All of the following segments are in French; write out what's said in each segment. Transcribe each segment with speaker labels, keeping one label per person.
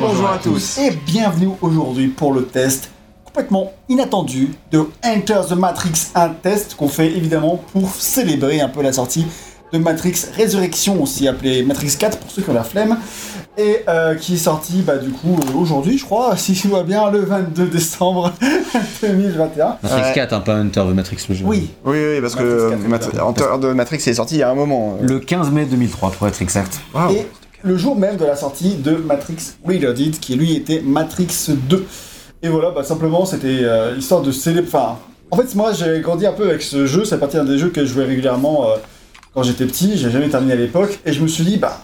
Speaker 1: Bonjour à tous.
Speaker 2: et bienvenue aujourd'hui pour le test complètement inattendu de Enter the Matrix, un test qu'on fait évidemment pour célébrer un peu la sortie de Matrix Résurrection, aussi appelé Matrix 4 pour ceux qui ont la flemme, et euh, qui est sorti bah, du coup euh, aujourd'hui je crois, si tout va bien, le 22 décembre 2021.
Speaker 3: Matrix 4, hein, pas Hunter de Matrix le jeu.
Speaker 2: Oui,
Speaker 1: Oui, oui, parce
Speaker 2: Matrix
Speaker 1: que
Speaker 2: quatre,
Speaker 1: Mat-
Speaker 2: quatre.
Speaker 1: Enter de Matrix est sorti il y a un moment.
Speaker 4: Le 15 mai 2003, pour être exact.
Speaker 1: Waouh.
Speaker 2: et le jour même de la sortie de Matrix Reloaded, qui lui était Matrix 2. Et voilà, bah, simplement, c'était euh, histoire de célébrer. Enfin, en fait, moi, j'ai grandi un peu avec ce jeu. C'est parti d'un des jeux que je jouais régulièrement euh, quand j'étais petit. J'ai jamais terminé à l'époque. Et je me suis dit, bah.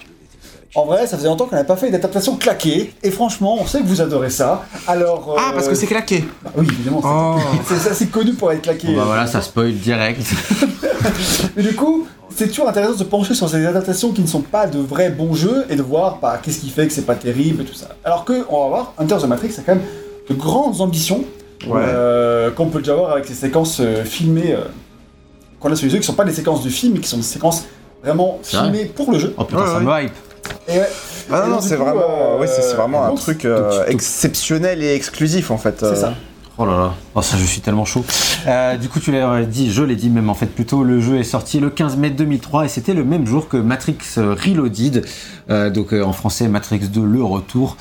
Speaker 2: En vrai, ça faisait longtemps qu'on n'avait pas fait d'adaptation claquée, et franchement, on sait que vous adorez ça. Alors. euh,
Speaker 1: Ah, parce que c'est claqué.
Speaker 2: bah oui, évidemment, c'est-
Speaker 1: Oh.
Speaker 2: c'est c'est assez connu pour être claqué.
Speaker 4: Bon, bah voilà, ça spoil direct.
Speaker 2: Mais du coup, c'est toujours intéressant de se pencher sur ces adaptations qui ne sont pas de vrais bons jeux et de voir bah, qu'est-ce qui fait que c'est pas terrible et tout ça. Alors que, on va voir, Hunter the Matrix a quand même de grandes ambitions
Speaker 1: Ouais.
Speaker 2: euh, qu'on peut déjà voir avec ces séquences euh, filmées euh, qu'on a sous les yeux, qui sont pas des séquences du film, mais qui sont des séquences vraiment
Speaker 4: C'est vrai
Speaker 2: filmées pour le jeu.
Speaker 4: Oh putain,
Speaker 1: Ouais,
Speaker 4: ça
Speaker 1: ouais.
Speaker 4: me hype.
Speaker 2: Et ouais,
Speaker 1: Ah non,
Speaker 2: Et
Speaker 1: non,
Speaker 2: donc,
Speaker 1: c'est
Speaker 2: du coup,
Speaker 1: vraiment,
Speaker 2: euh,
Speaker 1: ouais, c'est c'est vraiment un
Speaker 2: donc,
Speaker 1: truc euh,
Speaker 4: donc, tu-
Speaker 1: exceptionnel et exclusif en fait. euh,
Speaker 2: c'est ça.
Speaker 4: Oh là là, oh ça je suis tellement chaud. Euh, du coup tu l'as dit, je l'ai dit même en fait plus tôt, le jeu est sorti le 15 mai 2003 et c'était le même jour que Matrix euh, Reloaded, Euh, donc euh, en français Matrix 2 le retour.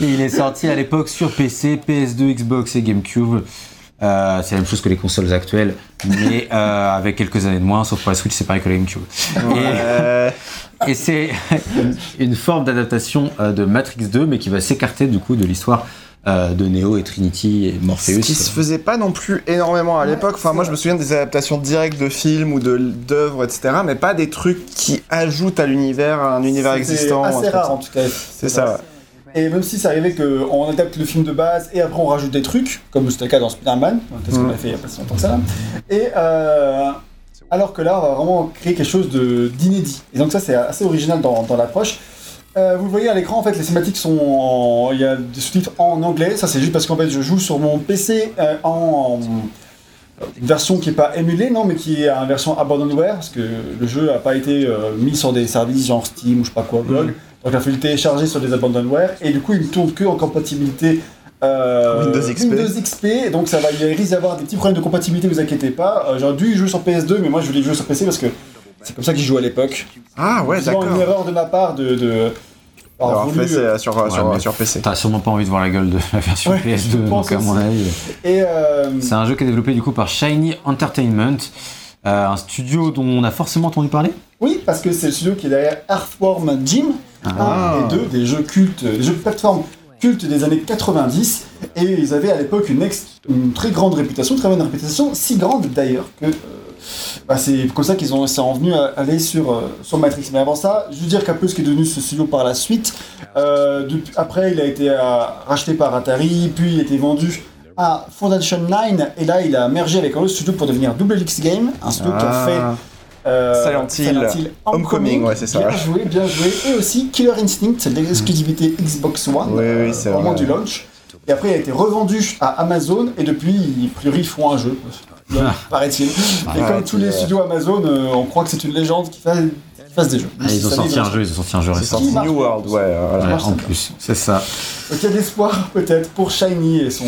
Speaker 4: et il est sorti à l'époque sur PC, PS2, Xbox et GameCube. Euh, c'est la même chose que les consoles actuelles, mais euh, avec quelques années de moins, sauf pour la Switch c'est pareil que la GameCube. Et-
Speaker 1: Euh,
Speaker 4: et c'est une- une forme d'adaptation euh, de Matrix 2, mais qui va s'écarter du coup de l'histoire euh, de Neo et Trinity et
Speaker 1: ce
Speaker 4: Morpheus.
Speaker 1: qui se faisait pas non plus énormément à l'époque. Enfin, moi, je me souviens des adaptations directes de films ou de- d'œuvres, etc., mais pas des trucs qui ajoutent à l'univers, à un univers
Speaker 2: C'était
Speaker 1: existant. un
Speaker 2: assez
Speaker 1: truc
Speaker 2: rare hein.
Speaker 1: comme
Speaker 2: en tout cas.
Speaker 1: C'est ça. ouais.
Speaker 2: Et même si ça arrivait qu'on adapte le film de base et après on rajoute des trucs, comme c'était le cas dans Spider-Man, hein, parce qu'on
Speaker 1: Mm.
Speaker 2: l'a fait il n'y a pas si longtemps que ça. Et euh, alors que là, on va vraiment créer quelque chose de- d'inédit. Et donc ça, c'est assez original dans, dans l'approche. Euh, vous le voyez à l'écran, en fait, les cinématiques sont. en- Il y a des sous-titres en anglais. Ça, c'est juste parce qu'en fait, je joue sur mon PC euh, en. Une version qui n'est pas émulée, non, mais qui est une version abandonware, parce que le jeu n'a pas été euh, mis sur des services genre Steam ou je sais pas quoi, blog. Donc il a fallu le télécharger sur des abandonware, et du coup il ne tourne que en compatibilité euh,
Speaker 1: Windows XP.
Speaker 2: Windows XP, et donc ça va, il risque d'y avoir des petits problèmes de compatibilité, vous inquiétez pas. Euh, J'aurais dû y jouer sur PS2, mais moi je voulais y jouer sur PC parce que c'est comme ça qu'il jouait à l'époque.
Speaker 1: Ah ouais,
Speaker 2: C'est vraiment une
Speaker 1: d'accord.
Speaker 2: erreur de ma part de. de avoir
Speaker 1: Alors,
Speaker 2: voulu, euh,
Speaker 1: fait, c'est sur, euh, sur,
Speaker 4: mais-
Speaker 1: sur PC.
Speaker 4: T'as sûrement pas envie de voir la gueule de la version
Speaker 2: Ouais, je
Speaker 4: PS2,
Speaker 2: pense
Speaker 4: donc à mon
Speaker 2: aussi.
Speaker 4: avis.
Speaker 2: et euh,
Speaker 4: C'est un jeu qui est développé du coup par Shiny Entertainment, euh, un studio dont on a forcément entendu parler.
Speaker 2: Oui, parce que c'est le studio qui est derrière Earthworm Jim,
Speaker 1: Ah.
Speaker 2: un et deux, des jeux cultes, des jeux de plateforme cultes des années 90, et ils avaient à l'époque une, ex- une très grande réputation, très bonne réputation, si grande d'ailleurs que euh, bah, c'est comme ça qu'ils ont c'est en venu à aller sur, euh, sur Matrix. Mais avant ça, je veux dire qu'un peu ce qui est devenu ce studio par la suite, euh, depuis- après il a été euh, racheté par Atari, puis il a été vendu à Foundation 9, et là il a mergé avec un autre studio pour devenir Double X Game, un studio qui a fait
Speaker 1: Ah.
Speaker 2: euh,
Speaker 1: Silent Hill, Homecoming, ouais, c'est ça.
Speaker 2: Bien joué, bien joué. Et aussi Killer Instinct, c'est de l'exclusivité Xbox One,
Speaker 1: Oui,
Speaker 2: euh,
Speaker 1: oui, c'est
Speaker 2: au moment
Speaker 1: vrai.
Speaker 2: du launch. Et après, il a été revendu à Amazon, et depuis, a priori, ils font un jeu, Là, paraît-il. et comme tous les
Speaker 1: paraît-il,
Speaker 2: studios Amazon, euh, on croit que c'est une légende qui fasse, qui fasse des jeux.
Speaker 4: Ah, ils ont
Speaker 2: Ça
Speaker 4: sorti
Speaker 2: dégage.
Speaker 4: un jeu, ils ont sorti un jeu
Speaker 1: C'est
Speaker 4: récemment.
Speaker 1: sorti New World, ouais. euh, voilà.
Speaker 4: Ouais,
Speaker 2: marche,
Speaker 4: en
Speaker 2: ça.
Speaker 4: plus, c'est ça.
Speaker 2: Donc il y a de l'espoir, peut-être, pour Shiny et son...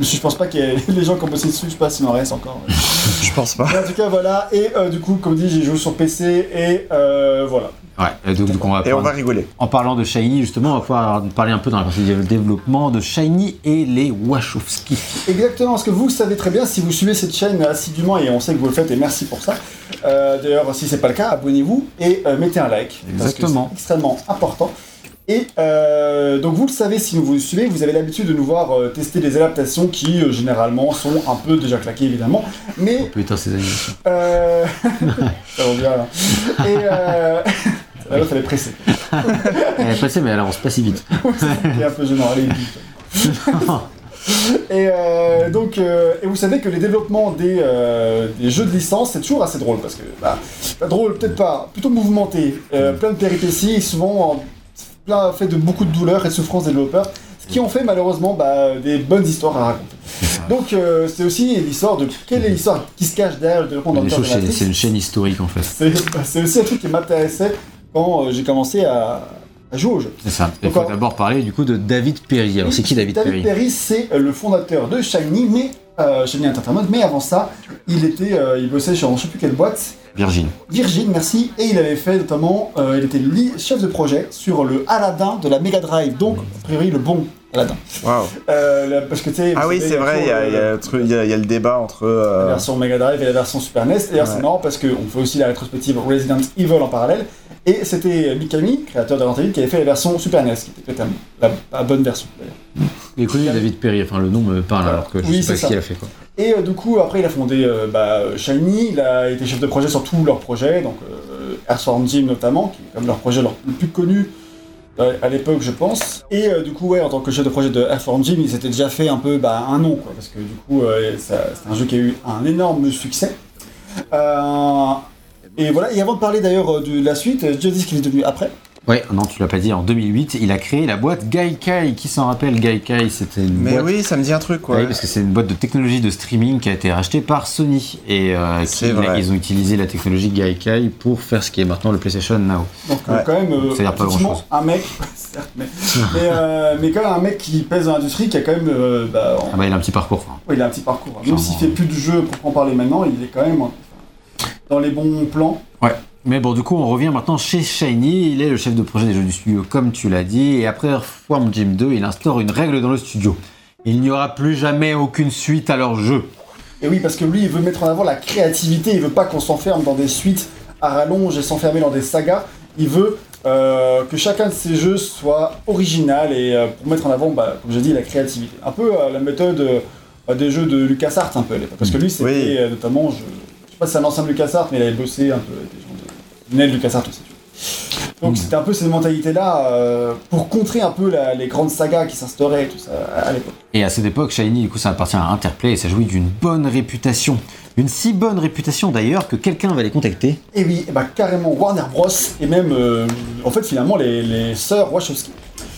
Speaker 2: Je pense pas que les gens qui ont bossé dessus, je sais pas s'il en reste encore.
Speaker 1: Je pense pas.
Speaker 2: Mais en tout cas, voilà. Et euh, du coup, comme dit, j'ai joué sur PC, et euh, voilà.
Speaker 4: Ouais, et donc, donc on va
Speaker 1: Et on va
Speaker 4: prendre-
Speaker 1: rigoler.
Speaker 4: En parlant de Shiny, justement, on va pouvoir parler un peu dans la partie du développement de Shiny et les Wachowski.
Speaker 2: Exactement, parce que vous savez très bien, si vous suivez cette chaîne assidûment, et on sait que vous le faites, et merci pour ça. euh, D'ailleurs, si c'est pas le cas, abonnez-vous et euh, mettez un like. parce que
Speaker 4: Exactement.
Speaker 2: C'est extrêmement important. Et euh, donc, vous le savez, si vous nous suivez, vous avez l'habitude de nous voir euh, tester des adaptations qui, euh, généralement, sont un peu déjà claquées, évidemment. Mais.
Speaker 4: Putain, ces animations.
Speaker 2: Euh... ça va bien, là. Et. Euh... Là, fallait presser.
Speaker 4: Elle est pressée, mais elle avance Eh, pas si vite.
Speaker 2: C'est un peu gênant, allez, vite. Et euh, donc, euh, et vous savez que les développements des, euh, des jeux de licence, c'est toujours assez drôle parce que, bah, pas drôle, peut-être pas, plutôt mouvementé,
Speaker 4: Hmm.
Speaker 2: euh, plein de péripéties, et souvent en- plein fait de beaucoup de douleurs et de souffrances des développeurs, ce qui en fait malheureusement bah, des bonnes histoires à raconter. Donc, euh, c'est aussi l'histoire de quelle est l'histoire qui se cache derrière le développement dans
Speaker 4: Les
Speaker 2: le cadre
Speaker 4: choses,
Speaker 2: de
Speaker 4: c'est
Speaker 2: Matrix.
Speaker 4: c'est une chaîne historique en fait.
Speaker 2: C'est c'est aussi un truc qui m'intéressait quand euh, j'ai commencé à, à jouer au jeu.
Speaker 4: C'est ça. Il faut
Speaker 2: D'accord.
Speaker 4: d'abord parler du coup de David Perry. Alors c'est qui David,
Speaker 2: David
Speaker 4: Perry
Speaker 2: Perry, c'est euh, le fondateur de Shiny, mais euh, Shiny Entertainment, mais avant ça, il était, euh, il bossait sur je sais plus quelle boîte,
Speaker 4: Virgin.
Speaker 2: Virgin, merci, et il avait fait notamment, euh, il était le chef de projet sur le Aladdin de la Mega Drive, donc a priori le bon Aladdin.
Speaker 1: Waouh.
Speaker 2: Euh, la- parce que tu sais,
Speaker 1: Ah
Speaker 2: vous
Speaker 1: oui,
Speaker 2: savez,
Speaker 1: c'est euh, vrai, il y, a- il y a le truc- il y a- il y a le débat entre.
Speaker 2: la
Speaker 1: euh,
Speaker 2: version Mega Drive et la version Super NES. D'ailleurs,
Speaker 1: Ouais.
Speaker 2: c'est marrant parce qu'on fait aussi la rétrospective Resident Evil en parallèle. Et c'était Mikami, créateur de Resident Evil, qui avait fait la version Super NES, qui était peut-être la, la bonne version. d'ailleurs.
Speaker 4: Il est connu David Perry. Enfin le nom me parle alors que je
Speaker 2: Oui,
Speaker 4: sais
Speaker 2: c'est
Speaker 4: pas ce qu'il
Speaker 2: ça.
Speaker 4: a fait quoi.
Speaker 2: Et euh, du coup, après, il a fondé euh, bah, euh, Shiny, il a été chef de projet sur tous leurs projets, donc euh, Earthworm Jim notamment, qui est comme leur projet leur- le plus connu euh, à l'époque, je pense. Et euh, du coup, ouais, en tant que chef de projet de Earthworm Jim, ils s'étaient déjà fait un peu bah, un nom, quoi, parce que du coup, euh, ça- c'est un jeu qui a eu un énorme succès. Euh, et voilà, et avant de parler d'ailleurs euh, de la suite, euh, je dis ce qu'il est devenu après.
Speaker 4: Ouais, non, tu l'as pas dit. En 2008, il a créé la boîte Gaikai. Qui s'en rappelle Gaikai C'était une
Speaker 1: Mais
Speaker 4: boîte.
Speaker 1: oui, ça me dit un truc, quoi.
Speaker 4: Oui, parce que c'est une boîte de technologie de streaming qui a été rachetée par Sony et euh, qui-
Speaker 1: C'est vrai.
Speaker 4: ils ont utilisé la technologie Gaikai pour faire ce qui est maintenant le PlayStation Now.
Speaker 2: Donc euh,
Speaker 1: Ouais.
Speaker 2: quand même, euh,
Speaker 4: Ça y a pas
Speaker 2: effectivement,
Speaker 4: grand-chose.
Speaker 2: un mec, certes, mais, mais, euh, mais quand même un mec qui pèse dans l'industrie, qui a quand même, euh, bah, en-
Speaker 4: Ah bah il a un petit parcours. hein.
Speaker 2: Ouais, il a un petit parcours. hein. Même
Speaker 4: Clairement.
Speaker 2: s'il fait plus de jeux pour en parler maintenant, il est quand même enfin, dans les bons plans.
Speaker 4: Mais bon, du coup, on revient maintenant chez Shiny. Il est le chef de projet des jeux du studio, comme tu l'as dit. Et après Earthworm Jim 2, il instaure une règle dans le studio. Il n'y aura plus jamais aucune suite à leur jeu.
Speaker 2: Et oui, parce que lui, il veut mettre en avant la créativité. Il veut pas qu'on s'enferme dans des suites à rallonge et s'enfermer dans des sagas. Il veut euh, que chacun de ses jeux soit original et euh, pour mettre en avant, bah, comme j'ai dit, la créativité. Un peu euh, la méthode euh, bah, des jeux de LucasArts, un peu. à l'époque. Parce que lui, c'était
Speaker 1: Oui.
Speaker 2: euh, notamment, je, je sais pas si c'est un ancien LucasArts, mais il avait bossé un peu avec des gens de Nel LucasArts aussi. tu vois. Donc c'était un peu cette mentalité-là euh, pour contrer un peu la- les grandes sagas qui s'instauraient et tout ça à à l'époque.
Speaker 4: Et à cette époque, Shiny, du coup, ça appartient à Interplay et ça jouit d'une bonne réputation. Une si bonne réputation d'ailleurs que quelqu'un va les contacter
Speaker 2: Et oui, et bah, carrément Warner Bros. Et même, euh, en fait, finalement, les, les sœurs Wachowski.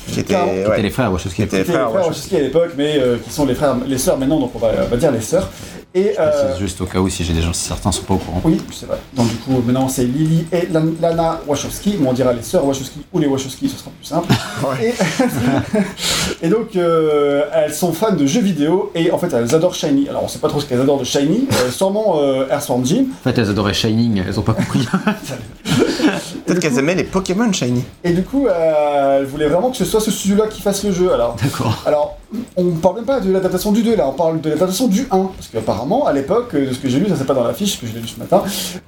Speaker 1: Qui était.
Speaker 2: Car- qui
Speaker 1: ouais.
Speaker 4: et les frères Wachowski.
Speaker 1: Qui étaient-
Speaker 2: C'était les frères
Speaker 1: Wachowski.
Speaker 2: Wachowski à l'époque, mais euh, qui sont les frères, les sœurs maintenant, donc on va, on va dire les sœurs. Et euh,
Speaker 4: C'est juste au cas où si j'ai des gens, si certains sont pas au courant.
Speaker 2: oui, c'est vrai. Donc du coup, maintenant c'est Lily et Lan- Lana Wachowski, mais on dira les sœurs Wachowski ou les Wachowski, ce sera plus simple.
Speaker 1: Ouais.
Speaker 2: Et, et donc, euh, elles sont fans de jeux vidéo et en fait, elles adorent Shiny. Alors, on sait pas trop ce qu'elles adorent de Shiny, euh, sûrement euh, Earthworm Jim.
Speaker 4: En fait, elles adoraient Shining, elles ont pas compris.
Speaker 1: Peut-être qu'elles aimaient les Pokémon Shiny.
Speaker 2: Et du coup, euh, elles voulaient vraiment que ce soit ce studio-là qui fasse le jeu. Alors,
Speaker 4: D'accord.
Speaker 2: Alors, on parle même pas de l'adaptation du 2 là, on parle de l'adaptation du 1. Parce qu'apparemment, à l'époque, euh, de ce que j'ai lu, ça c'est pas dans la fiche, parce que j'ai lu ce matin,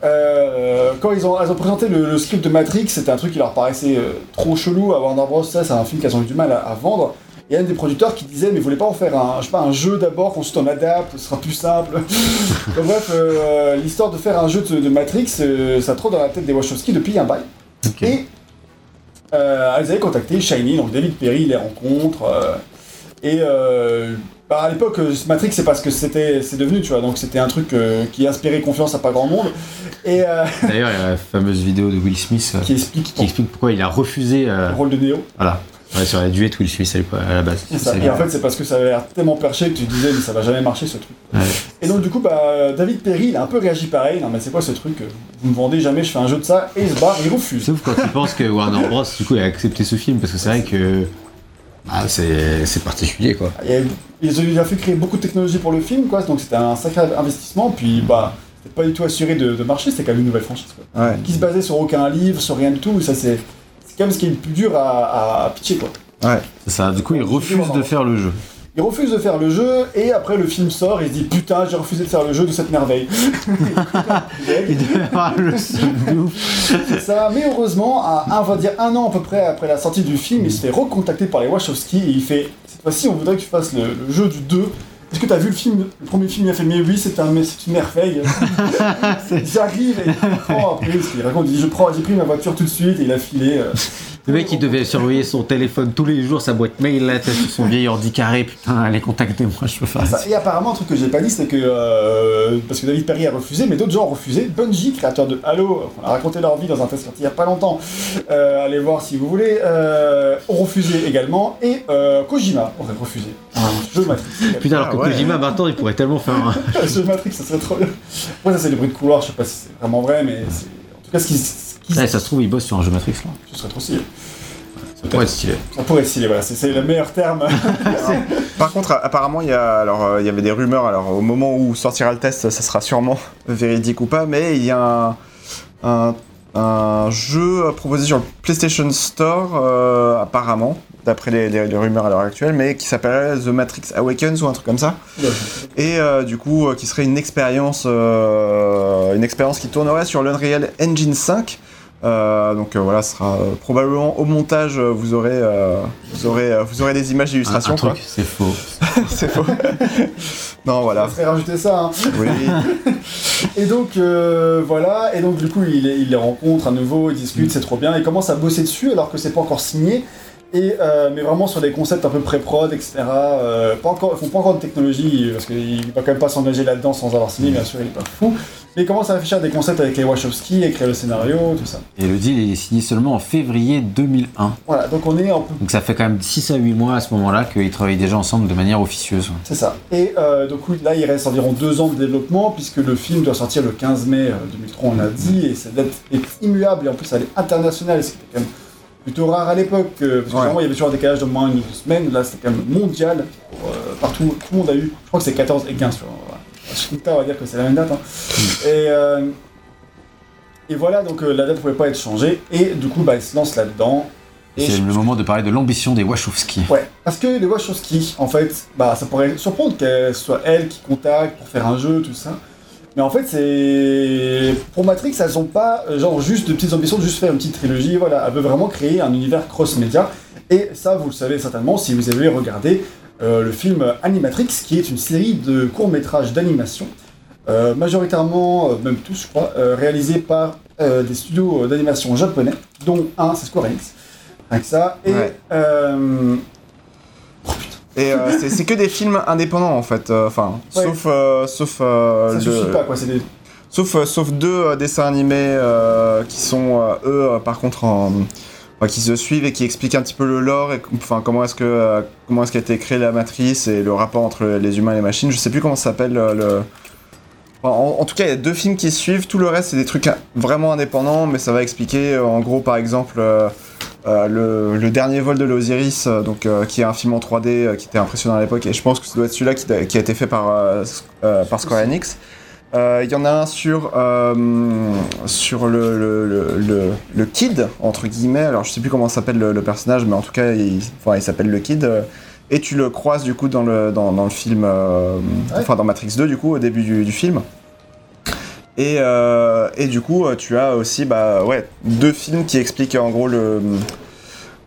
Speaker 2: euh, quand ils ont, elles ont présenté le, le script de Matrix, c'était un truc qui leur paraissait euh, trop chelou à Warner Bros. Ça, c'est un film qu'elles ont eu du mal à, à vendre. Et il y a un des producteurs qui disait, mais vous voulez pas en faire un, je sais pas, un jeu d'abord, qu'ensuite on adapte, ce sera plus simple. Donc, bref, euh, l'histoire de faire un jeu de, de Matrix, euh, ça trot dans la tête des Wachowski depuis un bail.
Speaker 4: Ok.
Speaker 2: Et euh, elles avaient contacté Shiny, donc David Perry les rencontre. euh, et euh, bah, à l'époque, euh, Matrix, c'est parce que c'était, c'est devenu, tu vois. Donc c'était un truc euh, qui inspirait confiance à pas grand monde. Et euh,
Speaker 4: D'ailleurs, il y a la fameuse vidéo de Will Smith euh,
Speaker 2: qui explique
Speaker 4: qui explique pourquoi il a refusé. euh,
Speaker 2: le rôle de Neo.
Speaker 4: voilà. Ouais, sur la duette Will Smith à l'époque- à la base.
Speaker 2: C'est ça.
Speaker 4: C'est-
Speaker 2: Et en fait, c'est parce que ça avait l'air tellement perché que tu disais, mais ça va jamais marcher ce truc.
Speaker 4: Ouais.
Speaker 2: Et donc, du coup, bah, David Perry, il a un peu réagi pareil. Non, mais c'est quoi ce truc euh, Vous me vendez jamais, je fais un jeu de ça. Et il se barre, il refuse.
Speaker 4: C'est ouf quand tu penses que Warner Bros. du coup a accepté ce film parce que c'est vrai que. Ah, c'est c'est particulier quoi.
Speaker 2: Et ils ont il a fait créer beaucoup de technologies pour le film, quoi. Donc c'était un sacré investissement. Puis bah, c'était pas du tout assuré de, de marcher. C'était quand même une nouvelle franchise, quoi.
Speaker 1: Ouais.
Speaker 2: Qui se basait sur aucun livre, sur rien du tout. Ça c'est c'est quand même ce qui est le plus dur à, à- à pitcher, quoi.
Speaker 4: C'est ça. Du coup, il refuse de faire le jeu.
Speaker 2: Il refuse de faire le jeu et après le film sort. Il se dit putain, j'ai refusé de faire le jeu de cette merveille.
Speaker 4: Il devait avoir le seum de ouf.
Speaker 2: C'est ça. Mais heureusement, à un, on va dire un an à peu près après la sortie du film, il se fait recontacter par les Wachowski et il fait cette fois-ci, on voudrait que tu fasses le, le jeu du 2. Est-ce que t'as vu le film Le premier film, il a fait mais oui, c'est un, mais c'est une merveille. J'arrive et il prend après, parce qu'il raconte, il dit je prends, j'ai pris ma voiture tout de suite et il a filé. euh.
Speaker 4: Le mec, il devait surveiller son téléphone tous les jours, sa boîte mail, là, t'as sur son vieil ordi carré. Putain, allez, contactez-moi, je peux faire ça.
Speaker 2: Ça. Et apparemment, un truc que j'ai pas dit, c'est que euh, parce que David Perry a refusé, mais d'autres gens ont refusé. Bungie, créateur de Halo, on a raconté leur vie dans un test sorti il y a pas longtemps. euh, allez voir si vous voulez. euh, ont refusé également et euh, Kojima aurait refusé. Je Matrix. également.
Speaker 4: Putain, alors que
Speaker 1: Ah ouais.
Speaker 4: Kojima, maintenant, il pourrait tellement faire un.
Speaker 2: Jeu Matrix, ça serait trop bien. Moi, ça c'est le bruit de couloir. Je sais pas si c'est vraiment vrai, mais c'est- en tout cas ce qui, ce qui-
Speaker 4: Ouais, ça se trouve, il bosse sur un jeu Matrix là.
Speaker 2: ce serait trop stylé.
Speaker 4: Ouais, stylé.
Speaker 2: Ça pourrait être stylé, voilà, c'est- c'est le meilleur terme.
Speaker 1: Par contre, a- apparemment, il y, a, alors, euh, il y avait des rumeurs. Alors, au moment où sortira le test, ça sera sûrement véridique ou pas, mais il y a un, un- un jeu proposé sur le PlayStation Store, euh, apparemment, d'après les, les- les rumeurs à l'heure actuelle, mais qui s'appellerait The Matrix Awakens ou un truc comme ça. Et euh, du coup, euh, qui serait une expérience, euh, une expérience qui tournerait sur l'Unreal Engine 5. Euh, donc euh, voilà, ce sera euh, probablement au montage, euh, vous aurez, euh, vous aurez, euh, vous aurez des images d'illustration. quoi.
Speaker 4: truc, c'est faux.
Speaker 1: C'est faux. non,
Speaker 2: Ça
Speaker 1: voilà.
Speaker 2: serait rajouter ça. hein.
Speaker 1: Oui.
Speaker 2: Et donc euh, voilà, et donc du coup il, les- il les rencontre à nouveau, ils discutent, c'est trop bien, ils commencent à bosser dessus alors que c'est pas encore signé. Et euh, mais vraiment sur des concepts un peu pré-prod, etc. euh, pas encore, ils font pas encore de technologie parce qu'il va quand même pas s'engager là-dedans sans avoir signé, bien sûr, il est pas fou. Mais ils commencent à réfléchir à des concepts avec les Wachowski, écrire le scénario, tout ça.
Speaker 4: Et le deal il est signé seulement en février 2001.
Speaker 2: Voilà, donc on est un peu
Speaker 4: Donc ça fait quand même 6 à 8 mois à ce moment-là qu'ils travaillent déjà ensemble de manière officieuse.
Speaker 2: C'est ça. Et euh, donc oui, là, il reste environ deux ans de développement, puisque le film doit sortir le 15 mai euh, 2003, on l'a dit, et cette date est immuable, et en plus, elle est internationale, ce qui était quand même plutôt rare à l'époque, euh, parce que
Speaker 1: Ouais.
Speaker 2: vraiment, il y avait toujours un décalage de moins une semaine, là, c'était quand même mondial, pour, euh, partout, tout le monde a eu, je crois que c'est 14 et 15, tu vois, voilà. Je compte pas, on va dire que c'est la même date. hein. Et, euh, et voilà, donc euh, la date pouvait pas être changée, et du coup, bah, il se lance là-dedans. Et
Speaker 4: C'est
Speaker 2: je-
Speaker 4: le moment de parler de l'ambition des Wachowski.
Speaker 2: Ouais, parce que les Wachowski, en fait, bah, ça pourrait surprendre que ce soit elles qui contactent pour faire un jeu, tout ça. Mais en fait, c'est. Pour Matrix, elles n'ont pas, euh, genre, juste de petites ambitions de juste faire une petite trilogie, voilà. Elles veulent vraiment créer un univers cross-média. Et ça, vous le savez certainement si vous avez regardé euh, le film Animatrix, qui est une série de courts-métrages d'animation, euh, majoritairement, euh, même tous, je crois, euh, réalisés par euh, des studios euh, d'animation japonais, dont un, c'est Square Enix. Avec ça. Et.
Speaker 1: Ouais.
Speaker 2: euh,
Speaker 1: Et euh, c'est- c'est que des films indépendants en fait. euh, Enfin,
Speaker 2: Ouais.
Speaker 1: sauf euh, sauf euh,
Speaker 2: Ça
Speaker 1: le-
Speaker 2: suffit pas quoi, c'est des...
Speaker 1: sauf euh, sauf deux euh, dessins animés euh, qui sont euh, eux euh, par contre en enfin, qui se suivent et qui expliquent un petit peu le lore et com- enfin comment est-ce que euh, comment est-ce qu'a été créée la matrice et le rapport entre les humains et les machines. Je sais plus comment ça s'appelle euh, le. Enfin, en, en tout cas, il y a deux films qui suivent. Tout le reste, c'est des trucs in- vraiment indépendants, mais ça va expliquer, euh, en gros, par exemple, euh, euh, le, le dernier vol de l'Osiris, euh, donc euh, qui est un film en 3D euh, qui était impressionnant à l'époque. Et je pense que ça doit être celui-là qui, da- qui a été fait par euh, Sc- euh, par Square Enix. Euh, Il y en a un sur euh, sur le le, le- le- le Kid entre guillemets. Alors, je sais plus comment s'appelle le, le personnage, mais en tout cas, il, enfin, il s'appelle le Kid. euh, et tu le croises du coup dans le, dans, dans le film, euh,
Speaker 2: Ouais.
Speaker 1: enfin dans Matrix 2 du coup au début du, du film. Et, euh, et du coup, euh, tu as aussi bah, ouais, deux films qui expliquent en gros le,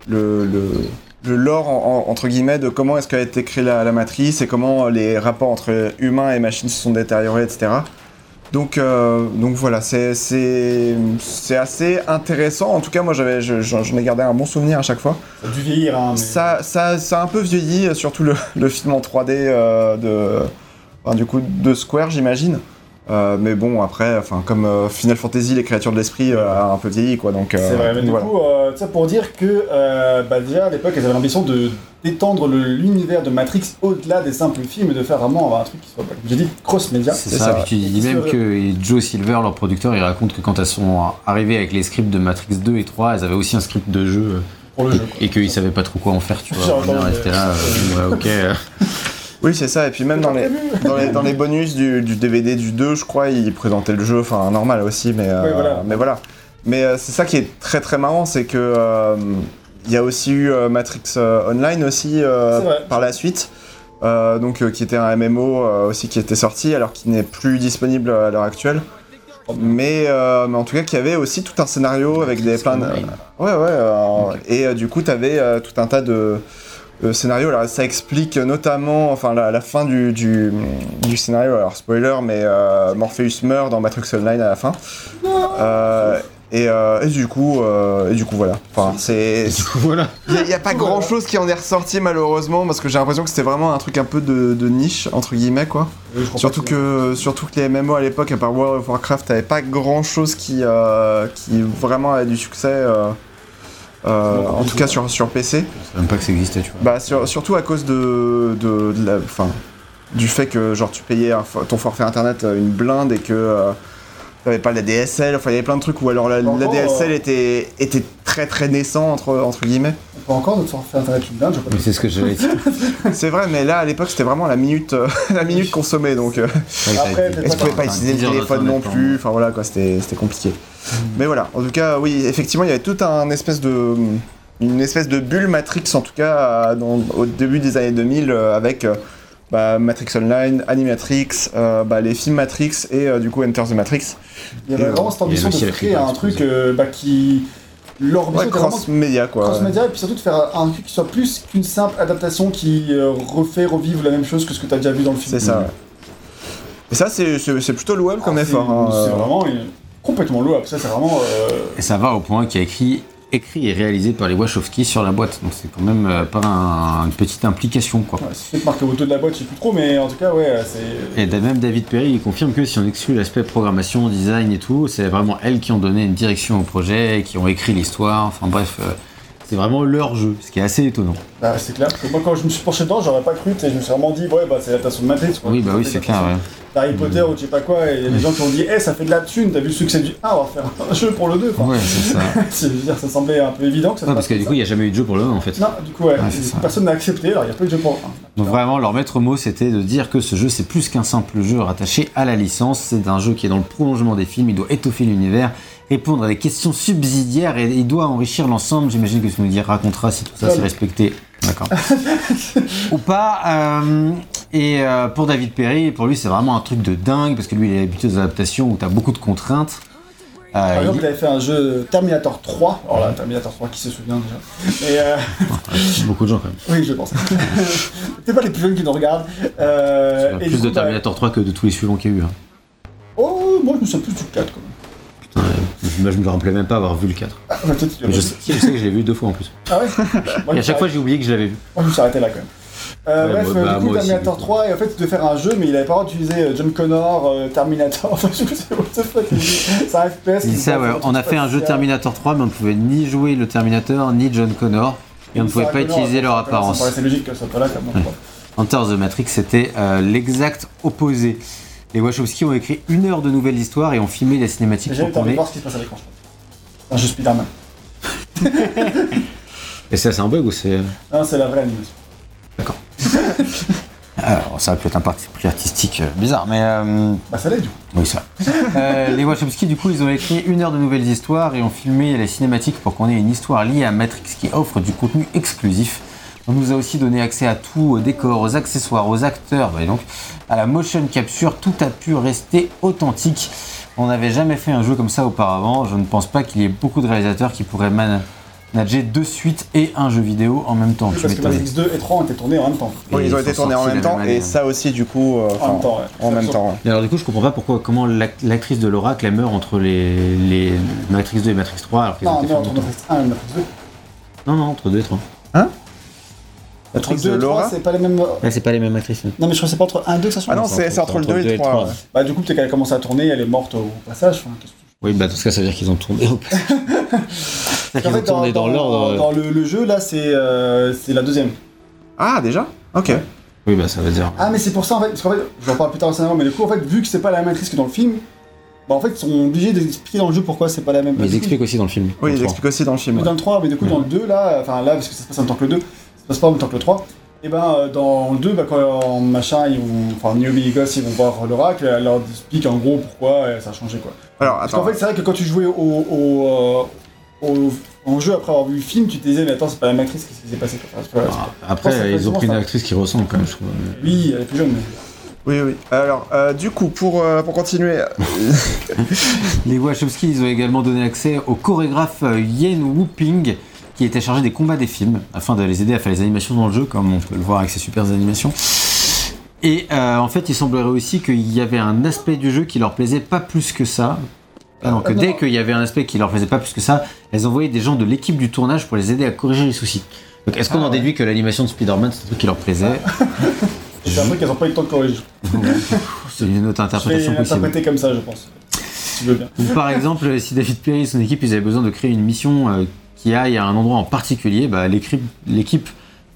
Speaker 1: le, le, le lore en- en- entre guillemets de comment est-ce qu'a été créée la, la matrice et comment les rapports entre humains et machines se sont détériorés, etc. Donc, euh, donc voilà, c'est c'est- c'est assez intéressant. En tout cas, moi j'avais- je- j'en j'en ai gardé un bon souvenir à chaque fois.
Speaker 2: Ça a dû vieillir, hein, mais...
Speaker 1: Ça, ça, ça a un peu vieilli, euh, surtout le, le film en 3D euh, de, enfin, du coup, de Square, j'imagine. Euh, mais bon, après, enfin, comme euh, Final Fantasy, les créatures de l'esprit euh, a un peu vieilli, quoi. Donc, euh,
Speaker 2: C'est vrai, mais
Speaker 1: donc
Speaker 2: du
Speaker 1: voilà.
Speaker 2: coup, euh, ça pour dire que euh, bah, déjà à l'époque, elles avaient l'ambition de d'étendre le- l'univers de Matrix au-delà des simples films et de faire vraiment euh, un truc qui soit, comme j'ai dit, cross-média.
Speaker 4: C'est
Speaker 1: C'est
Speaker 4: ça,
Speaker 1: ça,
Speaker 4: puis tu dis
Speaker 2: ouais.
Speaker 4: même que Joe Silver, leur producteur, il raconte que quand elles sont arrivées avec les scripts de Matrix 2 et 3, elles avaient aussi un script de jeu euh,
Speaker 2: Pour le jeu. quoi.
Speaker 4: et qu'ils savaient pas trop quoi en faire, tu
Speaker 2: J'ai
Speaker 4: vois. On est
Speaker 2: entendu.
Speaker 4: resté là, euh, ouais, ok. euh.
Speaker 1: Oui, c'est ça. Et puis même dans les, Euh, dans les, dans les bonus du, du DVD du 2, je crois, ils présentaient le jeu, enfin normal aussi, mais, euh,
Speaker 2: Oui, voilà.
Speaker 1: mais voilà. Mais euh, c'est ça qui est très très marrant, c'est que euh, il y a aussi eu euh, Matrix euh, Online aussi euh,
Speaker 2: C'est vrai.
Speaker 1: par la suite, euh, donc euh, qui était un MMO euh, aussi qui était sorti, alors qu'il n'est plus disponible à l'heure actuelle. Mais, euh, mais en tout cas, qui avait aussi tout un scénario avec des plein de,
Speaker 4: Online.
Speaker 1: Ouais, ouais. euh, Et euh, du coup, t'avais euh, tout un tas de euh, scénarios. Alors, ça explique notamment, enfin, la, la fin du, du, du scénario. Alors, spoiler, mais euh, Morpheus meurt dans Matrix Online à la fin. Euh, et, euh, et du coup, euh, et du coup, voilà. Enfin, c'est.
Speaker 4: Et du coup, voilà.
Speaker 1: Il n'y a, pas grand chose qui en est ressorti malheureusement parce que j'ai l'impression que c'était vraiment un truc un peu de, de niche entre guillemets quoi.
Speaker 2: Je crois pas
Speaker 1: Surtout que, surtout que les MMO à l'époque, à part World of Warcraft, t'avais pas grand chose qui, euh, qui vraiment a du succès, euh, euh, en tout cas sur, sur PC.
Speaker 4: Je savais même pas que ça existait, tu vois.
Speaker 1: Bah, sur- surtout à cause de, de, de la, enfin, du fait que genre, tu payais un fo- ton forfait internet euh, une blinde et que. euh, T'avais pas la DSL, enfin il y avait plein de trucs où alors la, la
Speaker 2: Encore,
Speaker 1: DSL
Speaker 2: euh,
Speaker 1: était, était très très naissant entre, entre guillemets.
Speaker 2: On peut encore notre faire internet une blinde, je crois.
Speaker 4: Mais c'est ce que j'allais dire.
Speaker 1: C'est vrai, mais là à l'époque c'était vraiment la minute, euh, la minute consommée donc. euh,
Speaker 2: Après,
Speaker 1: Et tu pouvais pas
Speaker 4: Enfin,
Speaker 1: utiliser le
Speaker 3: 10 heures
Speaker 1: téléphone non
Speaker 3: d'internet,
Speaker 1: plus, enfin voilà quoi, c'était c'était compliqué. Mais voilà, en tout cas, oui, effectivement, il y avait tout un espèce de. Une espèce de bulle Matrix, en tout cas, à- dans- au début des années 2000, euh, avec euh, bah, Matrix Online, Animatrix, euh, bah, les films Matrix et euh, du coup Enter the Matrix.
Speaker 2: Il y avait
Speaker 1: Et,
Speaker 2: vraiment cette
Speaker 4: il y avait
Speaker 2: ambition de
Speaker 4: aussi la
Speaker 2: créer
Speaker 4: fibre,
Speaker 2: un
Speaker 4: c'est
Speaker 2: truc
Speaker 4: pour
Speaker 2: euh, bah, qui. Leur
Speaker 1: Ouais,
Speaker 2: mission était vraiment
Speaker 1: cross-média quoi.
Speaker 2: cross-média et puis surtout de faire un truc qui soit plus qu'une simple adaptation qui euh, refait revivre la même chose que ce que tu as déjà vu dans le film.
Speaker 1: C'est ça, ouais.
Speaker 4: Mm.
Speaker 1: Et ça, c'est c'est- c'est plutôt louable comme
Speaker 2: Ah, c'est-
Speaker 1: effort. hein,
Speaker 2: C'est
Speaker 1: euh.
Speaker 2: vraiment euh, complètement louable. Ça, c'est vraiment. euh,
Speaker 4: Et ça va au point qui a écrit, écrit et réalisé par les Wachowski sur la boîte. Donc c'est quand même euh, pas un- une petite implication quoi.
Speaker 2: ouais, c'est peut-être marqué au dos de la boîte, je sais plus trop, mais en tout cas, ouais, euh, c'est.
Speaker 4: Et da- même David Perry il confirme que si on exclut l'aspect programmation, design et tout, c'est vraiment elles qui ont donné une direction au projet, qui ont écrit l'histoire. Enfin bref, euh, c'est vraiment leur jeu, ce qui est assez étonnant.
Speaker 2: Bah, c'est clair. Parce que moi, quand je me suis penché dedans, j'aurais pas cru. tu sais, Je me suis vraiment dit, ouais, bah, c'est l'adaptation de Matrix. quoi.
Speaker 4: Oui, bah oui, c'est clair. ouais.
Speaker 2: Harry Potter ou je sais pas quoi, et il y a des gens qui ont dit, eh, ça fait de la thune, t'as vu le succès du 1, on va faire un jeu pour le 2. quoi.
Speaker 4: Ouais, c'est ça. Ouais,
Speaker 2: C'est- je veux dire, ça semblait un peu évident que ça se
Speaker 4: parce
Speaker 2: passe
Speaker 4: que du
Speaker 2: comme
Speaker 4: coup, il n'y a jamais eu de jeu pour le 1 en fait.
Speaker 2: ça. Non, du coup, ouais,
Speaker 4: Ouais, c'est ça.
Speaker 2: personne n'a accepté, alors il n'y a pas eu de jeu pour hein. le 1.
Speaker 4: Donc vraiment, leur maître mot, c'était de dire que ce jeu, c'est plus qu'un simple jeu rattaché à la licence. C'est un jeu qui est dans le prolongement des films. Il doit étoffer l'univers, répondre à des questions subsidiaires et il doit enrichir l'ensemble. J'imagine que ce que nous dire racontera si tout ça
Speaker 2: Ouais.
Speaker 4: c'est respecté. D'accord. Ou pas. euh, et euh, pour David Perry, pour lui, c'est vraiment un truc de dingue parce que lui, il est habitué aux adaptations où t'as beaucoup de contraintes. Euh,
Speaker 2: Par exemple,
Speaker 4: il-
Speaker 2: il avait fait un jeu Terminator 3. Alors là, Terminator 3, qui se souvient déjà Et euh,
Speaker 4: Beaucoup de gens quand même.
Speaker 2: oui, je pense. C'est pas les plus jeunes qui nous regardent. Euh,
Speaker 4: Il y a
Speaker 2: et du
Speaker 4: plus
Speaker 2: coup,
Speaker 4: de
Speaker 2: bah,
Speaker 4: Terminator 3 que de tous les suivants qu'il y a eu. hein.
Speaker 2: Oh, moi je me souviens plus du 4 quand même.
Speaker 4: Moi, je me rappelais même pas avoir vu le 4.
Speaker 2: Ah, bah, peut-être qu'il y a
Speaker 4: Mais
Speaker 2: pas
Speaker 4: je
Speaker 2: eu.
Speaker 4: sais, je sais que je l'ai vu deux fois en plus.
Speaker 2: Ah ouais Moi,
Speaker 4: Et
Speaker 2: je
Speaker 4: à chaque fois, j'ai oublié que je l'avais vu.
Speaker 2: Moi, je me suis arrêté là quand même. Euh,
Speaker 4: Ouais,
Speaker 2: bref,
Speaker 4: moi- bah,
Speaker 2: du coup,
Speaker 4: moi aussi,
Speaker 2: Terminator
Speaker 4: du coup.
Speaker 2: 3, et en fait, il devait faire un jeu, mais il avait pas le droit d'utiliser euh, John Connor, euh, Terminator, enfin, je sais pas, what the fuck, il- c'est un FPS.
Speaker 4: C'est
Speaker 2: qui
Speaker 4: ça,
Speaker 2: nous
Speaker 4: ouais.
Speaker 2: parle de
Speaker 4: On a
Speaker 2: trucs
Speaker 4: fait un jeu
Speaker 2: spatial.
Speaker 4: Terminator 3, mais on ne pouvait ni jouer le Terminator, ni John Connor, et on ne pouvait
Speaker 2: Sarah
Speaker 4: pas
Speaker 2: Connor,
Speaker 4: utiliser leur
Speaker 2: ça me
Speaker 4: apparence.
Speaker 2: paraissait logique que ça soit pas là, comme on croit.
Speaker 4: Enter the Matrix, c'était euh, l'exact opposé. Les Wachowski ont écrit une heure de nouvelles histoires et ont filmé les cinématiques
Speaker 2: J'ai
Speaker 4: pour
Speaker 2: envie de
Speaker 4: tourner.
Speaker 2: voir ce qui se passe à l'écran, je pense. C'est Un jeu Spider-Man.
Speaker 4: Et ça, c'est un bug ou c'est. euh,
Speaker 2: Non, c'est la vraie animation.
Speaker 4: Alors, ça a pu être un parti pris artistique euh, bizarre, mais. euh,
Speaker 2: Bah, ça l'est du coup.
Speaker 4: Oui, ça. Euh, les Wachowski, du coup, ils ont écrit une heure de nouvelles histoires et ont filmé les cinématiques pour qu'on ait une histoire liée à Matrix qui offre du contenu exclusif. On nous a aussi donné accès à tout, aux décors, aux accessoires, aux acteurs, bah, et donc à la motion capture. Tout a pu rester authentique. On n'avait jamais fait un jeu comme ça auparavant. Je ne pense pas qu'il y ait beaucoup de réalisateurs qui pourraient man- manager deux suites et un jeu vidéo en même temps.
Speaker 2: Oui,
Speaker 4: Tu
Speaker 2: parce que
Speaker 4: m'étonnes.
Speaker 2: Matrix 2 et 3 ont été tournés en même temps.
Speaker 1: Oui,
Speaker 4: Et
Speaker 1: ils ont
Speaker 4: ils
Speaker 1: été
Speaker 4: sont
Speaker 1: tournés en
Speaker 4: sortis
Speaker 1: même
Speaker 4: la
Speaker 1: temps,
Speaker 4: même
Speaker 1: et
Speaker 4: année.
Speaker 1: ça aussi, du coup,
Speaker 2: En
Speaker 1: euh,
Speaker 2: même
Speaker 1: enfin,
Speaker 2: temps, ouais.
Speaker 1: en même temps, ouais.
Speaker 4: Et alors du coup, je comprends pas pourquoi comment l'ac- l'actrice de Laura elle meurt entre les, les Matrix 2 et Matrix 3 alors qu'ils
Speaker 2: Non,
Speaker 4: étaient
Speaker 2: mais
Speaker 4: filmés
Speaker 2: entre
Speaker 4: en même temps.
Speaker 2: Matrix 1 et Matrix 2.
Speaker 4: Non, non, entre 2 et 3.
Speaker 1: Matrix
Speaker 2: Entre
Speaker 1: de
Speaker 2: 2 et 3,
Speaker 1: Laura
Speaker 2: c'est pas les mêmes. euh, Non,
Speaker 4: Là, Ah, c'est pas les mêmes actrices.
Speaker 2: mais je crois que c'est pas entre 1 et 2 que ça change.
Speaker 1: Ah non, c'est c'est entre le 2 et le 3. ouais.
Speaker 2: Bah, du coup, peut-être qu'elle a commencé à tourner, elle est morte au passage. enfin, qu'est-ce que-
Speaker 4: Oui, bah, dans ce cas, ça veut dire qu'ils ont tourné au C'est-à-dire qu'ils ont tourné dans, l'ordre.
Speaker 2: dans le, le jeu, là, c'est euh, c'est la deuxième.
Speaker 1: Ah, déjà Ok.
Speaker 4: Oui, bah, ça veut dire.
Speaker 2: Ah, mais c'est pour ça, en fait, parce qu'en fait, je vais en parle plus tard au mais du coup, en fait, vu que c'est pas la même actrice que dans le film, bah, en fait, ils sont obligés d'expliquer dans le jeu pourquoi c'est pas la même
Speaker 4: Mais ils
Speaker 2: actrice.
Speaker 4: expliquent aussi dans le film.
Speaker 1: Oui,
Speaker 4: dans
Speaker 1: ils
Speaker 4: le
Speaker 1: expliquent aussi dans le film.
Speaker 2: Mais dans le 3, mais du coup, dans le 2, là, enfin, là, parce que ça se passe en tant que le 2, ça se passe pas en même temps que le 3. Et ben, euh, dans le 2, bah, quand machin, ils vont, enfin, Niobe et Goss, ils vont voir l'oracle, elle leur explique en gros pourquoi euh, ça a changé, quoi.
Speaker 1: Alors,
Speaker 2: Parce qu'en
Speaker 1: attends.
Speaker 2: fait, c'est vrai que quand tu jouais au, au, euh, au- en jeu après avoir vu le film, tu te disais, mais attends, c'est pas la même actrice, qu'est-ce qui s'est passé, quoi. Enfin, c'est pas-
Speaker 4: trois. Ah, Après,
Speaker 2: Je pense que
Speaker 4: ils ont pris une
Speaker 2: ça.
Speaker 4: actrice qui ressemble quand même, je trouve.
Speaker 2: Oui, elle est plus jeune, mais.
Speaker 1: Oui, oui. Alors, euh, du coup, pour, euh, pour continuer,
Speaker 4: Les Wachowski, ils ont également donné accès au chorégraphe euh, Yen Wu Ping, qui était chargé des combats des films, afin de les aider à faire les animations dans le jeu, comme on peut le voir avec ses super animations. Et euh, en fait, il semblerait aussi qu'il y avait un aspect du jeu qui leur plaisait pas plus que ça. Ah non, que
Speaker 2: Euh, non.
Speaker 4: dès qu'il y avait un aspect qui leur plaisait pas plus que ça, elles envoyaient des gens de l'équipe du tournage pour les aider à corriger les soucis. Donc, est-ce qu'on en déduit que l'animation de Spider-Man, c'est un truc qui leur plaisait
Speaker 2: C'est un truc qu'elles ont pas eu le temps de corriger.
Speaker 4: C'est une autre
Speaker 2: Je vais
Speaker 4: interprétation possible.
Speaker 2: l'interpréter comme ça, je pense. Si tu veux bien.
Speaker 4: Ou par exemple, si David Perry et son équipe ils avaient besoin de créer une mission euh, qui aille à un endroit en particulier, bah, l'écri- l'équipe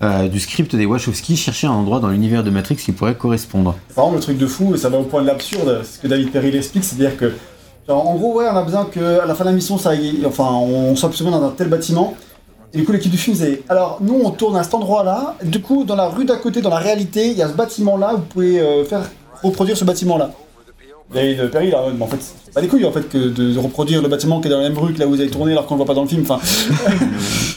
Speaker 4: euh, du script des Wachowski cherchait un endroit dans l'univers de Matrix qui pourrait correspondre.
Speaker 2: C'est vraiment le truc de fou, et ça va au point de l'absurde. C'est ce que David Perry l'explique, c'est-à-dire que Genre, en gros, ouais, on a besoin qu'à la fin de la mission, ça, aille- enfin, on soit plus ou moins dans un tel bâtiment. Et du coup, l'équipe du film disait Alors, nous, on tourne à cet endroit-là. Du coup, dans la rue d'à côté, dans la réalité, il y a ce bâtiment-là. Vous pouvez euh, faire reproduire ce bâtiment-là. Et le Perry, là, ouais, mais en fait, c'est pas des couilles en fait que de, de reproduire le bâtiment qui est dans la même rue que là où vous avez tourné alors qu'on le voit pas dans le film. Enfin,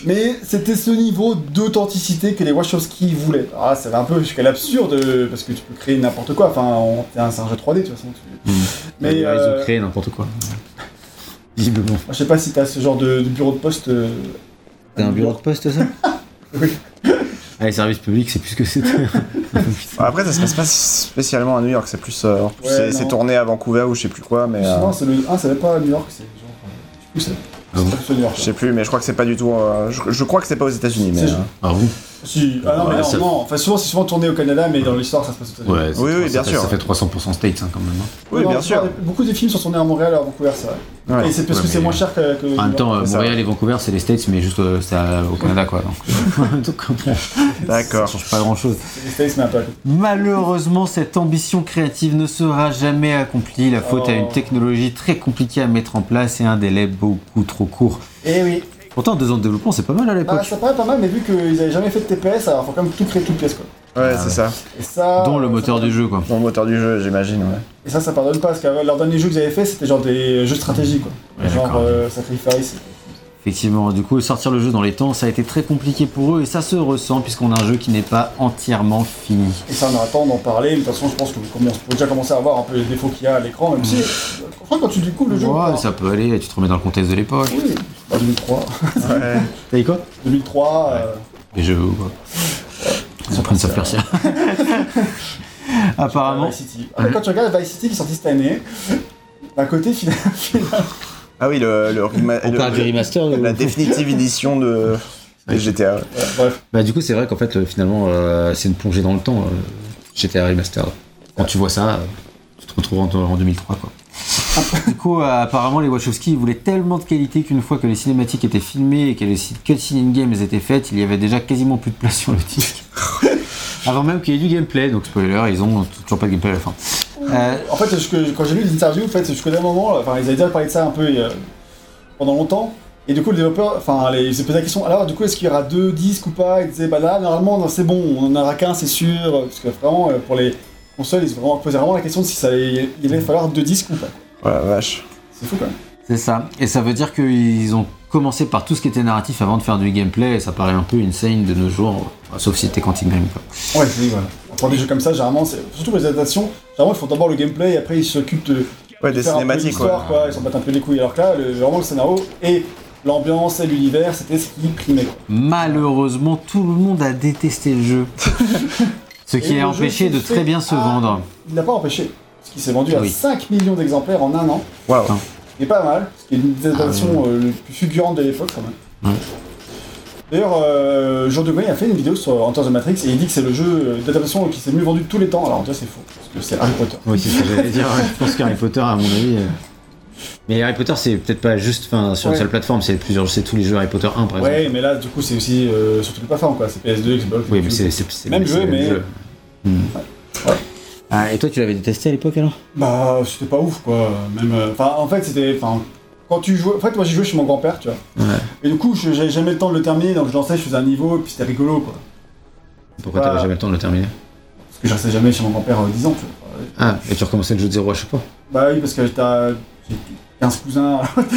Speaker 2: mais c'était ce niveau d'authenticité que les Wachowski voulaient. Ah, ça va un peu jusqu'à l'absurde euh, parce que tu peux créer n'importe quoi. Enfin, on- c'est un c'est un jeu 3D de toute façon. tu- Mais
Speaker 4: Ils
Speaker 2: euh,
Speaker 4: ont créé n'importe quoi. Visiblement.
Speaker 2: je sais pas si t'as ce genre de, de bureau de poste. euh,
Speaker 4: T'as un bureau de poste, ça
Speaker 2: Oui.
Speaker 4: Ah, les services publics, c'est plus ce que c'était.
Speaker 1: Après, ça se passe pas spécialement à New York, c'est plus. euh, en plus,
Speaker 2: Ouais,
Speaker 1: c'est-
Speaker 2: non.
Speaker 1: c'est tourné à Vancouver ou je sais plus quoi, mais. euh,
Speaker 2: Souvent, c'est le 1, c'est même pas à New York, c'est genre. euh, je sais plus,
Speaker 4: Ah bon
Speaker 2: c'est- c'est pas New York.
Speaker 1: Je sais plus, mais je crois que c'est pas du tout. euh, je, je crois que c'est pas aux États-Unis, mais.
Speaker 2: C'est-
Speaker 1: euh,
Speaker 4: Ah vous
Speaker 2: Si, ah non, mais
Speaker 4: Ouais,
Speaker 2: non,
Speaker 4: ça-
Speaker 2: non. Enfin, souvent, c'est souvent tourné au Canada, mais dans l'histoire, ça se passe aux États-Unis.
Speaker 4: Ouais, c'est
Speaker 1: Oui, oui,
Speaker 4: trois-
Speaker 1: bien
Speaker 4: ça-
Speaker 1: sûr.
Speaker 4: Ça fait 300% States hein, quand même. hein.
Speaker 1: Oui,
Speaker 2: Non,
Speaker 1: bien
Speaker 2: la
Speaker 1: sûr.
Speaker 2: plupart des- Beaucoup de films sont tournés à Montréal, à Vancouver, ça.
Speaker 1: Ouais.
Speaker 2: Et c'est parce
Speaker 4: Ouais,
Speaker 2: que c'est
Speaker 4: mais-
Speaker 2: moins cher que. que
Speaker 4: En même temps, euh,
Speaker 1: C'est ça.
Speaker 4: Montréal et Vancouver, c'est les States, mais juste euh, c'est à- au Canada, quoi. Donc, donc bon, ça
Speaker 1: D'accord.
Speaker 4: change pas grand-chose.
Speaker 2: C'est les States, mais un peu à côté.
Speaker 4: Malheureusement, cette ambition créative ne sera jamais accomplie. La faute à une
Speaker 2: Oh.
Speaker 4: technologie très compliquée à mettre en place et un délai beaucoup trop court.
Speaker 2: Eh oui.
Speaker 4: Pourtant, deux ans de développement, c'est pas mal à
Speaker 2: Bah,
Speaker 4: l'époque.
Speaker 2: ça paraît pas mal, mais vu qu'ils avaient jamais fait de TPS, alors faut quand même tout créer, tout pièce, quoi.
Speaker 1: Ouais, c'est ça.
Speaker 2: Et ça.
Speaker 4: Dont le moteur du jeu, quoi.
Speaker 1: Dans le moteur du jeu, j'imagine. ouais.
Speaker 2: Et ça, ça pardonne pas, parce que euh, leur dernier jeu qu'ils avaient fait, c'était genre des euh, jeux de stratégie, quoi.
Speaker 4: Ouais,
Speaker 2: genre
Speaker 4: d'accord.
Speaker 2: euh, Sacrifice.
Speaker 4: Effectivement, du coup, sortir le jeu dans les temps, ça a été très compliqué pour eux et ça se ressent puisqu'on a un jeu qui n'est pas entièrement fini.
Speaker 2: Et ça, on aura le temps d'en parler, mais de toute façon, je pense que vous peut déjà commencer à voir un peu les défauts qu'il y a à l'écran, même si. Je crois que quand tu découvres le jeu.
Speaker 4: Ouais,
Speaker 2: on-
Speaker 4: ça peut aller, tu te remets dans le contexte de l'époque.
Speaker 2: Oui, bah, 2003.
Speaker 1: Ouais.
Speaker 4: T'as dit quoi
Speaker 2: 2003. euh,
Speaker 4: Les jeux, quoi. Ils prennent ça Persia. Apparemment.
Speaker 2: Vice City. Après, quand tu regardes Vice City qui est sorti cette année, d'un côté, finalement,
Speaker 1: Ah oui, le, le, rema-
Speaker 3: On
Speaker 1: le-
Speaker 3: parle du remaster ou-
Speaker 1: la définitive édition de, des GTA. ouais.
Speaker 2: bref,
Speaker 4: Bah, du coup, c'est vrai qu'en fait, euh, finalement, euh, c'est une plongée dans le temps. euh, GTA Remastered. Quand tu vois ça, euh, tu te retrouves en, en 2003, quoi. du coup, euh, apparemment, les Wachowski voulaient tellement de qualité qu'une fois que les cinématiques étaient filmées et que les cutscenes in-game étaient faites, il y avait déjà quasiment plus de place sur le disque. Avant même qu'il y ait du gameplay, donc spoiler, ils ont toujours pas de gameplay à la fin. Euh,
Speaker 2: en fait, je- que- quand j'ai lu les interviews, en fait, jusqu'au dernier moment, enfin, ils avaient déjà parlé de ça un peu euh, pendant longtemps. Et du coup, le développeur, enfin, les- ils se posaient la question alors, du coup, est-ce qu'il y aura deux disques ou pas Ils disaient bah là, normalement, non, c'est bon, on en aura qu'un, c'est sûr. Parce que vraiment, euh, pour les consoles, ils se vraiment- posaient vraiment la question de si ça allait, il allait falloir deux disques ou pas.
Speaker 1: Oh la vache.
Speaker 2: C'est fou quand même.
Speaker 4: C'est ça. Et ça veut dire qu'ils ont commencé par tout ce qui était narratif avant de faire du gameplay. Et ça paraît un peu insane de nos jours, Enfin, sauf si t'es Quantic Dream. Quoi.
Speaker 2: Ouais, c'est voilà. Pour des jeux comme ça, généralement, c'est- surtout pour les adaptations, généralement, ils font d'abord le gameplay et après, ils s'occupent de
Speaker 1: Ouais, des
Speaker 2: faire un peu
Speaker 1: cinématiques,
Speaker 2: l'histoire,
Speaker 1: quoi.
Speaker 2: quoi. Ils s'en battent un peu les couilles. Alors que là, le- vraiment, le scénario et l'ambiance et l'univers, c'était ce qui primait. quoi.
Speaker 4: Malheureusement, tout le monde a détesté le jeu. ce
Speaker 2: Et
Speaker 4: qui
Speaker 2: le
Speaker 4: a
Speaker 2: jeu
Speaker 4: empêché
Speaker 2: se
Speaker 4: de
Speaker 2: fait
Speaker 4: très bien se
Speaker 2: à-
Speaker 4: vendre.
Speaker 2: Il n'a pas empêché. Parce qu'il s'est vendu à
Speaker 4: Oui.
Speaker 2: 5 millions d'exemplaires en un an.
Speaker 1: Waouh.
Speaker 4: Putain.
Speaker 2: C'est pas mal. Ce qui est une des adaptations euh, les plus fulgurantes de l'époque, quand même.
Speaker 4: Ah Ouais.
Speaker 2: D'ailleurs, euh, Jean de Goyen a fait une vidéo sur Enter the Matrix et il dit que c'est le jeu euh, d'adaptation qui s'est le mieux vendu de tous les temps. Alors, en vrai, c'est faux. Parce que c'est Harry Potter.
Speaker 4: Oui, c'est ce que j'allais dire. Je pense qu'Harry Potter, à mon avis. euh, Mais Harry Potter, c'est peut-être pas juste enfin, sur
Speaker 2: Ouais.
Speaker 4: une seule plateforme, c'est plusieurs, c'est tous les jeux Harry Potter 1 par exemple.
Speaker 2: Ouais, mais là, du coup, c'est aussi euh, sur toutes les plateformes, quoi. C'est PS2, Xbox.
Speaker 4: Oui, mais c'est c'est- c'est-
Speaker 2: Même
Speaker 4: c'est
Speaker 2: jeu,
Speaker 4: le
Speaker 2: mais-
Speaker 4: Hmm.
Speaker 2: Ouais.
Speaker 4: Ah, et toi, tu l'avais détesté à l'époque alors
Speaker 2: Bah, c'était pas ouf quoi. Même, euh, enfin, en fait, c'était, enfin, quand tu jouais, en fait, moi j'ai joué chez mon grand-père, tu vois.
Speaker 4: Ouais.
Speaker 2: Et du coup, je- j'avais jamais le temps de le terminer, donc je lançais, je faisais un niveau, et puis c'était rigolo quoi.
Speaker 4: Pourquoi
Speaker 2: Bah.
Speaker 4: t'avais jamais le temps de le terminer
Speaker 2: Parce que je restais jamais chez mon grand-père euh, 10 ans, tu vois. Ouais.
Speaker 4: Ah, et tu recommençais le jeu de zéro à chaque fois
Speaker 2: Bah oui, parce que t'as j'ai 15 cousins. alors,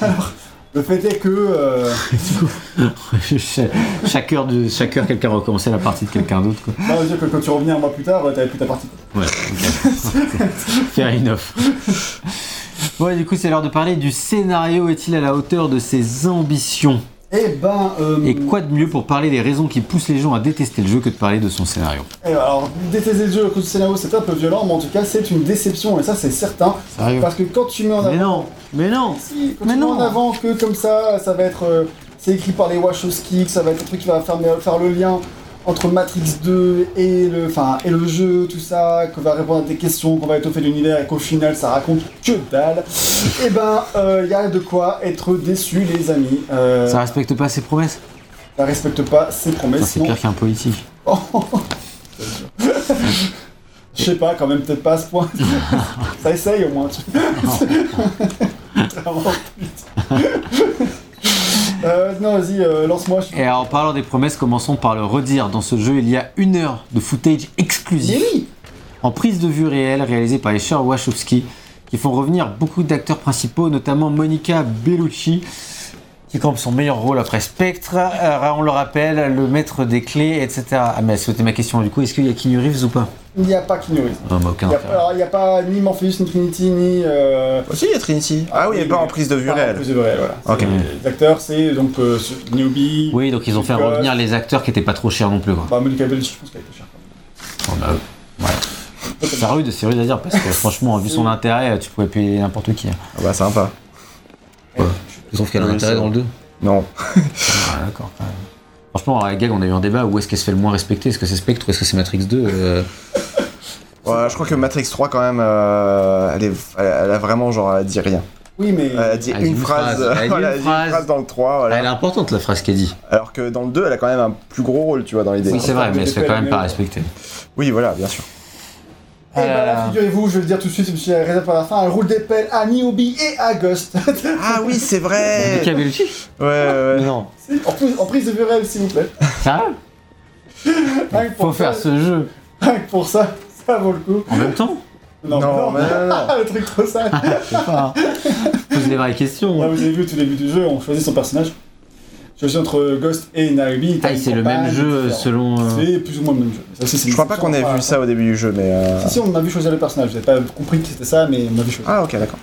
Speaker 2: alors, le fait est que euh,
Speaker 4: Cha- chaque heure, de- chaque heure, quelqu'un recommençait la partie de quelqu'un d'autre. Quoi.
Speaker 2: non, je veux bah, dire que quand tu revenais un mois plus tard, euh, t'avais plus ta partie.
Speaker 4: Ouais, ok. Fair enough. Bon, et du coup, c'est l'heure de parler du scénario. Est-il à la hauteur de ses ambitions
Speaker 2: Et ben, euh,
Speaker 4: Et quoi de mieux pour parler des raisons qui poussent les gens à détester le jeu que de parler de son scénario
Speaker 2: eh ben, alors détester le jeu à cause du scénario, c'est un peu violent, mais en tout cas, c'est une déception et ça, c'est certain.
Speaker 4: Sérieux
Speaker 2: Parce que quand tu mets en avant
Speaker 4: Mais non Mais non
Speaker 2: Si, quand
Speaker 4: Mais
Speaker 2: tu
Speaker 4: non.
Speaker 2: mets en avant que comme ça, ça va être. euh, c'est écrit par les Wachowski, que ça va être le truc qui va faire, faire le lien entre Matrix 2 et le, enfin, et le jeu, tout ça, qu'on va répondre à tes questions, qu'on va étoffer l'univers et qu'au final ça raconte que dalle. Eh ben, il y a de quoi être déçu, les amis. Euh,
Speaker 4: Ça
Speaker 2: ça...
Speaker 4: respecte pas ses promesses
Speaker 2: respecte pas ses
Speaker 4: Putain,
Speaker 2: promesses.
Speaker 4: C'est
Speaker 2: non.
Speaker 4: pire qu'un politique.
Speaker 2: Je Je sais pas, quand même, peut-être pas à ce point. ça essaye au moins. tu- Vraiment, putain. Euh, non, vas-y, euh, lance-moi. je-
Speaker 4: Et en parlant des promesses, commençons par le redire. Dans ce jeu, il y a une heure de footage exclusif en prise de vue réelle réalisée par les chers Wachowski qui font revenir beaucoup d'acteurs principaux, notamment Monica Bellucci qui campe son meilleur rôle après Spectre, Euh, on le rappelle, le maître des clés, etc. Ah mais c'était ma question du coup, est-ce qu'il y a Keanu Reeves ou pas
Speaker 2: Il n'y a pas Kinuri.
Speaker 3: Ah,
Speaker 4: Non, bah, aucun
Speaker 2: Il y a,
Speaker 4: intérêt.
Speaker 2: alors, il n'y a pas ni Morpheus, ni Trinity, ni. euh,
Speaker 1: Aussi, il y a Trinity. Ah oui, il est pas en prise de vue
Speaker 2: pas en
Speaker 1: réelle.
Speaker 2: prise de vue réelle, voilà.
Speaker 1: Ok.
Speaker 2: C'est- Les acteurs, c'est donc euh, sur- Niobe.
Speaker 4: Oui, donc ils ont fait
Speaker 2: Because-
Speaker 4: revenir les acteurs qui étaient pas trop chers non plus. Quoi.
Speaker 2: Bah, Monica Bellucci, je pense qu'elle était chère.
Speaker 3: Oh,
Speaker 4: Bon, bah, ouais. C'est rude, c'est rude à dire parce que franchement, vu son intérêt, tu pouvais payer n'importe qui. hein.
Speaker 1: Ah bah, sympa.
Speaker 3: Sauf qu'elle a un
Speaker 1: Oui,
Speaker 3: intérêt
Speaker 1: c'est
Speaker 3: dans le 2.
Speaker 1: Non.
Speaker 4: Ah, d'accord. ouais.
Speaker 3: Franchement, à Gag, on a eu un débat où est-ce qu'elle se fait le moins respecter Est-ce que c'est Spectre ou est-ce que c'est Matrix 2 euh,
Speaker 1: Ouais, je crois que Matrix 3, quand même, euh, elle, est, elle, elle a vraiment, genre, elle dit rien.
Speaker 2: Oui, mais.
Speaker 1: Elle a dit
Speaker 3: Elle dit
Speaker 1: une
Speaker 3: une
Speaker 1: phrase.
Speaker 3: phrase. Elle a dit
Speaker 1: Voilà,
Speaker 3: une
Speaker 1: elle a dit
Speaker 3: phrase.
Speaker 1: une phrase dans le 3, voilà.
Speaker 3: Elle est importante la phrase qu'elle dit.
Speaker 1: Alors que dans le 2, elle a quand même un plus gros rôle, tu vois, dans l'idée.
Speaker 4: Oui, c'est vrai,
Speaker 2: pas
Speaker 4: mais
Speaker 2: tout
Speaker 4: elle se
Speaker 2: à
Speaker 4: fait
Speaker 2: fait
Speaker 4: quand
Speaker 2: la
Speaker 4: même pas
Speaker 2: même.
Speaker 4: respecter.
Speaker 1: Oui, voilà, bien sûr.
Speaker 2: Et bah,
Speaker 4: Euh.
Speaker 2: là, figurez-vous, je vais le dire tout de suite, parce que j'ai réservé à la fin, elle roule des pelles à Niobe et à Ghost.
Speaker 1: Ah oui, c'est vrai
Speaker 4: Monica
Speaker 1: Ouais,
Speaker 4: Bellucci
Speaker 1: ouais, ouais.
Speaker 4: Non.
Speaker 2: en, prise, en prise de vue réelle, s'il vous plaît.
Speaker 4: Sérieux
Speaker 2: Rien que
Speaker 4: Faut
Speaker 2: pour
Speaker 4: faire
Speaker 2: ça-
Speaker 4: ce jeu.
Speaker 2: rien que pour ça, ça vaut le coup.
Speaker 4: En même temps
Speaker 2: Non,
Speaker 1: Non, mais non, non.
Speaker 2: Ah, le truc trop sale.
Speaker 4: Je sais pas. Pose les vraies questions.
Speaker 2: Là, vous avez vu au tout début du jeu, on choisit son personnage. Choisis entre Ghost et Niobe. t'as
Speaker 4: Ah,
Speaker 2: une
Speaker 4: c'est le
Speaker 2: campagne
Speaker 4: même jeu
Speaker 2: différente.
Speaker 4: selon. euh,
Speaker 2: C'est plus ou moins le même jeu. Ça, c'est- c'est
Speaker 1: Je crois
Speaker 2: une
Speaker 1: pas qu'on ait
Speaker 2: exception,
Speaker 1: vu ça au début du jeu, mais. euh,
Speaker 2: Si, si, on a vu choisir le personnage. Vous n'avez pas compris que c'était ça, mais on a vu choisir.
Speaker 1: Ah, ok, d'accord.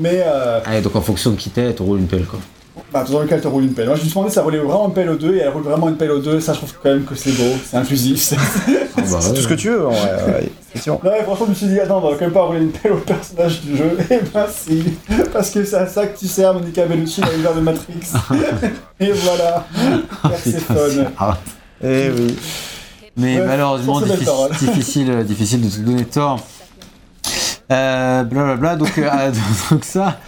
Speaker 2: Mais, euh,
Speaker 3: Ah, et donc en fonction de qui t'es, elle te roule une pelle quoi.
Speaker 2: bah, dans lequel te roule une pelle. Moi, je me suis demandé si ça roulait vraiment une pelle aux deux, et elle roule vraiment une pelle aux deux. Ça, je trouve quand même que c'est beau, c'est inclusif. c'est-
Speaker 3: Ah, bah,
Speaker 1: C'est tout ce que tu veux, en vrai, ouais, effectivement.
Speaker 2: Ouais, franchement, je me suis dit, attends, on va quand même pas rouler une pelle au personnage du jeu. Et ben si, parce que c'est à ça que tu sers Monica Bellucci dans l'univers de Matrix. et voilà, c'est
Speaker 4: putain,
Speaker 2: fun.
Speaker 4: c'est- ah.
Speaker 1: Eh oui.
Speaker 4: Mais
Speaker 2: Ouais,
Speaker 4: malheureusement,
Speaker 2: sur ces belles
Speaker 4: difficile,
Speaker 2: paroles.
Speaker 4: difficile, euh, difficile de te donner tort. Euh, Blablabla, donc, euh, ah, donc ça,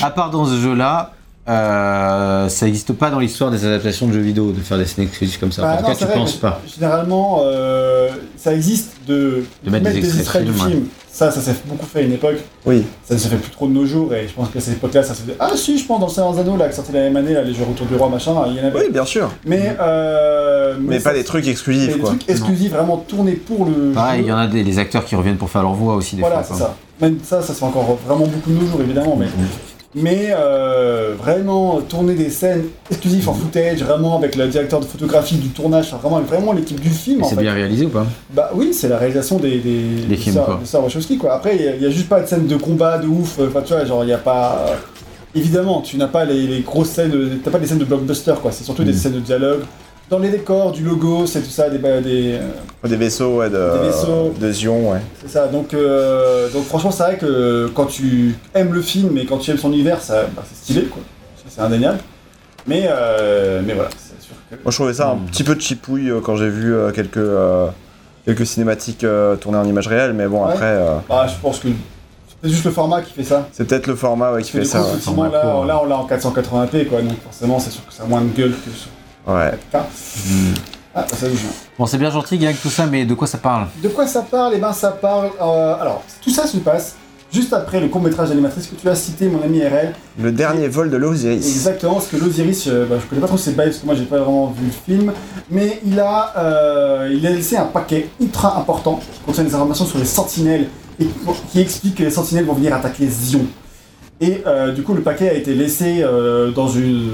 Speaker 4: à part dans ce jeu-là, euh, ça n'existe pas dans l'histoire des adaptations de jeux vidéo de faire des scènes exclusives comme ça.
Speaker 2: Bah,
Speaker 3: en tout
Speaker 2: non,
Speaker 3: cas,
Speaker 2: c'est
Speaker 3: tu
Speaker 2: vrai,
Speaker 3: penses
Speaker 2: mais
Speaker 3: pas.
Speaker 2: Généralement, euh, ça existe de,
Speaker 3: De mettre des extraits de
Speaker 2: du
Speaker 3: films,
Speaker 2: film. Ça, ça s'est beaucoup fait à une époque.
Speaker 1: Oui.
Speaker 2: Ça ne se fait plus trop de nos jours. Et je pense qu'à cette époque-là, ça se faisait. Ah, si, je pense, dans le Seigneur des Anneaux, là, qui sortait la même année, là, les jeux Retour du Roi, machin, il y en avait.
Speaker 1: Oui, bien sûr.
Speaker 2: Mais, euh,
Speaker 1: Mais
Speaker 2: ça-
Speaker 1: pas des trucs
Speaker 2: mais
Speaker 1: exclusifs,
Speaker 2: des
Speaker 1: quoi.
Speaker 2: trucs exclusifs, vraiment tournés pour le.
Speaker 4: Pareil,
Speaker 2: jeu.
Speaker 4: il y en a des les acteurs qui reviennent pour faire leur voix aussi des
Speaker 2: Voilà, c'est
Speaker 4: fois.
Speaker 2: ça. Même ça, ça se fait encore vraiment beaucoup de nos jours, évidemment, mais, mais euh, vraiment tourner des scènes exclusives en footage, vraiment avec le directeur de photographie du tournage, enfin, vraiment, vraiment l'équipe du film,
Speaker 3: Et
Speaker 2: en
Speaker 3: C'est
Speaker 2: fait.
Speaker 3: bien réalisé ou pas
Speaker 2: Bah oui, c'est la réalisation des, des, des
Speaker 4: films,
Speaker 2: sœurs-
Speaker 4: quoi.
Speaker 2: des sœurs Wachowski, quoi. Après, il y a- il n'y a, juste pas de scène de combat de ouf, euh, enfin, tu vois, genre, il n'y a pas... Évidemment, tu n'as pas les, les grosses scènes, de- t'as pas des scènes de blockbuster, quoi. C'est surtout
Speaker 4: Mm.
Speaker 2: des scènes de dialogue. Dans les décors, du logo, c'est tout ça, des... ba- des euh,
Speaker 1: Des vaisseaux, ouais, de.
Speaker 2: Des vaisseaux.
Speaker 1: De Zion, ouais.
Speaker 2: C'est ça, donc, euh, donc franchement, c'est vrai que euh, quand tu aimes le film et quand tu aimes son univers, ça, bah, c'est stylé, quoi. Ça, C'est indéniable. Mais, euh, mais voilà, c'est sûr que.
Speaker 1: Moi, je trouvais ça un petit peu de chipouille euh, quand j'ai vu euh, quelques, euh, quelques cinématiques euh, tournées en image réelle, mais bon,
Speaker 2: Ouais.
Speaker 1: après, euh,
Speaker 2: Bah, je pense que c'est juste le format qui fait ça.
Speaker 1: c'est peut-être le format ouais, qui fait
Speaker 2: Parce que
Speaker 1: ça.
Speaker 2: du coup,
Speaker 1: ouais.
Speaker 2: effectivement,
Speaker 4: format
Speaker 2: là,
Speaker 4: court,
Speaker 2: là, on l'a en 480p, quoi. Donc forcément, c'est sûr que ça a moins de gueule que sur
Speaker 1: Ouais.
Speaker 2: 4K. Ah, ça nous joue.
Speaker 4: Bon, c'est bien gentil, Gag, tout ça, mais de quoi ça parle
Speaker 2: De quoi ça parle Eh ben, ça parle. euh, alors, tout ça se passe juste après le court métrage d'animatrice que tu as cité, mon ami RL.
Speaker 1: Le dernier vol de l'Osiris.
Speaker 2: Exactement, parce que l'Osiris, euh, bah, je connais pas trop ses bails parce que moi j'ai pas vraiment vu le film, mais il a, euh, il a laissé un paquet ultra important qui contient des informations sur les sentinelles et qui explique que les sentinelles vont venir attaquer Zion. Et euh, du coup, le paquet a été laissé euh, dans, une,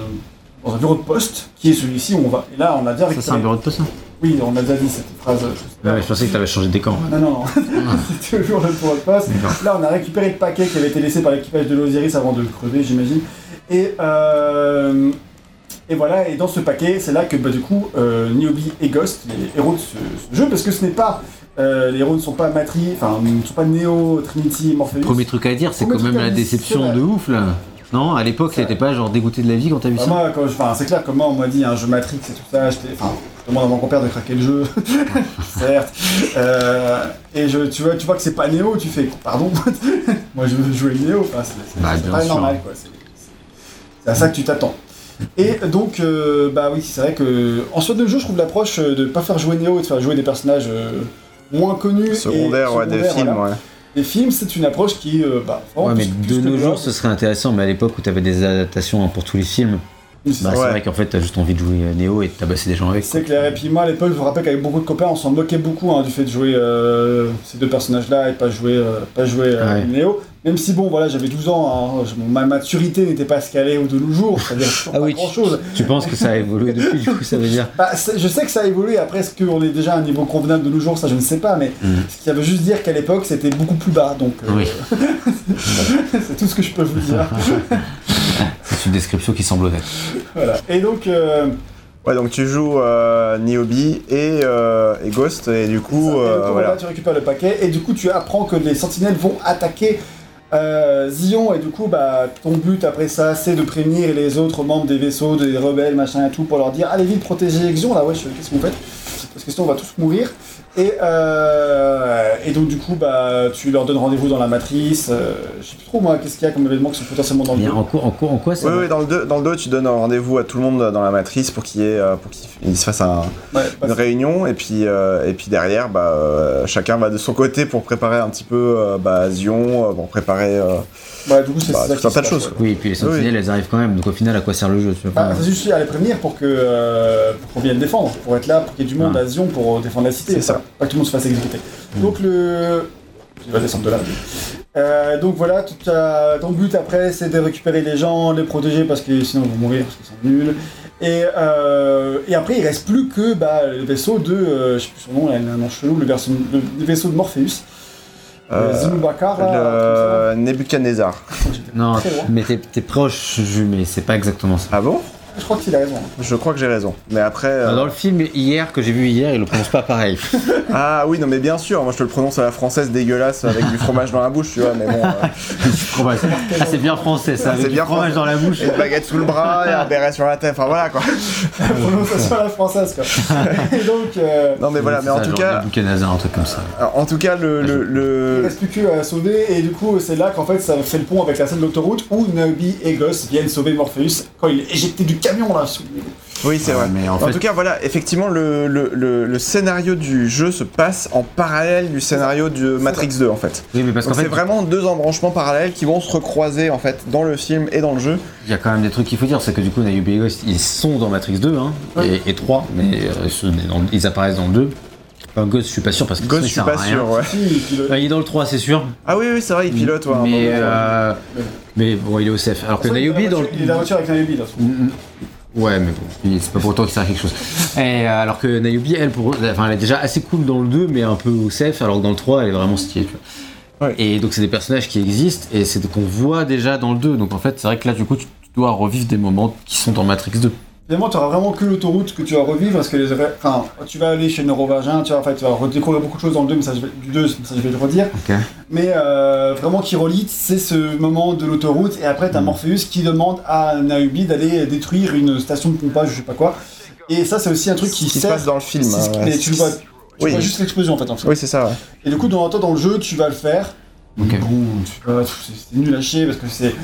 Speaker 2: dans un bureau de poste qui est celui-ci où on va. Et là, on a déjà
Speaker 3: Ça, c'est un
Speaker 2: récupéré-
Speaker 3: bureau de poste ça
Speaker 2: Oui, on a déjà dit cette phrase. euh, je sais pas.
Speaker 3: Ouais, mais je pensais que t'avais changé de décor.
Speaker 2: Non, non, non. c'est toujours le tour de passe. Là, on a récupéré le paquet qui avait été laissé par l'équipage de l'Osiris avant de le crever, j'imagine. Et, euh, et voilà, et dans ce paquet, c'est là que bah, du coup, euh, Niobe et Ghost, les héros de ce, ce jeu, parce que ce n'est pas. euh, les héros ne sont pas Matri, enfin, ne sont pas Neo, Trinity, Morpheus.
Speaker 4: Premier truc à dire, c'est
Speaker 2: Premier
Speaker 4: quand même
Speaker 2: truc à
Speaker 4: la
Speaker 2: dire, c'est
Speaker 4: déception
Speaker 2: vrai.
Speaker 4: de ouf là. Non, à l'époque,
Speaker 2: C'est
Speaker 4: t'étais pas genre dégoûté de la vie quand t'as vu
Speaker 2: Bah,
Speaker 4: ça
Speaker 2: moi, quand je- enfin, c'est clair, comme moi, on m'a dit hein, un jeu Matrix et tout ça, j'étais. Enfin, je demande à mon compère de craquer le jeu, certes. Euh, et je, tu, vois, tu vois que c'est pas Néo, tu fais pardon, moi je veux jouer Néo, enfin, c'est- c'est
Speaker 4: Bah,
Speaker 2: c'est
Speaker 4: bien
Speaker 2: pas
Speaker 4: sûr.
Speaker 2: normal quoi. C'est- c'est- C'est à ça que tu t'attends. Et donc, euh, bah oui, c'est vrai que en soi de jeu, je trouve l'approche euh, de pas faire jouer Néo et de faire jouer des personnages euh, moins connus. et
Speaker 1: Secondaire, ouais, des
Speaker 2: secondaires,
Speaker 1: films,
Speaker 2: voilà.
Speaker 1: ouais.
Speaker 2: Des films, c'est une approche qui, euh, bah,
Speaker 4: Ouais,
Speaker 2: vraiment
Speaker 4: mais
Speaker 2: plus- plus
Speaker 4: de
Speaker 2: que
Speaker 4: nos
Speaker 2: l'or,
Speaker 4: jours, ce serait intéressant, mais à l'époque où t'avais des adaptations pour tous les films, bah, c'est
Speaker 1: Ouais.
Speaker 4: vrai qu'en fait, t'as juste envie de jouer euh, Neo et de tabasser des gens avec.
Speaker 2: C'est clair, et puis moi à l'époque, je vous rappelle qu'avec beaucoup de copains, on s'en moquait beaucoup hein, du fait de jouer euh, ces deux personnages-là et pas jouer, euh, pas jouer euh,
Speaker 4: Ouais.
Speaker 2: Neo. Même si, bon, voilà, j'avais 12 ans, hein, je- ma maturité n'était pas ce qu'elle est au de nos jours, c'est-à-dire toujours
Speaker 4: Ah
Speaker 2: pas
Speaker 4: oui, tu-
Speaker 2: grand-chose.
Speaker 4: Tu penses que ça a évolué depuis, du coup, ça veut dire.
Speaker 2: Bah, c'est- je sais que ça a évolué, après, est-ce qu'on est déjà à un niveau convenable de nos jours, ça je ne sais pas, mais
Speaker 4: Mhm.
Speaker 2: ce qui veut juste dire qu'à l'époque, c'était beaucoup plus bas, donc euh,
Speaker 4: Oui,
Speaker 2: c'est tout ce que je peux vous dire.
Speaker 4: c'est une description qui semble honnête.
Speaker 2: voilà. Et donc, euh,
Speaker 1: Ouais, donc tu joues euh, Niobe et, euh, et Ghost, et du
Speaker 2: Ça,
Speaker 1: coup,
Speaker 2: et donc,
Speaker 1: euh,
Speaker 2: voilà,
Speaker 1: voilà.
Speaker 2: tu récupères le paquet et du coup tu apprends que les sentinelles vont attaquer euh, Zion et du coup bah ton but après ça c'est de prévenir les autres membres des vaisseaux, des rebelles, machin et tout pour leur dire allez vite protéger Zion là wesh qu'est-ce que vous faites Parce que sinon on va tous mourir. Et, euh, et donc du coup bah tu leur donnes rendez-vous dans la matrice. euh, je sais plus trop moi qu'est-ce qu'il y a comme événements qui sont potentiellement dans le
Speaker 4: Mais
Speaker 2: jeu.
Speaker 4: en quoi, en quoi, en quoi ça
Speaker 1: Oui,
Speaker 4: va
Speaker 1: oui, dans le 2, dans le deux, tu donnes un rendez-vous à tout le monde dans la matrice pour qu'il y ait, euh, pour qu'il il se fasse un-
Speaker 2: Ouais, bah,
Speaker 1: une réunion et puis euh, et puis derrière bah euh, chacun va de son côté pour préparer un petit peu euh, bah, Zion euh, pour préparer euh,
Speaker 2: bah, du coup c'est
Speaker 1: bah,
Speaker 2: ça
Speaker 1: tout
Speaker 2: qui
Speaker 1: un
Speaker 2: se
Speaker 1: tas de
Speaker 2: passe,
Speaker 1: choses,
Speaker 2: ouais.
Speaker 1: quoi.
Speaker 4: Oui, et puis les sentinelles, elles arrivent quand même, donc au final, à quoi sert le jeu tu vois
Speaker 2: Bah, c'est juste à les prévenir pour que euh, pour qu'on vienne défendre, pour être là, pour qu'il y ait du monde
Speaker 4: Ouais.
Speaker 2: à Zion pour euh, défendre la cité.
Speaker 1: Ah. C'est ça. Hmm.
Speaker 2: Pas que tout le monde se fasse exécuter. Donc le. Je vais descendre de là. Euh, donc voilà, tout ta- ton but après c'est de récupérer les gens, les protéger parce que sinon ils vont mourir parce qu'ils sont nuls. Et, euh, et après il reste plus que bah, le vaisseau de. euh, je sais plus son nom, il a un nom chelou, le, verso- le- le vaisseau de Morpheus.
Speaker 1: Euh,
Speaker 2: Euh, Zunubakar, là,
Speaker 1: le euh, Nebuchadnezzar.
Speaker 2: comme ça. J'étais
Speaker 4: Non,
Speaker 2: très loin.
Speaker 4: mais t'es- t'es proche, Ju, mais c'est pas exactement ça.
Speaker 1: Ah bon
Speaker 2: Je crois qu'il a raison. hein.
Speaker 1: Je crois que j'ai raison. Mais après euh,
Speaker 4: Dans le film hier que j'ai vu hier, il le prononce pas pareil.
Speaker 1: ah oui non mais bien sûr moi je te le prononce à la française dégueulasse avec du fromage dans la bouche tu vois mais bon euh,
Speaker 4: Fromage. Ah, c'est bien français ça, avec
Speaker 1: C'est
Speaker 4: du
Speaker 1: bien
Speaker 4: fromage
Speaker 1: français.
Speaker 4: dans la bouche.
Speaker 1: et une baguette sous le bras et un béret sur la tête enfin voilà quoi.
Speaker 2: La prononciation à la française quoi. et donc. euh,
Speaker 1: Non mais voilà mais
Speaker 4: C'est
Speaker 1: en
Speaker 4: ça,
Speaker 1: tout
Speaker 4: genre
Speaker 1: cas
Speaker 4: des bouquets Nazar, un truc comme ça.
Speaker 1: en tout cas le le,
Speaker 2: Il
Speaker 1: le-
Speaker 2: reste plus qu'à sauver et du coup c'est là qu'en fait ça fait le pont avec la scène d'autoroute où Niobe et Goss viennent sauver Morpheus quand il est éjecté du camion là. sous-
Speaker 1: Oui, c'est
Speaker 4: Ouais,
Speaker 1: vrai.
Speaker 4: mais en
Speaker 1: en
Speaker 4: fait-
Speaker 1: tout cas, voilà, effectivement, le, le, le, le scénario du jeu se passe en parallèle du scénario de Matrix 2, en fait.
Speaker 4: Oui, mais parce qu'en
Speaker 1: Donc,
Speaker 4: fait,
Speaker 1: c'est vraiment deux embranchements parallèles qui vont se recroiser, en fait, dans le film et dans le jeu.
Speaker 4: il y a quand même des trucs qu'il faut dire. C'est que du coup, Nayubi et Ghost, ils sont dans Matrix 2 hein,
Speaker 2: Ouais.
Speaker 4: et, et 3, mais euh, ce- dans- ils apparaissent dans le 2. Enfin, Ghost, je suis pas sûr parce que
Speaker 1: Ghost, je
Speaker 4: sinon,
Speaker 1: suis
Speaker 4: il
Speaker 1: pas
Speaker 4: sert à rien.
Speaker 1: sûr, ouais.
Speaker 2: Si, et puis le-
Speaker 4: Euh, il est dans le 3, c'est sûr.
Speaker 1: Ah oui, oui, c'est vrai, il pilote, ouais. à un
Speaker 4: mais,
Speaker 1: moment.
Speaker 4: euh,
Speaker 2: Ouais.
Speaker 4: mais bon, il est au CF. Alors que
Speaker 2: Il est
Speaker 4: Nayubi dans le.
Speaker 2: voiture- Il est dans la voiture avec Niobe là.
Speaker 4: Mm, Ouais, mais bon, il- c'est pas pour autant qu'il sert à quelque chose. Et, euh, alors que Nayubi, elle, pour, enfin, elle est déjà assez cool dans le 2, mais un peu au CF, alors que dans le 3, elle est vraiment stylée. Tu vois.
Speaker 1: Ouais.
Speaker 4: Et donc, c'est des personnages qui existent et c'est qu'on voit déjà dans le 2. Donc, en fait, c'est vrai que là, du coup, tu tu dois revivre des moments qui sont dans Matrix 2.
Speaker 2: Finalement tu auras vraiment que l'autoroute que tu vas revivre parce que les vrais- enfin tu vas aller chez Neurovagin, tu vas, enfin, tu vas redécouvrir beaucoup de choses dans le 2 mais ça je vais, du 2 ça je vais le redire.
Speaker 4: Ok.
Speaker 2: Mais euh, vraiment qui relie c'est ce moment de l'autoroute et après t'as Morpheus qui demande à Niobe d'aller détruire une station de pompage je sais pas quoi. Et ça c'est aussi un truc
Speaker 1: Ce
Speaker 2: qui,
Speaker 1: qui se
Speaker 2: sert-
Speaker 1: passe dans le film. hein.
Speaker 2: C'est ce qui-
Speaker 4: hein.
Speaker 1: ouais.
Speaker 2: mais tu le vois, tu
Speaker 1: Oui.
Speaker 2: vois juste l'explosion en fait. En fait.
Speaker 1: Oui, c'est ça, ouais.
Speaker 2: Et du coup, dans, toi, dans le jeu, tu vas le faire.
Speaker 4: Ok.
Speaker 2: Bon, tu vois, pff, c'est c'est nul à chier parce que c'est.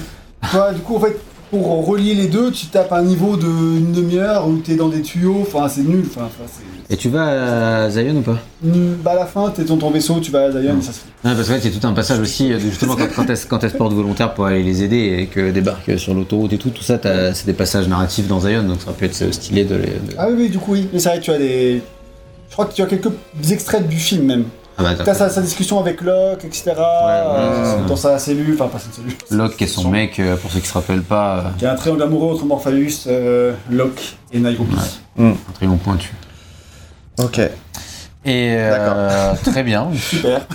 Speaker 2: Toi, du coup, en fait, pour relier les deux, tu tapes un niveau de une demi-heure où t'es dans des tuyaux. Enfin, c'est nul. Enfin, enfin, c'est.
Speaker 4: Et tu vas à Zion ou pas
Speaker 2: nul. Bah, à la fin, t'es dans ton vaisseau, tu vas à
Speaker 4: Mm.
Speaker 2: Zion, et ça se fait.
Speaker 4: Non, parce que c'est tout un passage aussi, euh, de- justement, quand, quand elles- quand elles se portent volontaires pour aller les aider et que débarquent sur l'autoroute et tout, tout ça, t'as- c'est des passages narratifs dans Zion, donc ça aurait pu être euh, stylé de les. de-
Speaker 2: Ah oui, oui, du coup, oui. Mais c'est vrai, tu as des. Je crois que tu as quelques extraits du film même.
Speaker 4: Ah, bah,
Speaker 2: T'as sa, sa discussion avec Locke, etc.
Speaker 4: ouais,
Speaker 2: dans sa cellule, enfin pas sa cellule.
Speaker 4: Locke et son mec, euh, pour ceux qui se rappellent pas, euh,
Speaker 2: Il y a un triangle amoureux entre Morpheus, euh, Locke et Nairobi.
Speaker 4: un triangle pointu.
Speaker 1: Ok.
Speaker 4: Et euh, très bien.
Speaker 2: Super.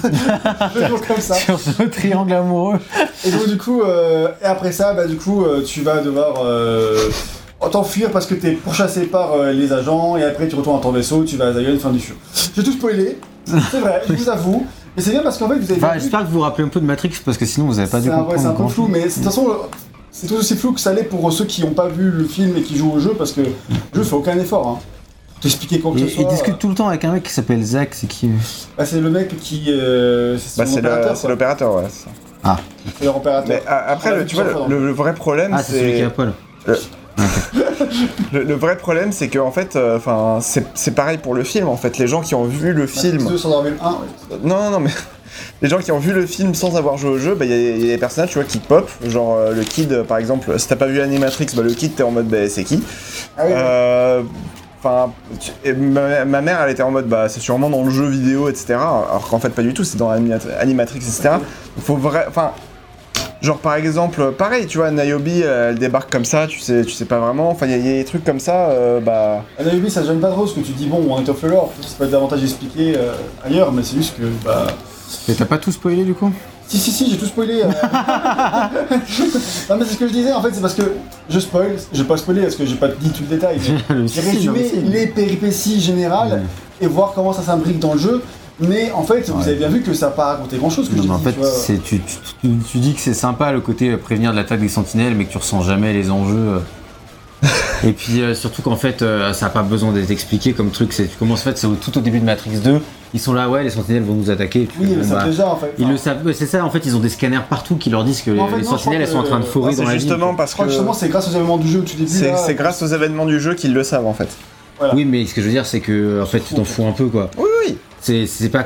Speaker 2: Toujours comme ça.
Speaker 4: Sur ce triangle amoureux.
Speaker 2: Et donc du coup, euh, et après ça, bah du coup, euh, tu vas devoir euh, t'enfuir parce que t'es pourchassé par euh, les agents et après tu retournes dans ton vaisseau, tu vas à Zion, fin du show. J'ai tout spoilé, c'est vrai, je vous avoue. Mais c'est bien parce qu'en fait, vous avez
Speaker 4: Enfin,
Speaker 2: vu-
Speaker 4: j'espère que vous vous rappelez un peu de Matrix parce que sinon vous n'avez pas dû
Speaker 2: c'est un, ouais, c'est
Speaker 4: comprendre.
Speaker 2: un peu
Speaker 4: grand
Speaker 2: flou,
Speaker 4: chose.
Speaker 2: mais c'est- de toute façon, c'est tout aussi flou que ça l'est pour ceux qui n'ont pas vu le film et qui jouent au jeu parce que le jeu fait aucun effort. Hein. T'expliquer quoi que
Speaker 4: Et,
Speaker 2: ce soit.
Speaker 4: il discute tout le temps avec un mec qui s'appelle Zach, c'est qui euh
Speaker 2: bah, c'est le mec qui. euh, c'est son
Speaker 1: Bah, c'est
Speaker 2: opérateur,
Speaker 1: le-
Speaker 2: quoi.
Speaker 1: c'est l'opérateur, ouais. c'est ça.
Speaker 2: C'est leur opérateur.
Speaker 1: Mais a- après,
Speaker 2: On l'a
Speaker 1: le-
Speaker 2: vu
Speaker 1: tu vois,
Speaker 2: plusieurs
Speaker 1: le,
Speaker 2: fois dans
Speaker 1: le vrai problème,
Speaker 4: Ah, c'est celui qui est à
Speaker 1: c'est.
Speaker 4: poil.
Speaker 1: le, le vrai problème, c'est que en fait, euh, enfin, c'est c'est pareil pour le film. En fait, les gens qui ont vu
Speaker 2: Ah,
Speaker 1: le film,
Speaker 2: Deux sans en avoir vu le un, ouais.
Speaker 1: non, non, non, mais les gens qui ont vu le film sans avoir joué au jeu, bah, il y, a- il y a des personnages, tu vois, qui pop. Genre euh, le kid, euh, par exemple, si t'as pas vu l'animatrix, bah, le kid, t'es en mode, bah, c'est qui
Speaker 2: Ah oui,
Speaker 1: Euh, Enfin, tu- et ma, ma mère, elle était en mode, bah, c'est sûrement dans le jeu vidéo, etc. Alors qu'en fait, pas du tout, c'est dans Animat- Animatrix, etc. Faut vrai, enfin, genre par exemple, pareil, tu vois, Niobe, euh, elle débarque comme ça, tu sais, tu sais pas vraiment. Enfin, il y, a- il y a des trucs comme ça, euh, bah.
Speaker 2: Anayobi, ça gêne pas trop ce que tu dis, bon, on est off le lore, ça peut être davantage expliqué euh, ailleurs, mais c'est juste que, bah...
Speaker 4: Mais t'as pas tout spoilé du coup
Speaker 2: Si, si, si, j'ai tout spoilé. euh. non, mais c'est ce que je disais, en fait, c'est parce que je spoil, je vais pas spoiler parce que j'ai pas dit tout le détail. mais J'ai résumé les péripéties générales et voir comment ça s'imbrique dans le jeu, mais en fait, vous
Speaker 4: Ouais.
Speaker 2: avez bien vu que ça n'a pas raconté grand chose que
Speaker 4: Non,
Speaker 2: je
Speaker 4: mais en
Speaker 2: dis,
Speaker 4: fait,
Speaker 2: tu vois.
Speaker 4: c'est- tu, tu- tu- tu dis que c'est sympa le côté euh, prévenir de l'attaque des sentinelles, mais que tu ressens jamais les enjeux. euh. Et puis euh, surtout qu'en fait, euh, ça n'a pas besoin d'être expliqué comme truc. C'est, tu commences en fait, c'est au- tout au début de Matrix 2. Ils sont là, ouais, les sentinelles vont nous attaquer. Tu
Speaker 2: Oui,
Speaker 4: fais,
Speaker 2: mais
Speaker 4: bon,
Speaker 2: ça
Speaker 4: bah,
Speaker 2: déjà, en fait.
Speaker 4: ils
Speaker 2: Enfin,
Speaker 4: le savent. ouais, C'est ça, en fait, ils ont des scanners partout qui leur disent que
Speaker 2: Mais en fait,
Speaker 4: les
Speaker 2: non, je crois
Speaker 4: sentinelles elles sont en
Speaker 2: que,
Speaker 4: train de
Speaker 1: ouais,
Speaker 4: fourrer dans
Speaker 1: c'est
Speaker 4: la ville.
Speaker 1: justement
Speaker 2: Je
Speaker 1: parce que
Speaker 2: crois que justement, c'est grâce aux événements du jeu au tout début.
Speaker 1: c'est
Speaker 2: là,
Speaker 1: c'est grâce aux événements du jeu qu'ils le savent, en fait.
Speaker 4: Oui, mais ce que je veux dire, c'est que euh, en fait, tu t'en fous un peu, quoi.
Speaker 1: Oui, oui.
Speaker 4: C'est, c'est pas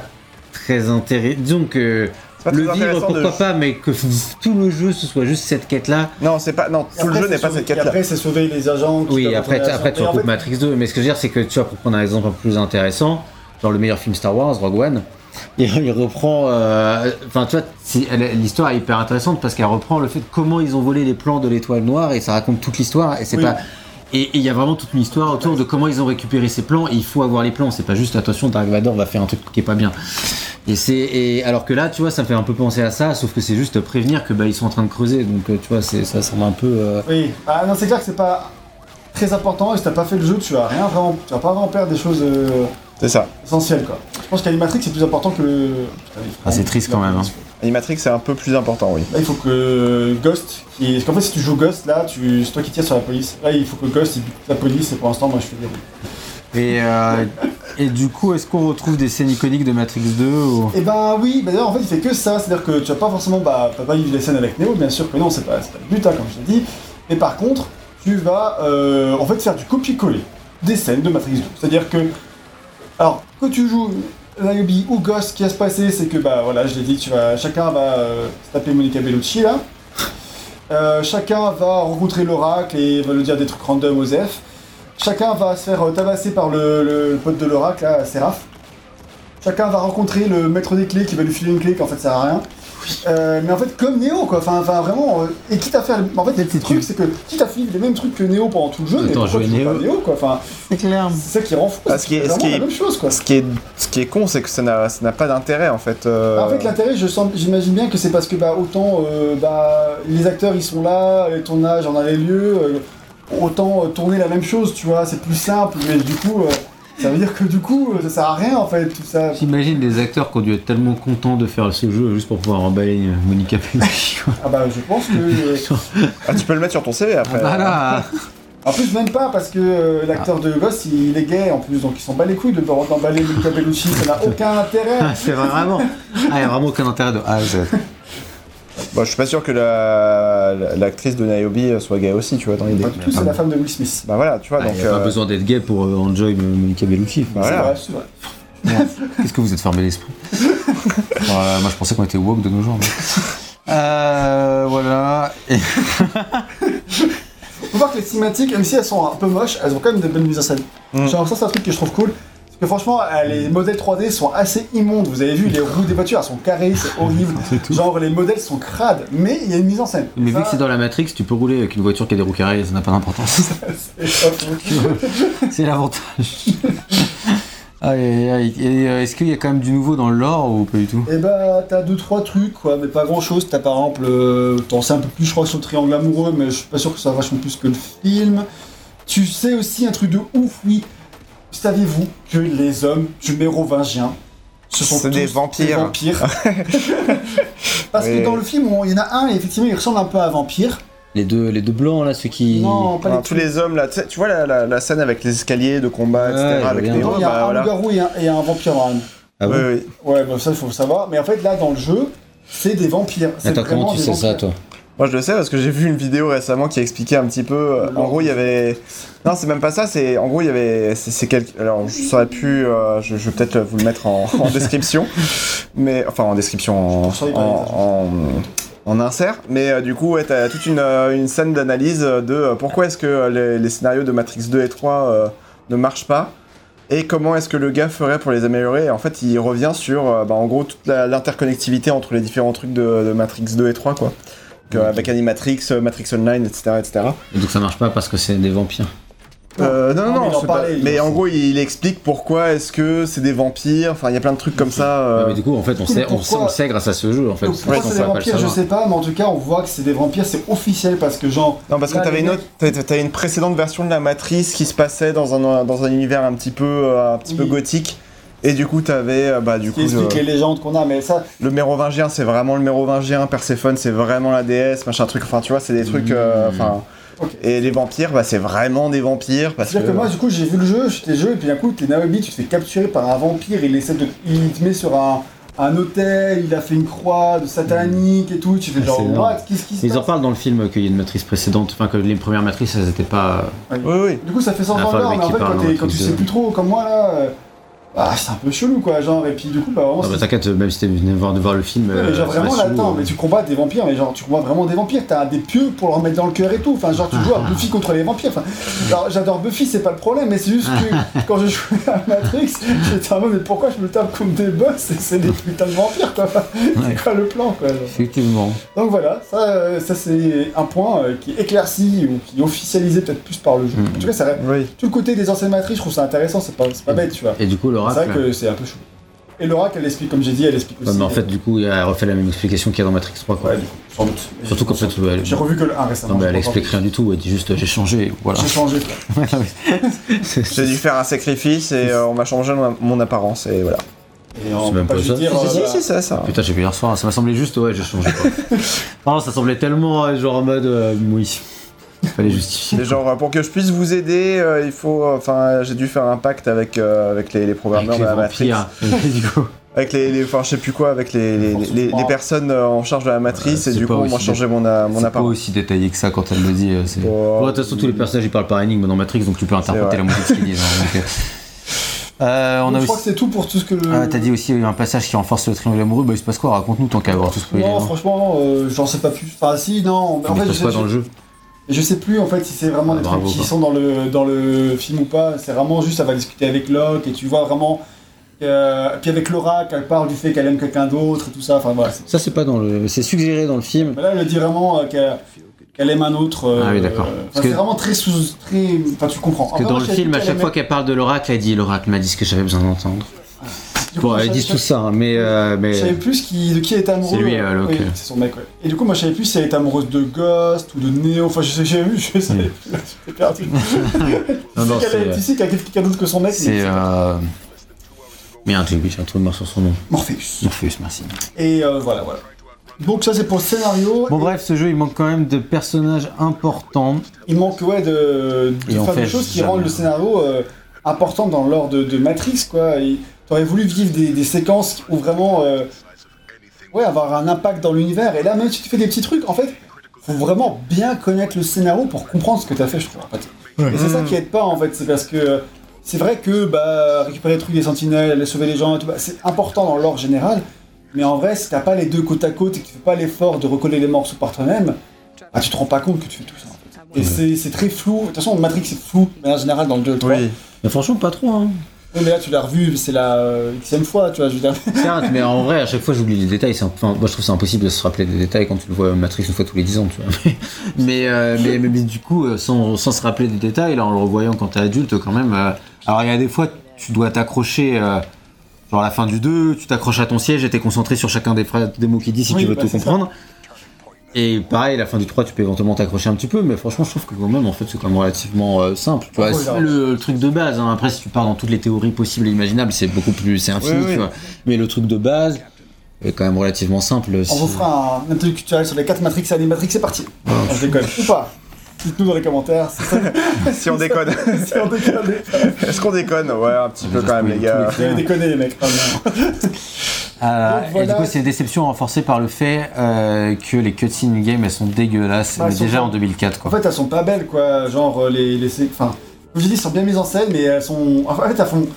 Speaker 4: très intéressant. Disons que
Speaker 1: C'est pas
Speaker 4: le
Speaker 1: très
Speaker 4: vivre,
Speaker 1: intéressant de-
Speaker 4: pourquoi pas, mais que tout le jeu, ce soit juste cette quête-là.
Speaker 1: Non, c'est pas. Non,
Speaker 2: Et
Speaker 1: tout le
Speaker 2: après,
Speaker 1: jeu
Speaker 2: c'est
Speaker 1: n'est pas
Speaker 2: sauver-
Speaker 1: cette quête-là.
Speaker 2: Et après, c'est sauver les agents. qui
Speaker 4: Oui,
Speaker 2: doivent
Speaker 4: après,
Speaker 2: retourner à
Speaker 4: après
Speaker 2: la-
Speaker 4: tu
Speaker 2: Mais en
Speaker 4: recoupes
Speaker 2: fait,
Speaker 4: Matrix 2, mais ce que je veux dire, c'est que tu vois, pour prendre un exemple un peu plus intéressant, genre le meilleur film Star Wars, Rogue One, il, il reprend. euh, Enfin, tu vois, c'est- elle- l'histoire est hyper intéressante parce qu'elle reprend le fait de comment ils ont volé les plans de l'étoile noire et ça raconte toute l'histoire et c'est
Speaker 2: Oui.
Speaker 4: pas. Et et il y a vraiment toute une histoire autour de comment ils ont récupéré ces plans. Et il faut avoir les plans. C'est pas juste attention, Dark Vador va faire un truc qui est pas bien. Et c'est et alors que là, tu vois, ça me fait un peu penser à ça, sauf que c'est juste prévenir que bah ils sont en train de creuser. Donc euh, tu vois, c'est- ça semble un peu. euh,
Speaker 2: Oui, ah non, c'est clair que c'est pas très important et si t'as pas fait le jeu, tu vas rien vraiment, tu vas pas vraiment perdre des choses euh,
Speaker 1: C'est ça.
Speaker 2: essentielles quoi. Je pense qu'Animatrix c'est plus important que le. Putain, il faut-
Speaker 4: Ah, c'est triste quand même, hein.
Speaker 1: Animatrix, c'est un peu plus important, oui.
Speaker 2: Là, il faut que Ghost, qui est... parce qu'en fait, si tu joues Ghost là, tu... c'est toi qui tires sur la police. Là, il faut que Ghost il bute la police et pour l'instant, moi je fais des.
Speaker 4: Et, euh, et du coup, est-ce qu'on retrouve des scènes iconiques de Matrix 2 ou-
Speaker 2: Et ben oui, bah d'ailleurs en fait il fait que ça, c'est-à-dire que tu vas pas forcément, bah t'as pas vivre les scènes avec Neo, bien sûr que non, c'est pas, c'est pas le but, hein, comme je l'ai dit, mais par contre, tu vas euh, en fait faire du copier-coller des scènes de Matrix 2, c'est-à-dire que, alors, que tu joues Niobe ou Ghost, ce qui va se passer, c'est que, bah voilà, je l'ai dit, tu vas, chacun va euh, se taper Monica Bellucci, là, Euh, chacun va rencontrer l'oracle et va lui dire des trucs random aux F, chacun va se faire euh, tabasser par le, le- le pote de l'oracle, là, Seraph, Chacun va rencontrer le maître des clés qui va lui filer une clé qui en fait sert à rien. Euh, mais en fait comme Néo quoi, enfin, enfin, vraiment, euh, et quitte à faire, en fait le truc c'est que quitte à filer les mêmes trucs que Néo pendant tout le jeu, mais
Speaker 4: Autant
Speaker 2: pourquoi
Speaker 4: jouer
Speaker 2: tu joues
Speaker 4: Neo.
Speaker 2: pas Néo quoi, enfin
Speaker 4: C'est clair.
Speaker 2: c'est ça qui rend fou,
Speaker 1: Ah,
Speaker 2: c'est
Speaker 1: ce qui est- ce
Speaker 2: vraiment
Speaker 1: qui est-
Speaker 2: la même chose quoi.
Speaker 1: Ce qui est, ce qui est con, c'est que ça n'a ça n'a pas d'intérêt, en fait. euh,
Speaker 2: Bah, En fait l'intérêt je sens, j'imagine bien que c'est parce que bah autant euh, bah, les acteurs ils sont là, les tournages en a les lieux, euh, autant euh, tourner la même chose tu vois, c'est plus simple, mais du coup euh, ça veut dire que du coup euh, ça sert à rien en fait tout ça.
Speaker 4: J'imagine des acteurs qui ont dû être tellement contents de faire ce jeu juste pour pouvoir emballer euh, Monica Bellucci. quoi.
Speaker 2: Ah bah je pense que... euh,
Speaker 1: ah, tu peux le mettre sur ton CV après.
Speaker 4: Voilà
Speaker 2: En plus, même pas, parce que euh, l'acteur de Ghost, il, il est gay en plus, donc ils s'en bat les couilles de devoir emballer Luca Bellucci, ça n'a aucun
Speaker 1: Ah,
Speaker 2: intérêt.
Speaker 4: C'est vraiment. Ah, il y a vraiment aucun intérêt de A à Z. Ah,
Speaker 1: Bon, je suis pas sûr que la- la- l'actrice de Niobe soit gay aussi, tu vois, dans l'idée.
Speaker 2: Pas du tout, c'est la femme de Will Smith.
Speaker 1: Bah voilà, tu vois,
Speaker 4: Ah, Il
Speaker 1: donc.
Speaker 4: n'y a pas
Speaker 1: euh,
Speaker 4: besoin d'être gay pour euh, enjoy Monica Bellucci.
Speaker 1: Bah, Voilà.
Speaker 2: C'est vrai,
Speaker 4: Qu'est-ce que vous êtes fermé l'esprit Euh, Moi, je pensais qu'on était woke de nos jours. mais- Euh, voilà. Et-
Speaker 2: c'est vrai. Faut voir que les cinématiques, même si elles sont un peu moches, elles ont quand même de belles mises en scène.
Speaker 1: Mm.
Speaker 2: J'ai l'impression que c'est un truc que je trouve cool. Parce que franchement, euh, les modèles 3D sont assez immondes. Vous avez vu, les roues des voitures, elles sont carrées, c'est horrible. Genre, les modèles sont crades, mais il y a une mise en scène.
Speaker 4: Mais vu
Speaker 2: Ça,
Speaker 4: que c'est dans la Matrix, tu peux rouler avec une voiture qui a des roues carrées, ça n'a pas d'importance.
Speaker 2: c'est pas faux.
Speaker 4: C'est l'avantage. Aïe, aïe, aïe. Et euh, est-ce qu'il y a quand même du nouveau dans le lore ou pas du tout
Speaker 2: Et bah t'as deux trois trucs quoi, mais pas grand chose. T'as par exemple, euh, t'en sais un peu plus je crois sur le triangle amoureux, mais je suis pas sûr que ça va vachement plus que le film. Tu sais aussi un truc de ouf, oui. Saviez-vous que les hommes du mérovingiens, ce sont
Speaker 1: C'est
Speaker 2: tous
Speaker 1: des vampires.
Speaker 2: Parce
Speaker 1: Oui.
Speaker 2: que dans le film, on- il y en a un et effectivement il ressemble un peu à un vampire.
Speaker 4: les deux, les deux blancs là, ceux qui.
Speaker 2: Non, pas
Speaker 1: enfin,
Speaker 2: les
Speaker 1: tous les hommes là, tu sais- tu vois la, la- la scène avec les escaliers de combat,
Speaker 4: Ouais,
Speaker 1: etc.
Speaker 4: je
Speaker 1: Avec
Speaker 4: reviens.
Speaker 1: Neo,
Speaker 2: Non, il y a
Speaker 1: bah
Speaker 2: un
Speaker 1: voilà.
Speaker 2: loup-garou et un, et un vampire. dans un-
Speaker 4: Ah bon
Speaker 1: Oui, oui.
Speaker 2: Ouais, bah ça il faut le savoir. Mais en fait là dans le jeu, c'est des vampires. C'est
Speaker 4: Attends,
Speaker 2: vraiment
Speaker 4: comment tu
Speaker 2: des
Speaker 4: sais ça
Speaker 2: vampires.
Speaker 4: toi
Speaker 1: Moi, je le sais parce que j'ai vu une vidéo récemment qui expliquait un petit peu. euh,
Speaker 2: Le
Speaker 1: en gros, il y avait. Non, c'est même pas ça. C'est en gros, il y avait. C'est c'est quel- Alors, je saurais plus. euh, je, je vais peut-être vous le mettre en, en description, mais enfin en description en,
Speaker 2: Sur les
Speaker 1: en, en, en insert. Mais euh, du coup, ouais, t'as toute une, euh, une scène d'analyse euh, de euh, pourquoi est-ce que euh, les, les scénarios de Matrix 2 et 3 euh, ne marchent pas. Et comment est-ce que le gars ferait pour les améliorer Et En fait, il revient sur, euh, bah, en gros, toute la- l'interconnectivité entre les différents trucs de, de Matrix 2 et 3, quoi. Donc, euh,
Speaker 4: Ok.
Speaker 1: Avec Animatrix, euh, Matrix Online, etc., etc.
Speaker 4: Et donc ça marche pas parce que c'est des vampires.
Speaker 1: Euh,
Speaker 2: Non,
Speaker 1: non, non,
Speaker 2: mais
Speaker 1: non,
Speaker 2: il en
Speaker 1: c'est pas-
Speaker 2: parlait, il
Speaker 1: mais
Speaker 2: en
Speaker 1: en
Speaker 2: sait.
Speaker 1: gros, il, il explique pourquoi est-ce que c'est des vampires. Enfin, il y a plein de trucs comme ça. euh,
Speaker 4: Ouais, mais du coup, en fait, on
Speaker 2: du coup,
Speaker 4: sait, on,
Speaker 2: pourquoi-
Speaker 4: sait- on le sait grâce à ce jeu, en fait.
Speaker 2: Donc,
Speaker 4: C'est pour ça
Speaker 2: pourquoi
Speaker 4: qu'on
Speaker 2: c'est des
Speaker 4: pourra pas le
Speaker 2: vampires, je
Speaker 4: savoir.
Speaker 2: sais pas, mais en tout cas, on voit que c'est des vampires, c'est officiel parce que, genre,
Speaker 1: Non, parce que
Speaker 2: Là,
Speaker 1: t'avais
Speaker 2: les
Speaker 1: une
Speaker 2: mecs-
Speaker 1: autre, t'avais- t'avais une précédente version de la Matrice qui se passait dans un dans un univers un petit peu euh, un petit peu
Speaker 2: Oui.
Speaker 1: gothique. Et du coup, t'avais euh, bah du
Speaker 2: qui
Speaker 1: coup
Speaker 2: explique
Speaker 1: le,
Speaker 2: les légendes qu'on a, mais ça,
Speaker 1: le Mérovingien, c'est vraiment le Mérovingien. Perséphone, c'est vraiment la déesse, machin truc. Enfin, tu vois, c'est des trucs.
Speaker 4: Hmm.
Speaker 1: euh, Enfin.
Speaker 2: Ok.
Speaker 1: Et les vampires, bah c'est vraiment des vampires parce que.
Speaker 2: C'est-à-dire que moi, du coup, j'ai vu le jeu, j'étais jeu, et puis d'un coup, t'es Naomi, tu te fais capturer par un vampire, il essaie de. Il te met sur un, un hôtel, il a fait une croix de satanique et tout, tu fais
Speaker 4: Ah,
Speaker 2: genre,
Speaker 4: c'est énorme.
Speaker 2: what, qu'est-ce qui se
Speaker 4: Ils en
Speaker 2: passe
Speaker 4: parlent dans le film qu'il y a une matrice précédente, enfin que les premières matrices, elles étaient pas.
Speaker 1: Oui, oui.
Speaker 2: Du coup, ça fait 100
Speaker 4: Ah,
Speaker 2: ans
Speaker 4: enfin, le
Speaker 2: d'or,
Speaker 4: mec
Speaker 2: mais en
Speaker 4: qui
Speaker 2: fait,
Speaker 4: parle
Speaker 2: quand,
Speaker 4: dans
Speaker 2: t'es-
Speaker 4: la
Speaker 2: quand tu
Speaker 4: crise
Speaker 2: sais
Speaker 4: de-
Speaker 2: plus trop, comme moi là, euh, ah, c'est un peu chelou quoi, genre, et puis du coup, bah vraiment,
Speaker 4: Non, bah
Speaker 2: c'est.
Speaker 4: t'inquiète, même si t'es venu voir, de voir le film. euh,
Speaker 2: Ouais, mais genre vraiment là, attends, mais tu combats des vampires, mais genre tu combats vraiment des vampires, t'as des pieux pour leur mettre dans le cœur et tout, enfin genre tu joues à Buffy contre les vampires, enfin genre, j'adore Buffy, c'est pas le problème, mais c'est juste que quand je jouais à Matrix, j'étais en mode mais pourquoi je me tape comme des boss et c'est des putains de vampires quoi, c'est quoi le plan quoi. genre.
Speaker 4: hein. Effectivement.
Speaker 2: Donc voilà, ça, euh, ça c'est un point euh, qui est éclairci ou qui est officialisé peut-être plus par le jeu.
Speaker 4: Mm.
Speaker 2: En tout cas, ça,
Speaker 1: Oui.
Speaker 2: tout le côté des anciennes Matrix, je trouve ça intéressant, c'est pas, c'est pas bête tu vois.
Speaker 4: Et du coup,
Speaker 2: C'est vrai
Speaker 4: Mm. l'oracle.
Speaker 2: que c'est un peu chaud. Et l'oracle, elle explique, comme j'ai dit, elle explique
Speaker 4: Ouais,
Speaker 2: aussi.
Speaker 4: mais en fait, du coup, elle a refait la même explication qu'il y a dans Matrix 3, quoi.
Speaker 2: Ouais, du coup, sans doute.
Speaker 4: Surtout qu'en fait, ouais, elle,
Speaker 2: J'ai revu que le 1 récemment.
Speaker 4: non, mais elle
Speaker 2: j'ai pas
Speaker 4: explique rien du tout, elle dit juste euh, j'ai changé, voilà.
Speaker 2: encore- J'ai changé. quoi.
Speaker 1: J'ai dû faire un sacrifice et euh, on m'a changé mon- mon apparence et voilà.
Speaker 2: Et on peut
Speaker 4: même
Speaker 2: pas
Speaker 4: pas
Speaker 2: lui
Speaker 4: ça.
Speaker 2: dire.
Speaker 1: Si,
Speaker 2: euh,
Speaker 1: si,
Speaker 2: voilà.
Speaker 1: si, c'est ça.
Speaker 4: Putain, j'ai vu hier soir, ça m'a semblé juste, ouais, j'ai changé. quoi. non, ça semblait tellement euh, genre en mode euh, oui. Fallait justifier.
Speaker 1: Mais genre, euh, pour que je puisse vous aider, euh, il faut. euh, Enfin, euh, j'ai dû faire un pacte avec, euh, avec les, les
Speaker 4: Avec
Speaker 1: programmeurs
Speaker 4: les
Speaker 1: de la Matrix.
Speaker 4: vampires. du coup,
Speaker 1: Avec les. les- Enfin, je sais plus quoi, avec les, les, les- les- les personnes euh, en charge de la matrice,
Speaker 4: Ouais,
Speaker 1: et
Speaker 4: c'est
Speaker 1: du coup,
Speaker 4: pas
Speaker 1: on m'a
Speaker 4: aussi
Speaker 1: changé mon, euh, mon
Speaker 5: C'est pas
Speaker 1: apparence.
Speaker 5: aussi détaillé que ça quand elle le dit. euh, c'est-
Speaker 1: Oh,
Speaker 4: Bon, de toute façon, tous les personnages ils parlent par énigme dans Matrix, donc tu peux
Speaker 1: vrai.
Speaker 5: T'as
Speaker 4: interpréter
Speaker 5: la
Speaker 4: la
Speaker 5: moitié de ce qu'ils disent, hein, donc, euh. Euh, on
Speaker 2: Donc,
Speaker 5: a
Speaker 2: Je crois que
Speaker 5: aussi.
Speaker 2: c'est tout pour tout ce que.
Speaker 5: Ah, t'as dit aussi il y a eu un passage qui renforce le triangle amoureux. Bah, il se passe quoi Raconte-nous tant qu'à avoir tout spoilé.
Speaker 2: Non,
Speaker 5: hein.
Speaker 2: franchement, euh, j'en sais pas plus. Enfin, si, non. mais en
Speaker 4: Mais
Speaker 2: fait,
Speaker 4: il
Speaker 2: je
Speaker 4: se passe
Speaker 2: sais,
Speaker 4: quoi dans le jeu
Speaker 2: je sais plus en fait si c'est vraiment
Speaker 4: Ah,
Speaker 2: des
Speaker 4: bravo,
Speaker 2: trucs qui
Speaker 4: quoi.
Speaker 2: sont dans le, dans le film ou pas. C'est vraiment juste, elle va discuter avec Locke et tu vois vraiment. euh, puis avec Laura, qu'elle parle du fait qu'elle aime quelqu'un d'autre et tout ça. Enfin voilà. c'est-
Speaker 4: Ça, c'est pas dans le. C'est suggéré dans le film.
Speaker 2: Mais là, elle dit vraiment euh, qu'elle qu'elle aime un autre. euh,
Speaker 4: Ah oui,
Speaker 2: euh,
Speaker 4: d'accord.
Speaker 2: enfin,
Speaker 4: Parce que-
Speaker 2: c'est vraiment très sous. Très... Enfin, tu comprends.
Speaker 4: Parce que dans le film, à chaque fois qu'elle parle de l'oracle, elle dit l'oracle m'a dit ce que j'avais besoin d'entendre. Bon,
Speaker 2: elle
Speaker 4: elle dit tout ça, hein, mais. euh, mais...
Speaker 2: Je savais plus qui, de qui elle était amoureuse.
Speaker 4: C'est lui, euh, Locke.
Speaker 2: Oui, c'est son mec, ouais. Et du coup, moi, je savais plus si elle était amoureuse de Ghost ou de Neo. Enfin, je sais, j'ai vu, je savais plus. J'étais perdu.
Speaker 4: Hmm. Non, non,
Speaker 2: tu sais qu'elle
Speaker 4: c'est, euh,
Speaker 2: est- tu sais qu'il y a quelqu'un d'autre que son mec, mais
Speaker 4: C'est. Euh... Merde, j'ai oublié, j'ai un trou de mort sur son nom.
Speaker 2: Morpheus.
Speaker 4: Morpheus, merci.
Speaker 2: Et euh, voilà, voilà. Donc, ça, c'est pour le scénario.
Speaker 5: Bon, bref, ce jeu il manque quand même de personnages importants.
Speaker 2: Il manque, ouais, de, de
Speaker 5: Et on
Speaker 2: faire des
Speaker 5: fait
Speaker 2: choses qui
Speaker 5: jamais.
Speaker 2: rendent le scénario euh, important dans l'ordre de, de Matrix, quoi. Et T'aurais voulu vivre des, des séquences où vraiment. euh, ouais, avoir un impact dans l'univers. Et là, même si tu fais des petits trucs, en fait, faut vraiment bien connaître le scénario pour comprendre ce que t'as fait, je trouve. En fait. Et c'est ça qui aide pas, en fait. C'est parce que. euh, C'est vrai que bah, récupérer le truc des sentinelles, les sauver les gens, et tout, bah, c'est important dans l'ordre général. Mais en vrai, si t'as pas les deux côte à côte et que tu fais pas l'effort de recoller les morceaux par toi-même, bah, tu te rends pas compte que tu fais tout ça. en fait. Et c'est- c'est très flou. De toute façon, Matrix c'est flou, mais en général dans le 2 le 3.
Speaker 1: Oui.
Speaker 4: Mais franchement, pas trop, hein.
Speaker 2: Oui, mais là, tu l'as revu, c'est la euh, xème fois, tu vois, je veux dire.
Speaker 4: Certes, mais en vrai, à chaque fois, j'oublie les détails. c'est un- Enfin, moi, je trouve c'est impossible de se rappeler des détails quand tu le vois Matrix une fois tous les 10 ans, tu vois. Mais, euh, mais, mais- mais du coup, euh, sans, sans se rappeler des détails, là, en le revoyant quand t'es adulte, quand même. euh, Alors, il y a des fois, tu dois t'accrocher. euh, Genre à la fin du 2, tu t'accroches à ton siège et t'es concentré sur chacun des, phrases- des mots qu'il dit si
Speaker 2: Oui,
Speaker 4: tu veux
Speaker 2: bah,
Speaker 4: tout
Speaker 2: c'est ça.
Speaker 4: comprendre. Et pareil, la fin du 3, tu peux éventuellement t'accrocher un petit peu, mais franchement, je trouve que quand même, en fait, c'est quand même relativement euh, simple. Tu vois,
Speaker 2: Oh, Oui,
Speaker 4: c'est
Speaker 2: alors.
Speaker 4: le, le truc de base, hein. après, si tu pars dans toutes les théories possibles et imaginables, c'est beaucoup plus. C'est infini,
Speaker 1: Oui, oui.
Speaker 4: tu vois. Mais le truc de base est quand même relativement simple.
Speaker 2: On vous fera un interview culturel sur les 4 Matrix et Animatrix, c'est parti.
Speaker 1: Ah.
Speaker 2: Non, je déconne. Ou pas Dites-nous dans les commentaires si ça-
Speaker 1: Si on déconne.
Speaker 2: si on déconne.
Speaker 1: Ah. Est-ce qu'on déconne Ouais, un petit peu quand même, les gars.
Speaker 2: Vous avez déconné, les mecs. pardon.
Speaker 4: Euh,
Speaker 2: Donc,
Speaker 4: Et du
Speaker 2: voilà.
Speaker 4: coup, c'est une déception renforcée par le fait euh, que les cutscenes game elles sont dégueulasses,
Speaker 2: Bah,
Speaker 4: mais
Speaker 2: elles sont
Speaker 4: déjà
Speaker 2: pas-
Speaker 4: en 2004
Speaker 2: En
Speaker 4: quoi.
Speaker 2: fait, elles sont pas belles, quoi. Genre, euh, les. les sé- enfin, comme je dis, elles sont bien mises en scène, mais elles sont. En fait, elles font.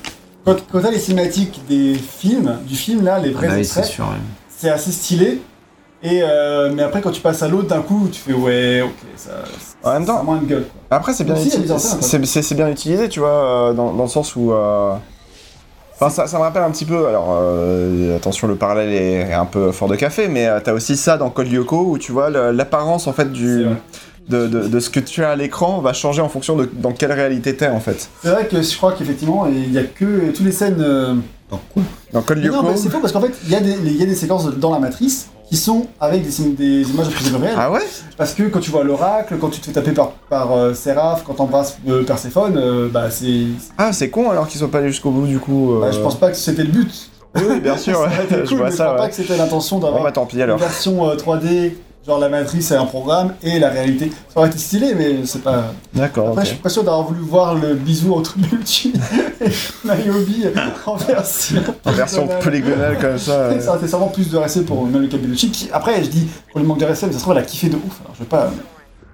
Speaker 2: Quand, quand t'as les cinématiques des films, du film là, les
Speaker 4: Ah
Speaker 2: vrais
Speaker 4: bah oui, c'est
Speaker 2: extraits,
Speaker 4: sûr. ouais.
Speaker 2: c'est assez stylé. Et euh, mais après, quand tu passes à l'autre, d'un coup, tu fais ouais, ok, ça.
Speaker 1: En même temps-
Speaker 2: ça a moins de gueule. quoi.
Speaker 1: Après, c'est bien,
Speaker 2: Aussi, il y a
Speaker 1: uti-
Speaker 2: des enfants, quoi.
Speaker 1: c'est- c'est- c'est bien utilisé, tu vois, euh, dans, dans le sens où. euh, Enfin, ça, ça me rappelle un petit peu. Alors, euh, attention, le parallèle est, est un peu fort de café, mais euh, t'as aussi ça dans Code Lyoko où tu vois le- l'apparence en fait
Speaker 2: C'est
Speaker 1: du.
Speaker 2: vrai.
Speaker 1: De, de- de ce que tu as à l'écran va changer en fonction de dans quelle réalité t'es en fait.
Speaker 2: C'est vrai que je crois qu'effectivement, il y a que toutes les scènes. euh,
Speaker 1: Dans Code
Speaker 2: Mais
Speaker 1: Lyoko.
Speaker 2: non, mais c'est faux parce qu'en fait, il y, a des- il y a des séquences dans la matrice qui sont avec des, signes- des images plus réelles.
Speaker 1: ah ouais
Speaker 2: Parce que quand tu vois l'oracle, quand tu te fais taper par, par euh, Séraph, quand t'embrasses euh, Perséphone, euh, bah c'est.
Speaker 1: Ah, c'est con alors qu'ils sont pas allés jusqu'au bout du coup. euh.
Speaker 2: bah, je pense pas que c'était le but.
Speaker 1: Oui, bien sûr, ouais,
Speaker 2: Ça aurait été
Speaker 1: je
Speaker 2: cool,
Speaker 1: vois
Speaker 2: mais je crois
Speaker 1: ça.
Speaker 2: pas
Speaker 1: Ouais.
Speaker 2: que c'était l'intention
Speaker 1: Bon,
Speaker 2: d'avoir
Speaker 1: bah tant pis
Speaker 2: une
Speaker 1: alors.
Speaker 2: version euh, 3D, genre la matrice et un programme et la réalité. Ça aurait été stylé, mais c'est pas.
Speaker 1: D'accord,
Speaker 2: Après,
Speaker 1: ok.
Speaker 2: je suis pas sûr d'avoir voulu voir le bisou entre Mulchi et Niobe en version.
Speaker 1: En version
Speaker 2: polygonale.
Speaker 1: polygonale comme ça. ouais.
Speaker 2: Ça aurait été sûrement plus de respect pour même le Kabelucci qui, après, je dis, pour le manque de respect, mais ça se trouve, elle a kiffé de ouf. Alors, je vais pas.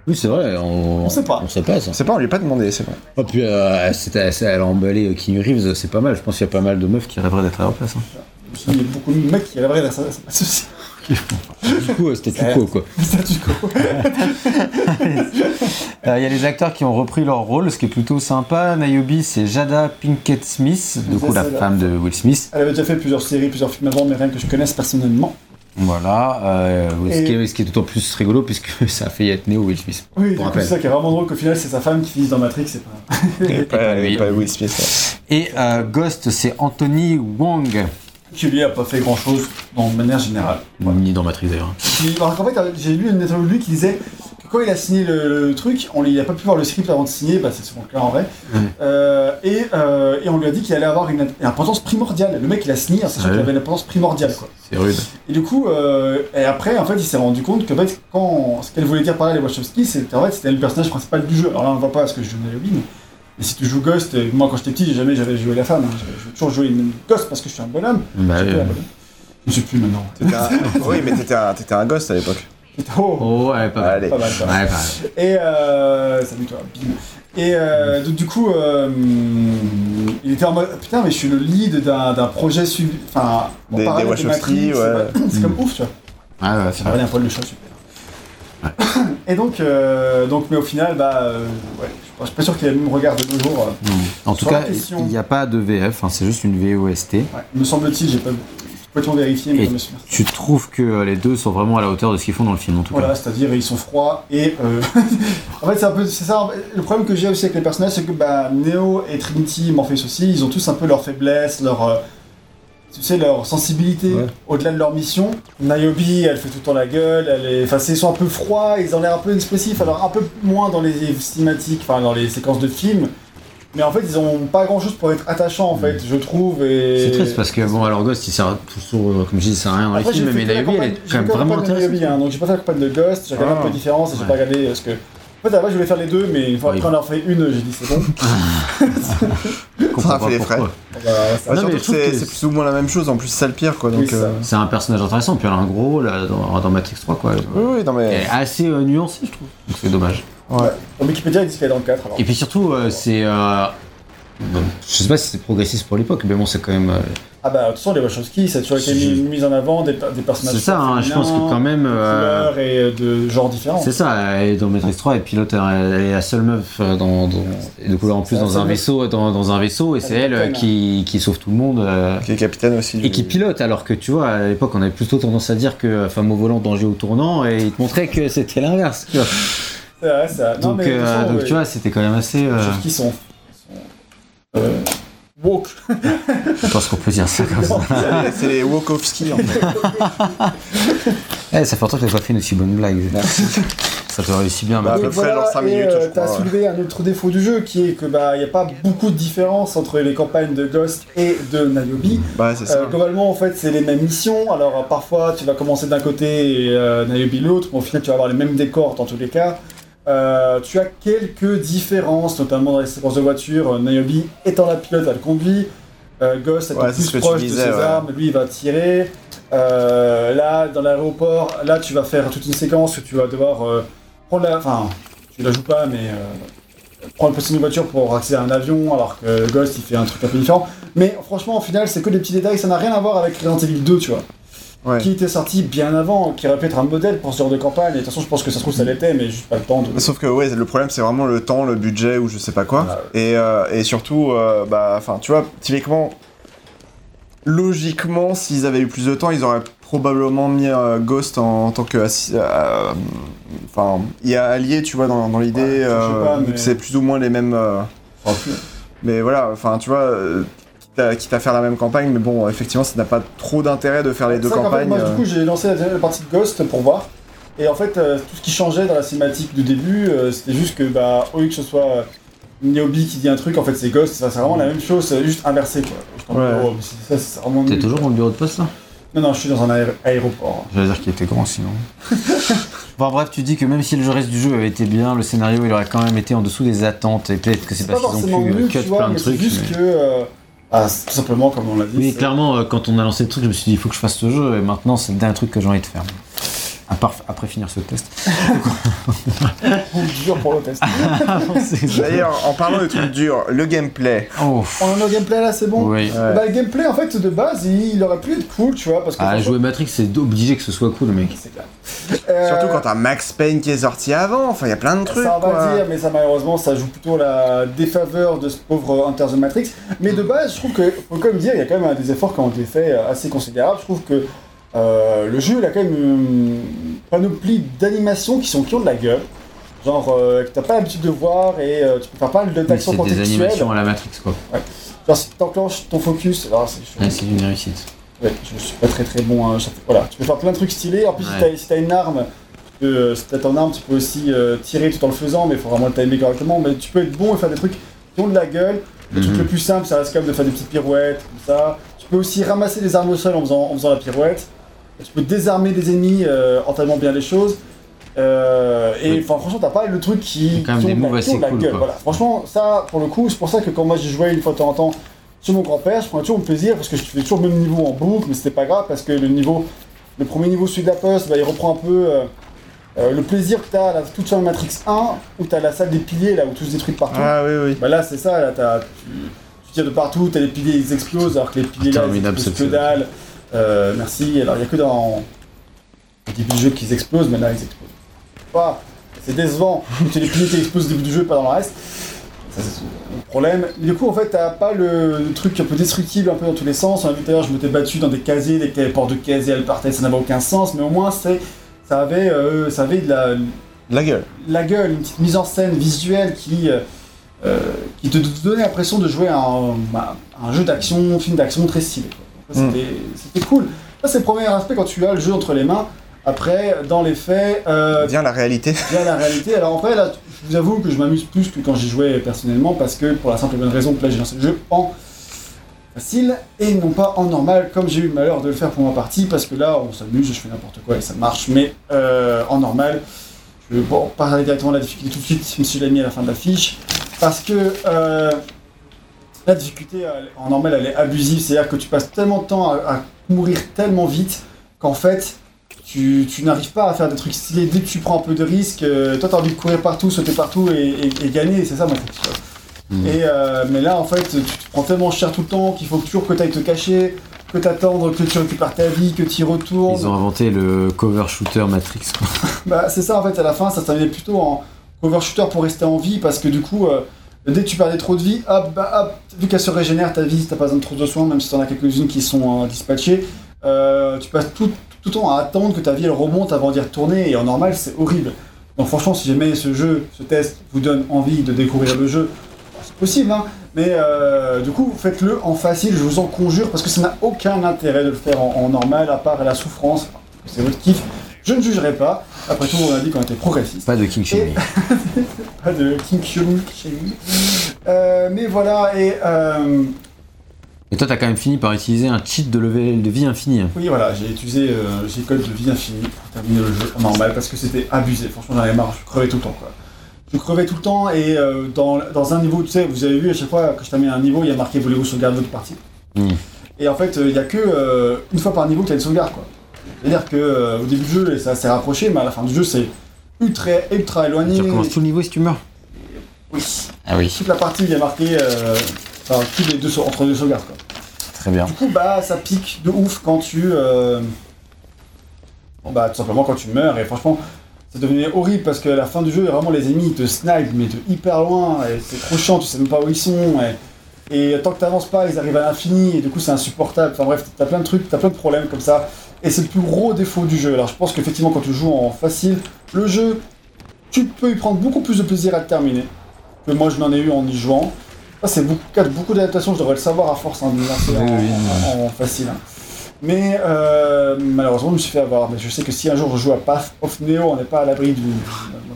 Speaker 3: Oui, c'est vrai, on...
Speaker 2: On sait pas.
Speaker 3: On sait pas ça.
Speaker 1: C'est pas, on lui a pas demandé, c'est vrai.
Speaker 3: Oh, puis euh, c'était- c'est- elle a emballé euh, Keanu Reeves, c'est pas mal. Je pense qu'il y a pas mal de meufs qui rêveraient d'être à leur place. hein.
Speaker 2: Il y a beaucoup de mecs qui aimeraient la ça, c'est pas de souci.
Speaker 3: Du coup, euh, c'était tout quoi.
Speaker 2: Ça, du coup.
Speaker 4: Euh, Il y a les acteurs qui ont repris leur rôle, ce qui est plutôt sympa. Niobe, c'est Jada Pinkett Smith, du coup la
Speaker 2: C'est ça, là.
Speaker 4: femme de Will Smith.
Speaker 2: Elle avait déjà fait plusieurs séries, plusieurs films avant, mais rien que je connaisse personnellement.
Speaker 4: Voilà. euh,
Speaker 3: Ce qui
Speaker 2: Et-
Speaker 3: est, ce qui est d'autant plus rigolo puisque ça a failli être Neo Will Smith.
Speaker 2: Oui, du
Speaker 3: Pour
Speaker 2: coup,
Speaker 3: rappel.
Speaker 2: c'est ça qui est vraiment drôle qu'au final, c'est sa femme qui finisse dans Matrix, c'est pas.
Speaker 1: Et pas,
Speaker 4: lui.
Speaker 1: et pas Will Smith. ouais.
Speaker 4: Et euh, Ghost, c'est Anthony Wong.
Speaker 2: Qui lui a pas fait grand chose, de manière générale.
Speaker 3: Ni dans Matrix d'ailleurs.
Speaker 2: Qui- alors qu'en fait, j'ai lu une interview de lui qui disait que quand il a signé le, le truc, on, lui- il a pas pu voir le script avant de signer, bah, c'est souvent le cas en vrai. Euh, et, euh, et on lui a dit qu'il allait avoir une, une importance primordiale. Le mec, il a signé en sachant
Speaker 3: Ouais.
Speaker 2: qu'il avait une importance primordiale. Quoi.
Speaker 3: C'est rude.
Speaker 2: Et du coup, euh, et après, en fait, il s'est rendu compte que en fait, quand ce qu'elle voulait dire par là, les Wachowski, c'était en fait, c'était le personnage principal du jeu. Alors là, on ne voit pas parce que je joue Niobe, mais, mais si tu joues Ghost, euh, moi quand j'étais petit, jamais j'avais joué la femme. hein. J'avais- Je veux toujours jouer une Ghost parce que je suis un bonhomme.
Speaker 1: Ah
Speaker 3: Bah,
Speaker 2: J'étais
Speaker 3: euh,
Speaker 2: un bonhomme. Je ne sais plus maintenant.
Speaker 1: T'étais un- Oui, mais t'étais un, t'étais un gosse à l'époque.
Speaker 2: Oh,
Speaker 3: Oh, ouais, pas mal.
Speaker 1: Allez.
Speaker 2: pas mal. pas mal.
Speaker 3: Ouais, pas mal.
Speaker 2: Et euh, salut toi, bim. Et euh, donc, du coup, euh, il était en mode putain, mais je suis le lead d'un d'un projet suivi. Enfin, en
Speaker 1: Des-
Speaker 2: parallèle
Speaker 1: des
Speaker 2: de
Speaker 1: Wachowski,
Speaker 2: Matrix,
Speaker 1: ouais. Mm.
Speaker 2: c'est- C'est comme ouf, tu vois.
Speaker 3: Ouais, ouais, c'est
Speaker 2: Ça
Speaker 3: vrai.
Speaker 2: un poil le chat, super. Et donc, euh, donc, mais au final, bah, euh, ouais, je suis pas- je suis pas sûr qu'il ait le même regard de nos jours. euh.
Speaker 4: En tout
Speaker 2: Sans
Speaker 4: cas,
Speaker 2: question.
Speaker 4: il n'y a pas de VF, hein, c'est juste une VOST.
Speaker 2: Ouais, me semble-t-il, j'ai pas complètement vérifié, mais
Speaker 4: Et
Speaker 2: je me souviens.
Speaker 4: Tu trouves que euh, les deux sont vraiment à la hauteur de ce qu'ils font dans le film, en tout
Speaker 2: Voilà, c'est-à-dire ils sont froids et euh, en fait c'est un peu c'est ça en fait, le problème que j'ai aussi avec les personnages c'est que bah Neo et Trinity Morpheus aussi ils ont tous un peu leurs faiblesses leur euh, tu sais leur sensibilité
Speaker 1: Ouais.
Speaker 2: au-delà de leur mission Niobe elle fait tout le temps la gueule elle est enfin c'est- ils sont un peu froids ils ont l'air un peu expressifs alors un peu moins dans les cinématiques enfin dans les séquences de films mais en fait ils ont pas grand chose pour être attachants en fait je trouve et
Speaker 3: C'est triste parce que, bon, alors Ghost, il sert toujours, euh, comme je dis, ça sert à rien dans les
Speaker 2: Après, j'ai
Speaker 3: films,
Speaker 2: fait
Speaker 3: mais
Speaker 2: que la
Speaker 3: Niobe, elle
Speaker 2: campagne-
Speaker 3: est
Speaker 2: j'ai
Speaker 3: quand même
Speaker 2: fait que la
Speaker 3: vraiment
Speaker 2: campagne de
Speaker 3: intéressante.
Speaker 2: Niobe, hein, donc j'ai pas fait la campagne de Ghost, j'ai regardé
Speaker 1: Ah.
Speaker 2: un peu les différences et j'ai
Speaker 3: Ouais.
Speaker 2: pas regardé euh, ce que. En fait, à la base, je voulais faire les deux, mais une fois
Speaker 3: Oui.
Speaker 2: après, on en fait une, j'ai dit c'est bon.
Speaker 4: Je comprends
Speaker 1: Ça a
Speaker 4: pas
Speaker 1: fait les
Speaker 4: pourquoi.
Speaker 1: frais.
Speaker 2: Bah, ça-
Speaker 1: Ouais,
Speaker 3: Non, mais
Speaker 1: surtout
Speaker 3: je
Speaker 1: que
Speaker 3: trouve
Speaker 1: c'est
Speaker 3: que-
Speaker 1: c'est plus ou moins la même chose, en plus c'est ça le pire quoi.
Speaker 2: Oui,
Speaker 1: Donc,
Speaker 2: c'est ça.
Speaker 1: euh,
Speaker 3: C'est un personnage intéressant, puis elle a un gros là, dans, dans Matrix 3, quoi.
Speaker 1: Oui, oui, non
Speaker 3: Elle
Speaker 1: mais.
Speaker 3: est assez euh, nuancée, je trouve. Donc c'est dommage.
Speaker 1: Ouais.
Speaker 2: Dans Wikipédia, ils disent qu'elle est dans le 4. Alors.
Speaker 3: Et puis surtout, euh, c'est. euh, bon, je sais pas si c'est progressiste pour l'époque, mais bon, c'est quand même. euh,
Speaker 2: Ah bah, de toute façon, les Wachowski, ça a toujours été
Speaker 3: C'est-
Speaker 2: mis, mis en avant des, per- des personnages.
Speaker 3: c'est ça, hein, je pense que quand même.
Speaker 2: De
Speaker 3: euh,
Speaker 2: couleurs et de genres différents.
Speaker 3: c'est ça, elle est dans Matrix 3, et pilote, elle elle est la seule meuf euh, dans, dans- et du coup, là, en plus
Speaker 2: C'est la
Speaker 3: dans
Speaker 2: seule
Speaker 3: un
Speaker 2: meuf.
Speaker 3: vaisseau, dans, dans un vaisseau, et c'est elle euh,
Speaker 2: hein.
Speaker 3: qui, qui sauve tout le monde. euh,
Speaker 1: Qui est capitaine aussi. du-
Speaker 3: et qui pilote, alors que tu vois, à l'époque, on avait plutôt tendance à dire que euh, femme au volant, danger au tournant, et il te montrait que c'était l'inverse. tu vois.
Speaker 2: C'est vrai, ça. Non,
Speaker 3: Donc,
Speaker 2: mais de toute
Speaker 3: euh,
Speaker 2: façon,
Speaker 3: donc
Speaker 2: ouais,
Speaker 3: tu vois, c'était quand même assez.
Speaker 2: les
Speaker 3: euh,
Speaker 2: Wachowski sont. sont, euh, woke.
Speaker 3: je pense qu'on peut dire ça comme ça.
Speaker 1: C'est- C'est les Wokowski en fait.
Speaker 3: Eh, ça fait longtemps que t'as pas fait une aussi bonne blague. ça te réussit bien, mais.
Speaker 1: Bah, à peu
Speaker 2: Et
Speaker 1: près genre cinq
Speaker 2: et,
Speaker 1: minutes,
Speaker 2: euh,
Speaker 1: je crois,
Speaker 2: T'as
Speaker 1: ouais.
Speaker 2: soulevé un autre défaut du jeu qui est que bah il n'y a pas beaucoup de différence entre les campagnes de Ghost et de Niobe.
Speaker 1: Ouais, c'est
Speaker 2: Euh,
Speaker 1: ça.
Speaker 2: globalement en fait c'est les mêmes missions. Alors euh, parfois tu vas commencer d'un côté et euh, Niobe l'autre, mais au final tu vas avoir les mêmes décors dans tous les cas. Euh, tu as quelques différences, notamment dans les séquences de voiture. euh, Niobe étant la pilote, elle conduit. Euh, Ghost est
Speaker 1: Ouais, c'est
Speaker 2: plus
Speaker 1: ce que tu
Speaker 2: proche
Speaker 1: disais,
Speaker 2: de ses
Speaker 1: ouais.
Speaker 2: armes, lui il va tirer. Euh, là, dans l'aéroport, là tu vas faire toute une séquence où tu vas devoir euh, prendre la. Enfin, tu la joues pas, mais. euh, prendre le possible de voiture pour accéder à un avion, alors que Ghost il fait un truc un peu différent. Mais franchement, au final, c'est que des petits détails, ça n'a rien à voir avec Resident Evil 2, tu vois.
Speaker 1: Ouais.
Speaker 2: Qui était sorti bien avant, qui aurait pu être un modèle pour ce genre de campagne. Et de toute façon, je pense que ça se trouve, ça l'était, mais juste pas le temps de.
Speaker 1: Sauf que ouais, le problème c'est vraiment le temps, le budget ou je sais pas quoi.
Speaker 2: Ah
Speaker 1: Et, euh, et surtout, euh, bah, enfin, tu vois, typiquement, logiquement, s'ils avaient eu plus de temps, ils auraient probablement mis euh, Ghost en, en tant que, assi- euh, enfin, il a allié, tu vois, dans, dans l'idée,
Speaker 2: Ouais, je sais
Speaker 1: euh,
Speaker 2: pas,
Speaker 1: vu
Speaker 2: mais-
Speaker 1: que c'est plus ou moins les mêmes. euh,
Speaker 2: Enfin, plus-
Speaker 1: mais voilà, enfin, tu vois. euh, quitte à- Quitte à faire la même campagne, mais bon, effectivement, ça n'a pas trop d'intérêt de faire les deux
Speaker 2: C'est vrai qu'en fait,
Speaker 1: campagnes.
Speaker 2: moi,
Speaker 1: euh.
Speaker 2: du coup, j'ai lancé la deuxième partie de Ghost pour voir. Et en fait, euh, tout ce qui changeait dans la cinématique de début, euh, c'était juste que, bah, au lieu que ce soit euh, Niobe qui dit un truc, en fait, c'est Ghost. Ça, c'est vraiment la même chose, c'est juste inversé, quoi. Je t'en
Speaker 1: Ouais.
Speaker 2: oh, mais c'est- ça, c'est vraiment
Speaker 4: T'es
Speaker 2: nul.
Speaker 4: toujours dans le bureau de poste là
Speaker 2: Non, non, je suis dans un aé- aéroport. hein.
Speaker 4: J'allais dire qu'il était grand sinon. bon bref, tu dis que même si le reste du jeu avait été bien, le scénario il aurait quand même été en dessous des attentes et peut-être que c'est
Speaker 2: C'est
Speaker 4: parce
Speaker 2: pas
Speaker 4: qu'ils
Speaker 2: forcément
Speaker 4: ont pu euh,
Speaker 2: nul,
Speaker 4: cut
Speaker 2: tu vois,
Speaker 4: plein de
Speaker 2: mais c'est
Speaker 4: trucs.
Speaker 2: juste
Speaker 4: mais-
Speaker 2: que. euh, ah, c'est tout simplement, comme on l'a dit.
Speaker 4: Oui,
Speaker 2: c'est-
Speaker 4: clairement, euh, quand on a lancé le truc, je me suis dit il faut que je fasse ce jeu et maintenant c'est le dernier truc que j'ai envie de faire. À part après finir ce test.
Speaker 2: dur pour le test.
Speaker 1: D'ailleurs, en parlant de trucs durs, le gameplay.
Speaker 4: Oh, pff,
Speaker 2: on en est au gameplay là, c'est bon
Speaker 4: oui.
Speaker 1: Ouais.
Speaker 2: Bah, le gameplay, en fait, de base, il, il aurait pu être cool, tu vois, parce que.
Speaker 4: Ah, jouer Matrix, c'est obligé que ce soit cool, mec.
Speaker 2: C'est clair. Euh,
Speaker 1: Surtout quand t'as Max Payne qui est sorti avant, enfin il y a plein de trucs.
Speaker 2: Ça on
Speaker 1: quoi.
Speaker 2: va dire, mais ça malheureusement, ça joue plutôt la défaveur de ce pauvre Enter the Matrix. Mais de base, je trouve que, faut quand même dire, il y a quand même euh, des efforts qui ont été faits euh, assez considérables. Je trouve que euh, le jeu, il a quand même une panoplie d'animations qui sont qui ont de la gueule. Genre, euh, que t'as pas l'habitude de voir et euh, tu peux faire pas mal de
Speaker 4: Mais
Speaker 2: d'actions
Speaker 4: C'est des
Speaker 2: contextuelles.
Speaker 4: animations hein. à la Matrix, quoi.
Speaker 2: Genre, si t'enclenches ton focus, alors c'est
Speaker 4: Ouais, c'est une réussite.
Speaker 2: Ouais, je suis pas très très bon. hein, je- Voilà, tu peux faire plein de trucs stylés. En plus, si
Speaker 4: Ouais.
Speaker 2: t'as- si t'as une arme, tu peux, euh, si t'as ton arme, tu peux aussi euh, tirer tout en le faisant, mais il faut vraiment le timer correctement. Mais tu peux être bon et faire des trucs qui ont de la gueule. Le truc
Speaker 4: Mhm.
Speaker 2: le plus simple, ça reste quand même de faire des petites pirouettes, comme ça. Tu peux aussi ramasser des armes au sol en faisant, en faisant la pirouette. Tu peux désarmer des ennemis euh, en tellement bien les choses. Euh, et
Speaker 4: Oui.
Speaker 2: enfin, franchement, t'as pas le truc
Speaker 4: Il
Speaker 2: qui.
Speaker 4: y a quand même
Speaker 2: qui
Speaker 4: des
Speaker 2: ont de la-
Speaker 4: moves
Speaker 2: qui ont de
Speaker 4: assez
Speaker 2: la
Speaker 4: cool,
Speaker 2: gueule,
Speaker 4: quoi.
Speaker 2: Voilà. Franchement, ça, pour le coup, c'est pour ça que quand moi j'y jouais une fois de temps en temps chez mon grand-père, je prenais toujours mon plaisir parce que je faisais toujours le même niveau en boucle, mais c'était pas grave parce que le niveau, le premier niveau, celui de la poste, bah, il reprend un peu euh, euh, le plaisir que t'as à la- toute fin de Matrix 1 où t'as la salle des piliers là où tout se détruit de partout.
Speaker 1: Ah oui, oui.
Speaker 2: Bah là, c'est ça, là, t'as- tu, tu tires de partout, t'as les piliers, ils explosent, alors que les piliers là, ils
Speaker 4: Interminable,
Speaker 2: explosent que
Speaker 4: cette
Speaker 2: dalle. Euh, merci, alors il n'y a que dans au début du jeu qu'ils explosent, mais là, ils explosent. Pas, c'est décevant, tu les piliers qui explosent au début du jeu, pas dans le reste. Ça, c'est le problème. Du coup, en fait, t'as pas le, le truc un peu destructible, un peu dans tous les sens. On a vu tout à l'heure, je m'étais battu dans des casiers, dès que t'avais portes de casiers, elles partaient, ça n'avait aucun sens, mais au moins, c'est, ça avait, euh, ça avait de la,
Speaker 1: La gueule.
Speaker 2: la gueule, une petite mise en scène visuelle qui, euh, euh, qui te donnait l'impression de jouer à un, à un jeu d'action, film d'action très stylé. quoi. Donc ça, C'était c'était cool. Ça, c'est le premier aspect quand tu as le jeu entre les mains. Après, dans les faits, euh,
Speaker 1: Bien la réalité.
Speaker 2: il y a la réalité. Alors en vrai, là, je vous avoue que je m'amuse plus que quand j'y jouais personnellement parce que pour la simple et bonne raison que là, j'ai lancé le jeu en facile et non pas en normal comme j'ai eu le malheur de le faire pour ma partie parce que là, on s'amuse, je fais n'importe quoi et ça marche. Mais euh, en normal, je vais bon, pas parler directement de la difficulté tout de suite, même si je l'ai mis à la fin de la fiche, parce que euh, la difficulté elle- en normal elle est abusive, c'est-à-dire que tu passes tellement de temps à, à mourir tellement vite qu'en fait tu, tu n'arrives pas à faire des trucs stylés dès que tu prends un peu de risque. euh, toi t'as envie de courir partout, sauter partout et, et- et gagner, et c'est ça ma faute. tu vois.
Speaker 4: Mhm.
Speaker 2: Et euh, mais là en fait tu te prends tellement cher tout le temps qu'il faut toujours que tu ailles te cacher, que t'attendre, que tu récupères ta vie, que tu y retournes.
Speaker 4: Ils ont inventé le cover shooter Matrix, quoi.
Speaker 2: Bah, c'est ça en fait, à la fin, ça se terminait plutôt en cover shooter pour rester en vie parce que du coup, euh, dès que tu perdais trop de vie, hop, bah, hop, vu qu'elle se régénère ta vie, t'as pas besoin de trop de soins, même si t'en as quelques-unes qui sont euh, dispatchées, euh, tu passes tout, tout le temps à attendre que ta vie elle remonte avant d'y retourner et en normal, c'est horrible. Donc franchement, si jamais ce jeu, ce test vous donne envie de découvrir le jeu, bah, c'est possible, hein. Mais euh, du coup, faites-le en facile, je vous en conjure, parce que ça n'a aucun intérêt de le faire en, en normal, à part la souffrance. C'est votre kiff. Je ne jugerai pas. Après tout, on a dit qu'on était progressiste.
Speaker 4: Pas de King Shaming.
Speaker 2: Pas de King Shaming chez lui. Euh, mais voilà, et euh,
Speaker 4: Et toi, t'as quand même fini par utiliser un cheat de level de vie infini.
Speaker 2: oui, voilà, j'ai utilisé euh, j'ai code de vie infinie pour terminer le jeu en normal parce que c'était abusé. Franchement, j'en avais marre, je crevais tout le temps. Quoi. Je crevais tout le temps et euh, dans, dans un niveau, tu sais, vous avez vu à chaque fois que je termine un niveau, il y a marqué voulez-vous sauvegarder votre partie.
Speaker 3: Mm.
Speaker 2: Et en fait, il n'y a que euh, une fois par niveau que tu as une sauvegarde. quoi. C'est-à-dire que euh, au début du jeu, ça s'est rapproché, mais à la fin du jeu, c'est ultra, ultra éloigné.
Speaker 4: Tu recommences tout le niveau si tu meurs.
Speaker 2: Oui.
Speaker 3: Ah oui,
Speaker 2: Toute la partie, il y a marqué euh, enfin, tous les deux, sau- entre deux sauvegardes. Quoi.
Speaker 3: très bien.
Speaker 2: Du coup, bah, ça pique de ouf quand tu. euh, bon, bah, tout simplement quand tu meurs, et franchement. Ça devenait horrible parce que à la fin du jeu, vraiment les ennemis ils te snipent mais de hyper loin et c'est trop chiant, tu sais même pas où ils sont et, et tant que t'avances pas, ils arrivent à l'infini et du coup c'est insupportable. Enfin bref, t'as plein de trucs, t'as plein de problèmes comme ça et c'est le plus gros défaut du jeu. Alors je pense qu'effectivement quand tu joues en facile, le jeu, tu peux y prendre beaucoup plus de plaisir à le terminer que moi je n'en ai eu en y jouant. Ça c'est beaucoup, cas de beaucoup d'adaptations, je devrais le savoir à force hein, de lancer en, en- en facile. hein. Mais euh, malheureusement, je me suis fait avoir. Mais je sais que si un jour je joue à Path of Neo, on n'est pas à l'abri du d'un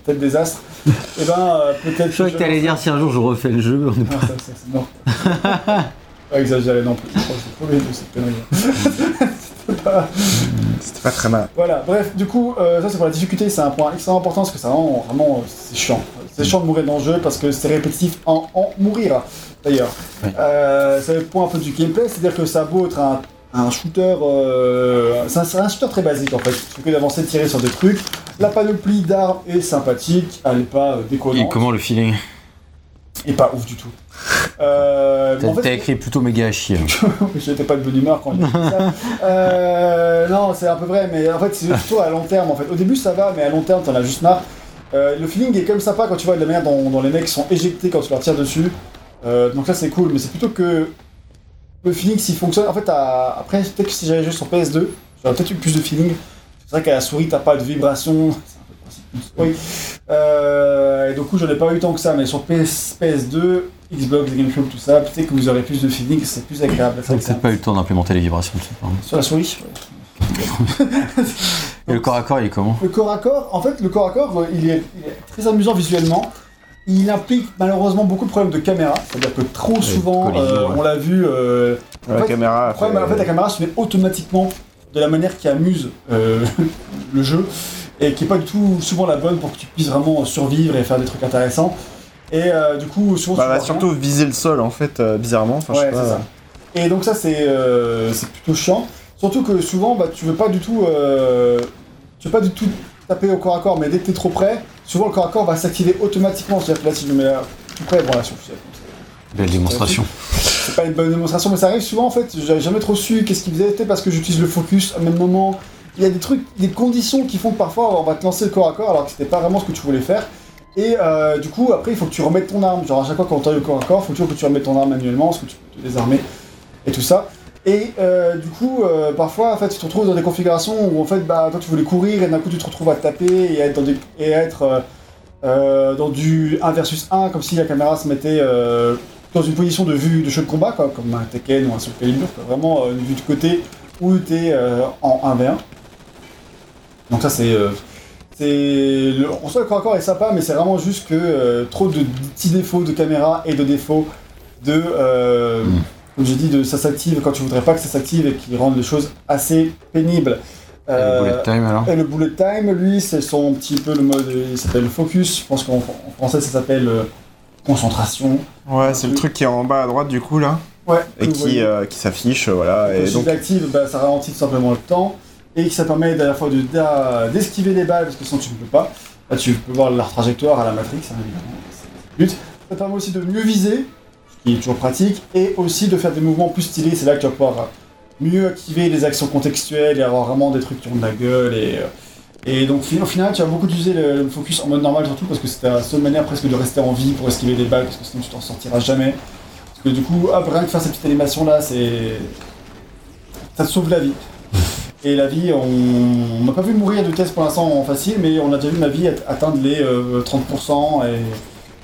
Speaker 2: tel désastre. Et ben euh, peut-être.
Speaker 4: Je croyais que t'allais dire si un jour je refais le jeu. on est-
Speaker 2: Non, Ah, ça, ça, c'est mort. pas exagéré non plus. Je crois que j'ai trouvé de cette connerie. C'était pas-
Speaker 1: C'était pas très mal.
Speaker 2: voilà, bref, du coup, euh, ça c'est pour la difficulté, c'est un point extrêmement important parce que c'est vraiment, vraiment, euh, c'est chiant. C'est chiant de mourir dans le jeu parce que c'est répétitif en, en mourir, d'ailleurs. Euh, c'est le point un peu du gameplay, c'est-à-dire que ça a beau être un, un shooter. euh, c'est un, c'est un shooter très basique en fait. Tu fais que d'avancer, de tirer sur des trucs. La panoplie d'armes est sympathique, elle n'est pas euh, déconnante.
Speaker 4: Et comment le feeling
Speaker 2: Et pas ouf du tout. Euh, mais
Speaker 4: T'as
Speaker 2: en fait,
Speaker 4: t'as écrit plutôt méga à chier.
Speaker 2: J'étais pas de bonne humeur quand j'ai dit ça. Euh, non, c'est un peu vrai, mais en fait, c'est surtout à long terme. En fait. Au début, ça va, mais à long terme, t'en as juste marre. Euh, le feeling est quand même sympa quand tu vois de la manière dont, dont les mecs sont éjectés quand tu leur tires dessus. Euh, donc là, c'est cool, mais c'est plutôt que le feeling, s'il fonctionne. En fait, t'as- après, peut-être que si j'avais joué sur PS2, j'aurais peut-être eu plus de feeling. C'est vrai qu'à la souris, t'as pas de vibration. C'est un peu le principe d'une souris. Euh, et du coup, j'en ai pas eu tant que ça, mais sur PS, PS2, Xbox, Gamecube, tout ça, peut-être que vous aurez plus de feeling, c'est plus agréable. C'est
Speaker 4: T'as
Speaker 2: vrai que c'est
Speaker 4: peut-être pas eu le temps d'implémenter les vibrations. je sais pas.
Speaker 2: sur la souris.
Speaker 4: Et le corps à corps, il est comment
Speaker 2: Le corps à corps, en fait, le corps à corps, euh, il est, il est très amusant visuellement. Il implique malheureusement beaucoup de problèmes de caméra, c'est-à-dire que trop souvent,
Speaker 4: collision,
Speaker 2: euh,
Speaker 4: ouais.
Speaker 2: on l'a vu, euh, En
Speaker 1: La
Speaker 2: fait,
Speaker 1: caméra.
Speaker 2: le problème,
Speaker 1: fait- euh,
Speaker 2: en fait, la caméra se met automatiquement de la manière qui amuse euh, le jeu et qui est pas du tout souvent la bonne pour que tu puisses vraiment survivre et faire des trucs intéressants. Et euh, du coup, souvent,
Speaker 1: Bah,
Speaker 2: tu
Speaker 1: elle va
Speaker 2: vois rien.
Speaker 1: surtout viser le sol en fait, euh, bizarrement. Enfin, je sais
Speaker 2: Ouais,
Speaker 1: pas.
Speaker 2: c'est ça. Et donc ça, c'est euh, c'est plutôt chiant. Surtout que souvent, bah, tu veux pas du tout, euh, tu veux pas du tout taper au corps à corps, mais dès que t'es trop près, souvent le corps à corps va s'activer automatiquement. C'est-à-dire que là, si je me mets là, tout près, bon là, sur-
Speaker 4: Belle démonstration.
Speaker 2: c'est pas une bonne démonstration, mais ça arrive souvent en fait. J'avais jamais trop su qu'est-ce qu'il faisait. Peut-être parce que j'utilise le focus au même moment. Il y a des trucs, des conditions qui font que parfois on va te lancer le corps à corps alors que c'était pas vraiment ce que tu voulais faire. Et euh, du coup, après, il faut que tu remettes ton arme. Genre à chaque fois qu'on t'arrive le corps à corps, il faut toujours que tu remettes ton arme manuellement parce que tu peux te désarmer et tout ça. Et euh, du coup, euh, parfois, en fait, tu te retrouves dans des configurations où en fait, bah, toi tu voulais courir et d'un coup tu te retrouves à taper et à être dans des- et à être euh, euh, dans du 1 versus 1 comme si la caméra se mettait euh, dans une position de vue de jeu de combat, quoi, comme un Tekken ou un Soul Calibur, quoi. vraiment euh, une vue de côté où tu es en 1v1. Donc ça c'est... euh, c'est le, en soi, le corps à corps est sympa, mais c'est vraiment juste que euh, trop de petits défauts de caméra et de défauts de... euh, Comme j'ai dit, de, ça s'active quand tu voudrais pas que ça s'active et qui rendent les choses assez pénibles.
Speaker 4: Et
Speaker 2: Euh,
Speaker 4: Le bullet time alors
Speaker 2: et le bullet time, lui, c'est son petit peu le mode, il s'appelle focus. Je pense qu'en en français, ça s'appelle euh, concentration.
Speaker 1: Ouais, c'est le truc qui est en bas à droite du coup là,
Speaker 2: Ouais.
Speaker 1: et qui, euh, qui s'affiche, euh, voilà. Et
Speaker 2: si
Speaker 1: donc,
Speaker 2: tu l'actives, bah, ça ralentit tout simplement le temps et ça permet à la fois de- d'a- d'esquiver les balles parce que sinon tu ne peux pas. Là, tu peux voir leur trajectoire à la Matrix, hein, évidemment. c'est le but. Ça permet aussi de mieux viser, ce qui est toujours pratique, et aussi de faire des mouvements plus stylés. C'est là que tu vas pouvoir mieux activer les actions contextuelles et avoir vraiment des trucs qui ont de la gueule. Et, euh, et donc, au final, tu vas beaucoup utiliser le, le focus en mode normal, surtout parce que c'est ta seule manière presque de rester en vie pour esquiver les balles parce que sinon tu t'en sortiras jamais. Parce que du coup, hop, rien que faire cette petite animation là, c'est ça te sauve la vie. Et la vie, on on n'a pas vu mourir de test pour l'instant en facile, mais on a déjà vu ma vie at- atteindre les euh, 30%, et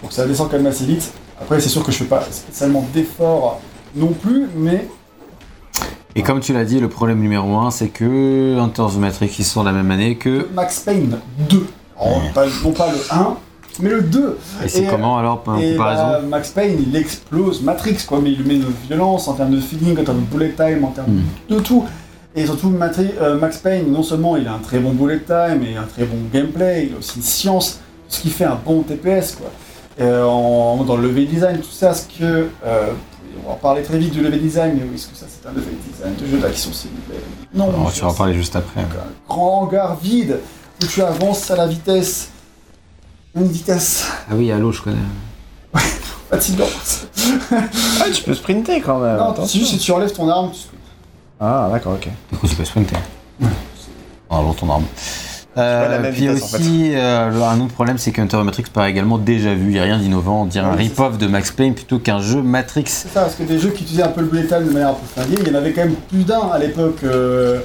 Speaker 2: donc ça descend quand même assez vite. Après, c'est sûr que je fais pas spécialement d'efforts non plus, mais
Speaker 4: Et comme tu l'as dit, le problème numéro un, c'est que Hunter the Matrix, ils sont la même année que.
Speaker 2: Max Payne 2, Alors, pas- non pas le 1, mais le 2.
Speaker 4: Et c'est
Speaker 2: Et-
Speaker 4: comment alors, en
Speaker 2: Et
Speaker 4: comparaison
Speaker 2: bah, Max Payne, il explose Matrix, quoi, mais il met de violence en termes de feeling, en termes de bullet time, en termes
Speaker 4: Hmm.
Speaker 2: de tout. Et surtout, Matri- euh, Max Payne, non seulement il a un très bon bullet time et un très bon gameplay, il a aussi une science, ce qui fait un bon TPS, quoi. Euh, en- dans le level design, tout ça, ce que euh, on va en parler très vite du level design, mais oui, est-ce que ça c'est un level design de jeu d'action s'il vous plaît Non,
Speaker 4: On
Speaker 2: bien
Speaker 4: tu
Speaker 2: sûr,
Speaker 4: vas en parler juste après.
Speaker 2: c'est un grand hangar vide où tu avances à la vitesse. Une vitesse
Speaker 3: Ah oui, Halo, je connais.
Speaker 2: fatigante.
Speaker 1: Ah, tu peux sprinter quand même.
Speaker 2: non, Euh, c'est
Speaker 1: attention.
Speaker 2: juste si tu enlèves ton arme, tu-
Speaker 1: Ah, d'accord, ok.
Speaker 4: Du coup, tu peux sprinter. En allant hein Ah, ton arme.
Speaker 1: pas la
Speaker 4: Euh,
Speaker 1: même
Speaker 4: puis il y a
Speaker 1: vitesse, en
Speaker 4: aussi euh, le- un autre problème, c'est que Hunter et Matrix paraît également déjà vu. Il n'y a rien d'innovant. On dirait un
Speaker 2: Oui, c'est
Speaker 4: rip-off de Max Payne plutôt qu'un jeu Matrix.
Speaker 2: C'est ça, parce que des jeux qui utilisaient un peu le bullet time de manière un peu flinguée, il y en avait quand même plus d'un à l'époque. euh,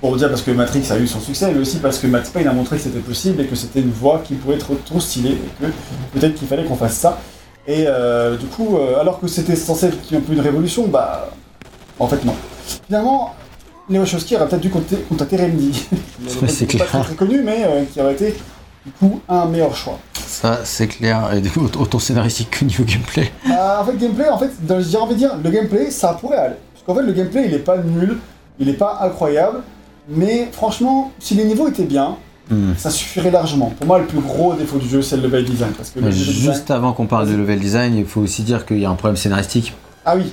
Speaker 2: Pour dire parce que Matrix a eu son succès, mais aussi parce que Max Payne a montré que c'était possible et que c'était une voie qui pouvait être trop stylée et que peut-être qu'il fallait qu'on fasse ça. Et euh, du coup, euh, alors que c'était censé être un peu une révolution, bah. En fait, non. Finalement, Léo Wachowski aurait peut-être dû compter- contacter Remedy.
Speaker 4: Ouais, c'est
Speaker 2: Pas
Speaker 4: clair.
Speaker 2: très, très connu, mais euh, qui aurait été du coup un meilleur choix.
Speaker 4: Ça, c'est clair. Et du coup, autant scénaristique que niveau gameplay.
Speaker 2: Euh, en fait, gameplay, en fait, dans- j'ai envie de dire, le gameplay, ça pourrait aller. Parce qu'en fait, le gameplay, il est pas nul, il est pas incroyable, mais franchement, si les niveaux étaient bien,
Speaker 4: Hmm.
Speaker 2: ça suffirait largement. Pour moi, le plus gros défaut du jeu, c'est le level design. Parce que le level design...
Speaker 4: Euh, Juste avant qu'on parle de level design, il faut aussi dire qu'il y a un problème scénaristique.
Speaker 2: Ah oui,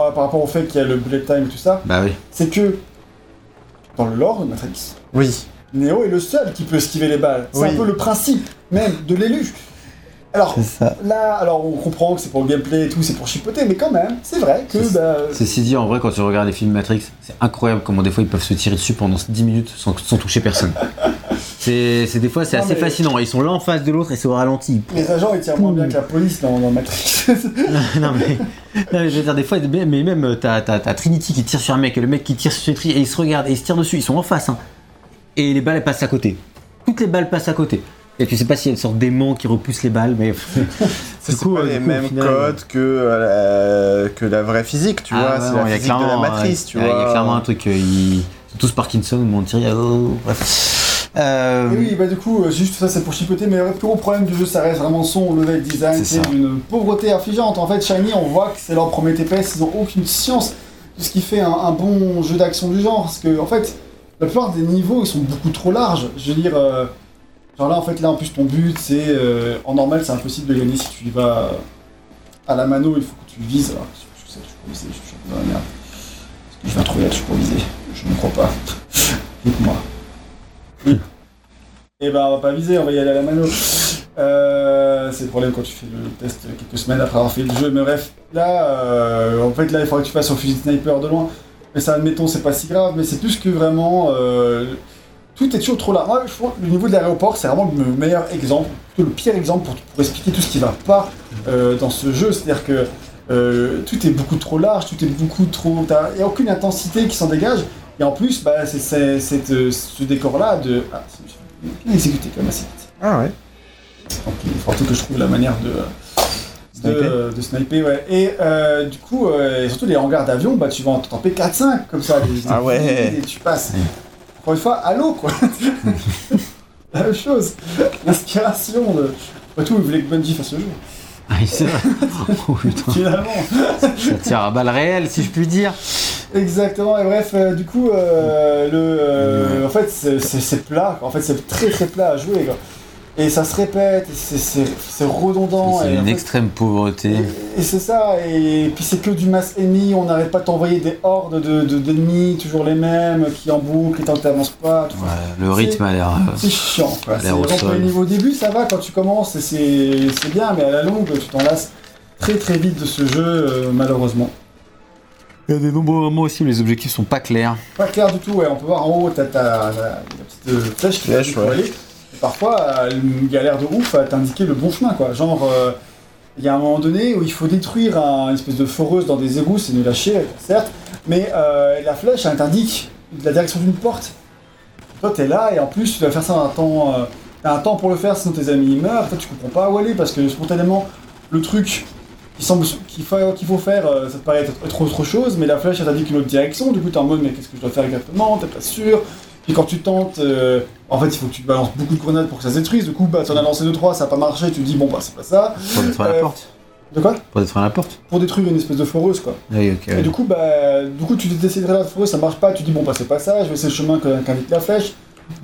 Speaker 2: Euh, par rapport au fait qu'il y a le bullet time et tout ça,
Speaker 4: Bah oui.
Speaker 2: c'est que dans le lore de Matrix,
Speaker 1: Oui.
Speaker 2: Neo est le seul qui peut esquiver les balles. C'est
Speaker 1: Oui.
Speaker 2: un peu le principe même de l'élu. Alors
Speaker 4: ça.
Speaker 2: là, alors on comprend que c'est pour le gameplay et tout, c'est pour chipoter, mais quand même, c'est vrai que
Speaker 4: C'est-
Speaker 2: bah,
Speaker 4: Ceci dit, en vrai, quand tu regardes les films Matrix, c'est incroyable comment des fois ils peuvent se tirer dessus pendant 10 minutes sans, sans toucher personne. C'est c'est- des fois c'est
Speaker 2: Non,
Speaker 4: assez
Speaker 2: mais-
Speaker 4: fascinant. Ils sont l'un en face de l'autre et c'est au ralenti.
Speaker 2: Les agents ils tirent moins bien que la police dans, dans Matrix.
Speaker 4: non, mais, non, mais je veux dire, des fois, mais mais même euh, t'as t'as- t'as Trinity qui tire sur un mec et le mec qui tire sur Trinity et ils se regardent et ils se tirent dessus, ils sont en face. hein. Et les balles elles passent à côté. Toutes les balles passent à côté. Et tu sais pas s'il y a une sorte d'aimant qui repousse les balles, mais.
Speaker 1: C'est
Speaker 4: coup,
Speaker 1: pas
Speaker 4: euh, du
Speaker 1: les
Speaker 4: coup, au
Speaker 1: mêmes
Speaker 4: final, Ah,
Speaker 1: codes que, euh, la- que la vraie physique, tu vois. c'est la
Speaker 4: il y a
Speaker 1: physique de la
Speaker 4: clairement,
Speaker 1: matrice, tu
Speaker 4: euh,
Speaker 1: vois.
Speaker 4: Il y a clairement un truc. euh, ils sont tous Parkinson, mon tir. oh, bref. Euh,
Speaker 2: Et oui, bah du coup, euh, juste ça c'est pour chipoter, mais le plus gros problème du jeu ça reste vraiment son level design,
Speaker 4: C'est
Speaker 2: c'est
Speaker 4: ça.
Speaker 2: d'une pauvreté affligeante. En fait, Shiny, on voit que c'est leur premier TPS, ils n'ont aucune science de ce qui fait un, un bon jeu d'action du genre, parce que en fait, la plupart des niveaux ils sont beaucoup trop larges. Je veux dire, euh, genre là en fait, là en plus ton but c'est euh, en normal c'est impossible de gagner si tu y vas euh, à la mano, il faut que tu vises. Alors, je je sais, je peux viser, je suis dans la merde. Est-ce que je vais trouver là, je peux viser Je ne crois pas. Dites-moi.
Speaker 4: Hmm.
Speaker 2: Eh ben, on va pas viser, on va y aller à la mano. Euh, c'est le problème quand tu fais le test quelques semaines après avoir fait le jeu. Mais bref, là, euh, en fait, là, il faudrait que tu fasses au fusil de sniper de loin. Mais ça, admettons, c'est pas si grave, mais c'est plus que vraiment. euh, tout est toujours trop là. Moi, je trouve que le niveau de l'aéroport, c'est vraiment le meilleur exemple, plutôt le pire exemple pour, pour expliquer tout ce qui va pas euh, dans ce jeu. C'est-à-dire que euh, tout est beaucoup trop large, tout est beaucoup trop. t'as- Il n'y a aucune intensité qui s'en dégage. Et en plus, bah, c'est, c'est- c'est, euh, ce décor-là de. Ah, c'est bien exécuté quand même assez vite.
Speaker 1: Ah ouais.
Speaker 2: Donc il faut surtout que je trouve la manière de, euh, de,
Speaker 1: Sniper.
Speaker 2: euh, de sniper. ouais. Et euh, du coup, euh, et surtout les hangars d'avion, bah, tu vas en taper 4-5 comme ça. des-
Speaker 1: Ah
Speaker 2: des-
Speaker 1: ouais.
Speaker 2: des- tu passes. Encore une fois, allô quoi La même chose. L'inspiration de. Après tout, il voulait que Bungie fasse le jeu,
Speaker 4: ah, il se- oh, putain,
Speaker 2: finalement.
Speaker 4: ça tire à balles réelles, si je puis dire.
Speaker 2: Exactement, et bref, euh, du coup, euh, le, euh, en fait, c'est- c'est c'est plat, quoi. en fait, c'est très très plat à jouer, quoi. Et ça se répète, et c'est- c'est c'est redondant.
Speaker 4: C'est
Speaker 2: et en
Speaker 4: une
Speaker 2: fait,
Speaker 4: extrême pauvreté.
Speaker 2: Et, et c'est ça, et puis c'est que du mass ennemi, on n'arrête pas de t'envoyer des hordes de- de- d'ennemis, toujours les mêmes, qui en boucle, et tant que t'avances pas, tout
Speaker 4: Ouais, le rythme a l'air. euh,
Speaker 2: c'est chiant, quoi.
Speaker 4: L'air
Speaker 2: C'est
Speaker 4: au
Speaker 2: vraiment
Speaker 4: sol.
Speaker 2: au niveau début, ça va quand tu commences, et c'est c'est bien, mais à la longue, tu t'en lasses très très vite de ce jeu, euh, malheureusement.
Speaker 4: Il y a des nombreux moments aussi où les objectifs sont pas clairs.
Speaker 2: Pas clair du tout, ouais, on peut voir en haut, t'as t'as la, la petite euh, flèche qui va
Speaker 1: Flèche, ouais.
Speaker 2: Et Parfois, euh, une galère de ouf à t'indiquer le bon chemin, quoi. Genre, euh, il y a un moment donné où il faut détruire un- une espèce de foreuse dans des égouts, c'est nul à chier, certes, mais euh, la flèche, elle t'indique la direction d'une porte. Toi, t'es là, et en plus, tu dois faire ça en un temps... euh, t'as un temps pour le faire, sinon tes amis ils meurent, toi, tu comprends pas où aller, parce que spontanément, le truc qui semble qu'il faut, qu'il faut faire, euh, ça te paraît être, être autre chose, mais la flèche elle t'indique une autre direction, du coup t'es en mode mais qu'est-ce que je dois faire exactement, t'es pas sûr. Puis quand tu tentes, euh, en fait il faut que tu balances beaucoup de grenades pour que ça se détruise, du coup bah t'en as lancé 2-3, ça a pas marché, tu te dis bon bah c'est pas ça.
Speaker 4: Pour détruire
Speaker 2: Euh,
Speaker 4: la porte.
Speaker 2: De quoi
Speaker 4: Pour détruire la porte. Ah
Speaker 2: Pour détruire une espèce de foreuse quoi.
Speaker 4: Oui, ok.
Speaker 2: Et du coup bah du coup tu essaies de la foreuse, ça marche pas, tu dis bon bah c'est pas ça, je vais essayer le chemin que- qu'indique la flèche.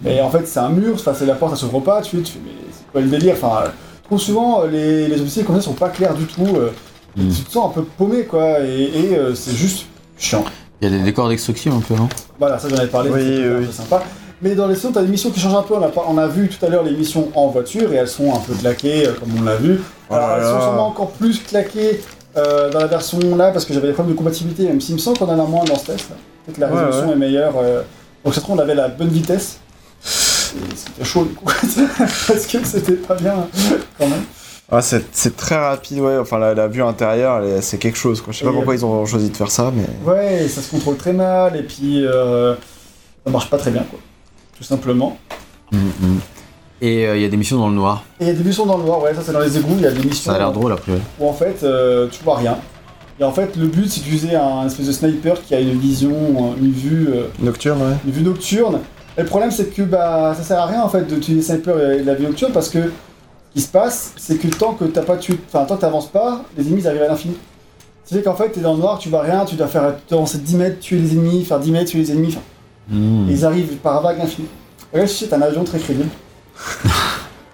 Speaker 2: Mais en fait c'est un mur, enfin, c'est la porte, ça s'ouvre pas, tu, fais- tu fais mais c'est quoi le délire, enfin euh, trop souvent euh, les, les objectifs comme ça sont pas clairs du tout. euh,
Speaker 3: Mm.
Speaker 2: tu te sens un peu paumé, quoi, et, et, euh, c'est juste chiant.
Speaker 4: Il y a des décors d'extraction un peu, hein. non
Speaker 2: Voilà, ça j'en avais parlé,
Speaker 1: Oui,
Speaker 2: c'était
Speaker 1: oui.
Speaker 2: un peu sympa. Mais dans les secondes, t'as des missions qui changent un peu. On a, pas- on a vu tout à l'heure les missions en voiture et elles sont un peu claquées, euh, comme on l'a vu.
Speaker 1: Oh
Speaker 2: Alors,
Speaker 1: là
Speaker 2: elles sont
Speaker 1: là.
Speaker 2: sûrement encore plus claquées euh, dans la version là parce que j'avais des problèmes de compatibilité, même s'il me semble qu'on en a moins dans ce test. Peut-être que la
Speaker 1: Ouais,
Speaker 2: résolution est meilleure. euh, Donc, ça se trouve, on avait la bonne vitesse. Et C'était chaud du coup, parce que c'était pas bien hein, quand même.
Speaker 1: Ah, c'est c'est très rapide, ouais. Enfin, la, la vue intérieure, elle est- c'est quelque chose. Quoi. Je sais pas
Speaker 2: Et,
Speaker 1: pourquoi ils ont choisi de faire ça, mais.
Speaker 2: Ouais, et ça se contrôle très mal et puis euh, ça marche pas très bien quoi, tout simplement.
Speaker 4: Mm, Et euh, il y a des missions dans le noir.
Speaker 2: Et il y a des missions dans le noir, ouais, ça c'est dans les égouts, il y a des missions.
Speaker 1: Oh.
Speaker 4: Ça a l'air drôle après.
Speaker 2: où en fait euh, tu vois rien. Et en fait le but c'est d'utiliser un espèce de sniper qui a une vision, une vue, euh,
Speaker 1: Nocturne, ouais.
Speaker 2: une vue nocturne. Et le problème c'est que bah ça sert à rien en fait d'utiliser le sniper et la vue nocturne parce que ce qui se passe c'est que tant que t'as pas tué, enfin tant que t'avances pas, les ennemis ils arrivent à l'infini. C'est-à-dire qu'en fait t'es dans le noir, tu vois rien, tu dois faire tu dois avancer 10 mètres, tuer les ennemis, faire 10 mètres, tuer les ennemis, enfin,
Speaker 4: Hmm. Mm.
Speaker 2: et ils arrivent par vague infinie. Regarde si c'est un avion très crédible.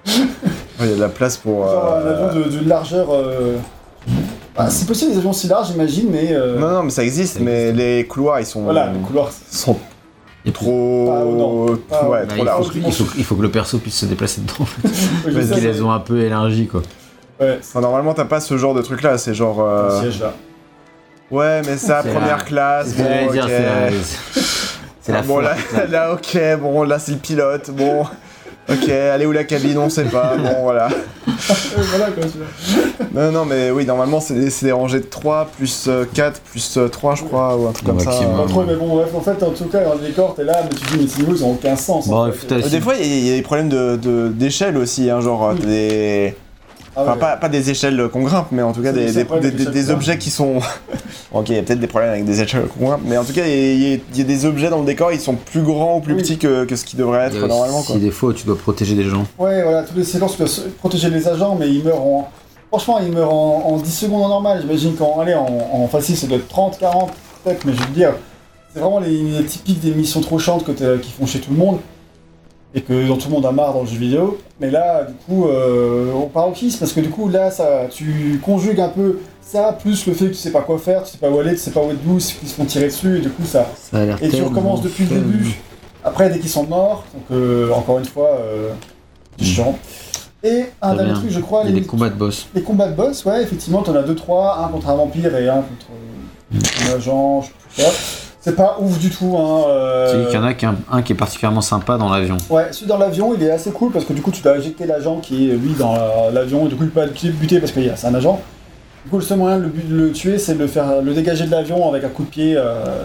Speaker 1: Il y a de la place pour.
Speaker 2: Genre,
Speaker 1: euh,
Speaker 2: un avion de, de largeur. euh, bah, si possible des avions si larges j'imagine mais. euh,
Speaker 1: Non, non, mais ça existe,
Speaker 4: Ça
Speaker 1: mais les couloirs, ils sont.
Speaker 2: Voilà, le couloir. c'est-
Speaker 1: sont
Speaker 4: Et
Speaker 2: Pas haut,
Speaker 1: trop.
Speaker 2: Pas haut.
Speaker 1: ouais,
Speaker 4: Bah,
Speaker 1: trop
Speaker 4: il, faut,
Speaker 1: larges.
Speaker 4: que- il, faut, il faut que le perso puisse se déplacer dedans.
Speaker 2: Ouais,
Speaker 1: Vas-y,
Speaker 2: je
Speaker 4: Parce
Speaker 2: sais,
Speaker 4: qu'ils
Speaker 2: c'est-
Speaker 4: les ont un peu élargis quoi.
Speaker 2: Ouais, c'est
Speaker 1: Enfin, normalement, t'as pas ce genre de truc là, c'est genre.
Speaker 2: un
Speaker 1: euh,
Speaker 2: siège là.
Speaker 1: Ouais, mais ça,
Speaker 4: C'est
Speaker 1: première
Speaker 4: la-
Speaker 1: classe,
Speaker 4: C'est
Speaker 1: bon,
Speaker 4: j'allais
Speaker 1: ok.
Speaker 4: dire, c'est la. C'est la
Speaker 1: Ah, bon,
Speaker 4: foire.
Speaker 1: là, là, ok, bon, là, c'est le pilote, bon. Ok, allez où la cabine, on sait pas, bon, voilà.
Speaker 2: Ouais, voilà quoi, tu vois.
Speaker 1: Non, non, mais oui, normalement, c'est des, c'est des rangées de 3, plus 4, plus 3, je crois, ou un truc comme ça.
Speaker 4: Maximum.
Speaker 2: Pas trop, mais bon, bref, en fait, en tout cas, dans le décor, t'es là, mais tu te dis, mais ces niveaux, ils ont aucun sens. en
Speaker 4: Bon,
Speaker 2: fait.
Speaker 4: putain,
Speaker 1: Euh,
Speaker 4: si-
Speaker 1: Des fois, il y a- il y, a des problèmes d'échelle de, d'échelle aussi, hein, genre,
Speaker 2: Oui.
Speaker 1: t'as des...
Speaker 2: Ah ouais.
Speaker 1: Enfin, pas, pas des échelles qu'on grimpe, mais en tout cas,
Speaker 2: C'est
Speaker 1: des,
Speaker 2: des
Speaker 1: des,
Speaker 2: problèmes
Speaker 1: des-
Speaker 2: d'échelle
Speaker 1: des- des
Speaker 2: qu'on
Speaker 1: objets qui sont... ok, il y a peut-être des problèmes avec des échelles qu'on grimpe, mais en tout cas, il y, a- il y a- il y a des objets dans le décor, ils sont plus grands ou plus
Speaker 2: Oui.
Speaker 1: petits que, que ce qui devrait
Speaker 4: il y
Speaker 1: être
Speaker 4: a
Speaker 1: normalement,
Speaker 4: aussi
Speaker 1: quoi.
Speaker 4: des fois où tu dois protéger des gens.
Speaker 2: Ouais, voilà, toutes les séquences, tu dois se- protéger les agents, mais ils meurent en. Franchement, ils meurent en, en 10 secondes en normal. J'imagine qu'en allez, en, en facile, ça doit être 30, 40, peut-être, mais je veux dire, c'est vraiment les, les typiques des missions trop chantes que t'as- qu'ils font chez tout le monde. Et que dont tout le monde a marre dans le jeu vidéo. Mais là, du coup, euh, on part au kiss, parce que du coup, là, ça, tu conjugues un peu ça, plus le fait que tu sais pas quoi faire, tu sais pas où aller, tu sais pas où être doux, qu'ils se font tirer dessus, et du coup, ça,
Speaker 4: Ça a l'air
Speaker 2: et tu
Speaker 4: tellement
Speaker 2: recommences depuis le
Speaker 4: fun.
Speaker 2: début. Après, dès qu'ils sont morts, donc euh, encore une fois, euh, c'est chiant. Et un
Speaker 4: Mm. Très
Speaker 2: dernier
Speaker 4: bien.
Speaker 2: truc, je crois,
Speaker 4: Il y a
Speaker 2: les,
Speaker 4: des combats de boss.
Speaker 2: les combats de boss, ouais, effectivement, t'en as 2-3, un contre un vampire et un contre
Speaker 4: Mm.
Speaker 2: euh, un agent, je sais plus quoi. C'est pas ouf du tout, hein.
Speaker 4: Tu
Speaker 2: euh,
Speaker 4: sais qu'il y en a qu'un- un qui est particulièrement sympa dans l'avion.
Speaker 2: Ouais, celui dans l'avion, il est assez cool parce que du coup, tu dois éjecter l'agent qui est lui dans la- l'avion et du coup, il peut pas le tuer- buter parce que yeah, c'est un agent. Du coup, le seul moyen de le, bu- de le tuer, c'est de le faire le dégager de l'avion avec un coup de pied euh,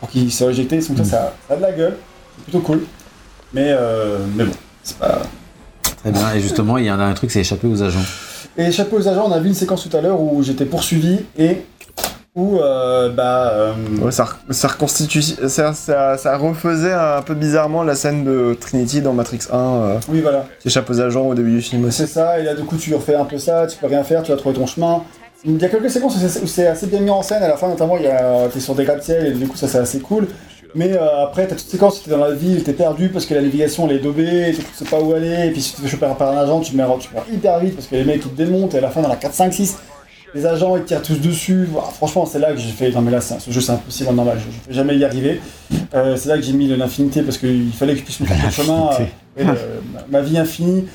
Speaker 2: pour qu'il soit éjecté. Donc ça, ça, ça a de la gueule, c'est plutôt cool. Mais, euh, mais bon, c'est pas.
Speaker 4: Très bien. Et justement, il y en a un truc, c'est échapper aux agents.
Speaker 2: Et chapeau aux agents, on a vu une séquence tout à l'heure où j'étais poursuivi et où euh, bah euh,
Speaker 1: Ouais, ça, re- ça reconstitue, ça, ça, ça refaisait un peu bizarrement la scène de Trinity dans Matrix 1, euh,
Speaker 2: oui voilà.
Speaker 1: qui échappe aux agents au début du film aussi.
Speaker 2: C'est ça, et là du coup tu refais un peu ça, tu peux rien faire, tu vas trouver ton chemin. Il y a quelques séquences où c'est- où c'est assez bien mis en scène, à la fin notamment, il y a- t'es sur des gratte-ciel et du coup ça c'est assez cool. Mais euh, après, t'as toute séquence où t'es dans la ville, t'es perdu parce que la navigation elle est daubée, tu sais pas où aller, et puis si tu te fais choper par un agent, tu te mets tu te mets hyper vite parce que les mecs ils te démontent, et à la fin dans la 4, 5, 6, les agents ils te tirent tous dessus. Ouah, franchement, c'est là que j'ai fait, non mais là c'est- ce jeu c'est impossible, non, là, je, je vais jamais y arriver. Euh, c'est là que j'ai mis de l'infinité parce qu'il fallait que je puisse me faire le chemin,
Speaker 4: L'infinité.
Speaker 2: euh, et, euh, ma ma vie infinie.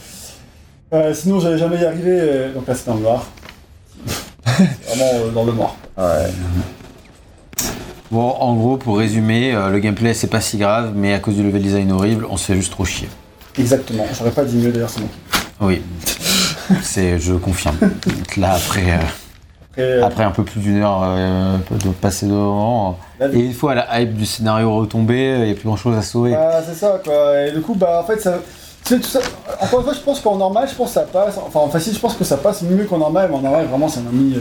Speaker 2: Euh, sinon, j'allais jamais y arriver. euh, Donc là, c'est dans le noir. C'est vraiment euh, dans le noir.
Speaker 1: Ouais.
Speaker 4: Bon, en gros, pour résumer, euh, le gameplay c'est pas si grave, mais à cause du level design horrible, on se fait juste trop chier.
Speaker 2: Exactement. J'aurais pas dit mieux d'ailleurs, c'est bon.
Speaker 4: Oui, c'est, je confirme. Donc Là, après, euh,
Speaker 2: Après, euh,
Speaker 4: après un peu plus d'une heure euh, de passer devant,
Speaker 2: la
Speaker 4: et
Speaker 2: vie.
Speaker 4: une fois la hype du scénario retombée, il n'y a plus grand chose à sauver.
Speaker 2: Bah, c'est ça, quoi. Et du coup, bah, en fait, ça. c'est tout ça. Encore une fois, je pense qu'en normal, je pense que ça passe. Enfin, en facile, je pense que ça passe mieux qu'en normal. Mais en normal, vraiment, ça m'a mis. euh,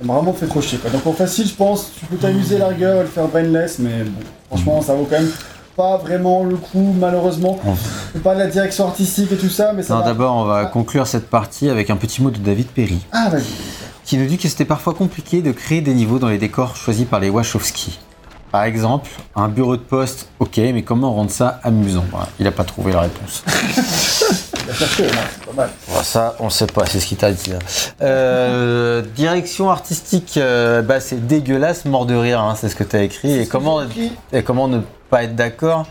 Speaker 2: Ça m'a vraiment fait trop chier, quoi. Donc en facile, je pense, tu peux t'amuser la rigueur et le faire brainless. Mais bon, franchement, ça vaut quand même pas vraiment le coup, malheureusement.
Speaker 4: Bon.
Speaker 2: C'est pas de la direction artistique et tout ça, mais ça.
Speaker 4: Non,
Speaker 2: va-
Speaker 4: d'abord, on va conclure cette partie avec un petit mot de David Perry,
Speaker 2: Ah, vas-y.
Speaker 4: qui nous dit que c'était parfois compliqué de créer des niveaux dans les décors choisis par les Wachowski. Par exemple, un bureau de poste, ok, mais comment rendre ça amusant Voilà, Il n'a pas trouvé la réponse.
Speaker 2: bien cherché, hein, c'est pas mal.
Speaker 4: Bon, Oh, ça, on sait pas, c'est ce qu'il t'a dit. hein. Euh, direction artistique, euh, bah, c'est dégueulasse, mort de rire, hein, c'est ce que t'as écrit. Et comment,
Speaker 2: Qui-
Speaker 4: et comment ne pas être d'accord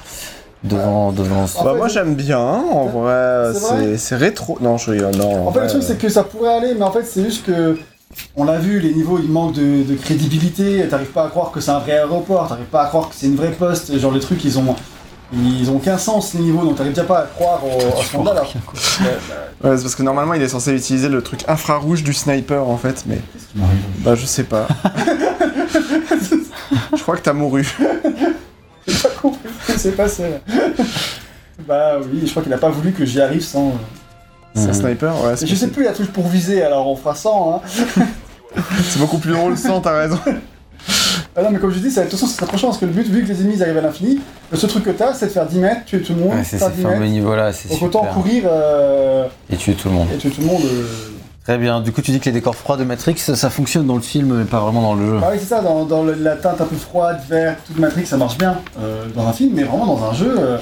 Speaker 4: devant, devant ce-
Speaker 2: En
Speaker 1: Bah,
Speaker 2: fait,
Speaker 1: moi j'aime bien, hein, en vrai,
Speaker 2: C'est vrai
Speaker 1: c'est- c'est rétro. Non, je rigole, non. euh,
Speaker 2: En fait, le truc, c'est que ça pourrait aller, mais en fait, c'est juste que. On l'a vu, les niveaux, ils manquent de, de crédibilité. T'arrives pas à croire que c'est un vrai aéroport, t'arrives pas à croire que c'est une vraie poste. Genre, les trucs, ils ont. Ils ont qu'un sens, les niveaux, donc t'arrives déjà pas à croire au, au scandale. alors. Ouais, bah,
Speaker 1: Ouais, c'est parce que normalement il est censé utiliser le truc infrarouge du sniper en fait, mais. Bah, je sais pas. je crois que t'as mouru.
Speaker 2: J'ai pas compris ce qui s'est passé. là. bah oui, je crois qu'il a pas voulu que j'y arrive sans. Ah,
Speaker 1: C'est un
Speaker 4: Mhm.
Speaker 1: sniper, ouais.
Speaker 2: Je
Speaker 1: C'est
Speaker 2: sais plus la touche pour viser, alors on fera 100. Hein.
Speaker 1: c'est beaucoup plus drôle sans, t'as raison.
Speaker 2: Ah non, mais comme je dis, ça, de toute façon, c'est approchant parce que le but, vu que les ennemis ils arrivent à l'infini, le seul truc que t'as, c'est de faire 10 mètres, tuer tout le monde,
Speaker 4: Ouais, c'est
Speaker 2: faire
Speaker 4: ces
Speaker 2: 10
Speaker 4: fameux
Speaker 2: mètres.
Speaker 4: niveaux-là, c'est
Speaker 2: Donc autant
Speaker 4: super.
Speaker 2: courir euh,
Speaker 4: Et tuer tout le monde.
Speaker 2: et tuer tout le monde. euh.
Speaker 4: Très bien, du coup tu dis que les décors froids de Matrix, ça fonctionne dans le film, mais pas vraiment dans le jeu.
Speaker 2: Ah oui, c'est ça, dans, dans le- la teinte un peu froide, verte, toute Matrix, ça marche bien euh, dans un film, mais vraiment dans un jeu. euh,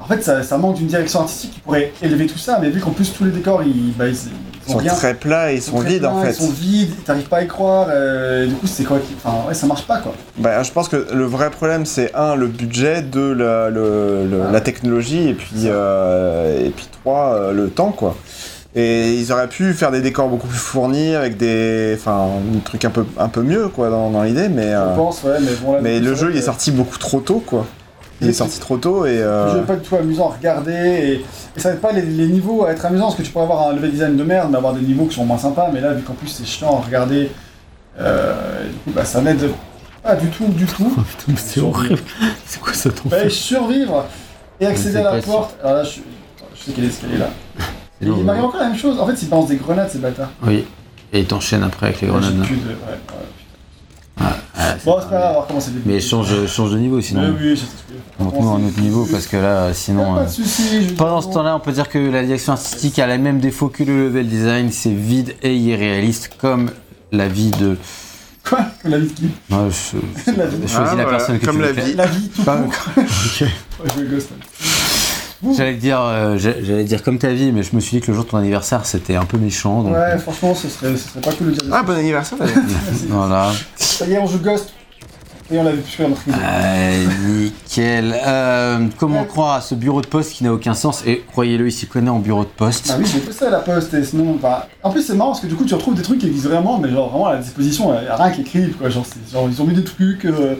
Speaker 2: en fait, ça, ça manque d'une direction artistique qui pourrait élever tout ça, mais vu qu'en plus tous les décors, ils, bah, ils, ils
Speaker 1: Ils sont
Speaker 2: rien.
Speaker 1: très plats et ils sont
Speaker 2: très
Speaker 1: vides en
Speaker 2: pleins,
Speaker 1: fait.
Speaker 2: Ils sont vides, t'arrives pas à y croire, euh, du coup c'est quoi qui- Enfin ouais, ça marche pas quoi.
Speaker 1: Bah, je pense que le vrai problème, c'est un, le budget, deux, la, le- le-
Speaker 2: Ah.
Speaker 1: la technologie, et puis, euh, et puis trois, euh, le temps, quoi. Et ils auraient pu faire des décors beaucoup plus fournis, avec des, enfin, un truc un peu, un peu mieux, quoi, dans, dans l'idée, mais, euh,
Speaker 2: Je pense, ouais, mais bon là.
Speaker 1: mais
Speaker 2: du coup,
Speaker 1: le
Speaker 2: c'est
Speaker 1: jeu,
Speaker 2: vrai
Speaker 1: il est
Speaker 2: que
Speaker 1: sorti beaucoup trop tôt, quoi. Il
Speaker 2: Et
Speaker 1: est sorti trop tôt, et...
Speaker 2: Le jeu
Speaker 1: euh,
Speaker 2: est pas du tout amusant à regarder et, et ça aide pas les, les niveaux à être amusants parce que tu pourrais avoir un level design de merde mais avoir des niveaux qui sont moins sympas mais là vu qu'en plus c'est chiant à regarder, euh, du coup bah ça n'aide pas du tout, du tout.
Speaker 3: C'est horrible. C'est quoi ça ton
Speaker 2: Fallait survivre et accéder
Speaker 4: Mais c'est
Speaker 2: à la
Speaker 4: pas sûr.
Speaker 2: porte. Alors là je, je sais quelle est escalier là.
Speaker 3: C'est
Speaker 2: Et
Speaker 3: long,
Speaker 2: il m'arrive encore la même chose. En fait, ils balancent des grenades, ces bâtards.
Speaker 4: euh,
Speaker 3: Oui. Et il t'enchaîne après avec les grenades.
Speaker 2: Ah, J'ai
Speaker 3: là.
Speaker 2: plus de- ouais, ouais, putain.
Speaker 4: hein. Ah, c'est
Speaker 2: Bon,
Speaker 4: pas
Speaker 2: c'est pas
Speaker 4: mal.
Speaker 2: grave, on va recommencer début.
Speaker 4: Mais change, change de niveau sinon.
Speaker 2: Oui, Ah oui, Ah, j'ai
Speaker 4: Montre-nous un autre niveau parce que là, sinon.
Speaker 2: Pas
Speaker 4: euh,
Speaker 2: de soucis, je-
Speaker 4: Pendant ce temps-là, on peut dire que la direction artistique a les mêmes défauts que le level design, c'est vide et irréaliste, comme la vie de.
Speaker 2: Quoi Comme la vie de qui
Speaker 4: Ouais, je- je-
Speaker 2: La vie.
Speaker 4: choisis
Speaker 1: Ah,
Speaker 4: la
Speaker 1: voilà,
Speaker 4: personne que
Speaker 1: comme
Speaker 4: tu veux
Speaker 1: la
Speaker 4: faire.
Speaker 1: vie.
Speaker 2: La vie, tout
Speaker 4: Pas-
Speaker 2: court. Ouais, Oh, je vais ghost.
Speaker 4: J'allais dire, euh, j'a- j'allais dire comme ta vie, mais je me suis dit que le jour de ton anniversaire, c'était un peu méchant. Donc,
Speaker 2: Ouais, franchement, ce serait, ce serait pas cool de dire
Speaker 1: Ah, bon anniversaire, d'ailleurs.
Speaker 4: Voilà.
Speaker 2: ça. Ça y est, on joue ghost. Et on l'avait plus fait dans notre vidéo.
Speaker 4: Euh, nickel. Euh, comment
Speaker 2: Ouais.
Speaker 4: croire à ce bureau de poste qui n'a aucun sens Et croyez-le, il s'y connaît en bureau de poste.
Speaker 2: Bah oui, j'ai fait ça à la poste, et sinon, bah... En plus, c'est marrant, parce que du coup, tu retrouves des trucs qui existent vraiment, mais genre, vraiment, à la disposition, il y a rien qui est crédible, quoi. Genre, c'est- genre, ils ont mis des trucs... euh,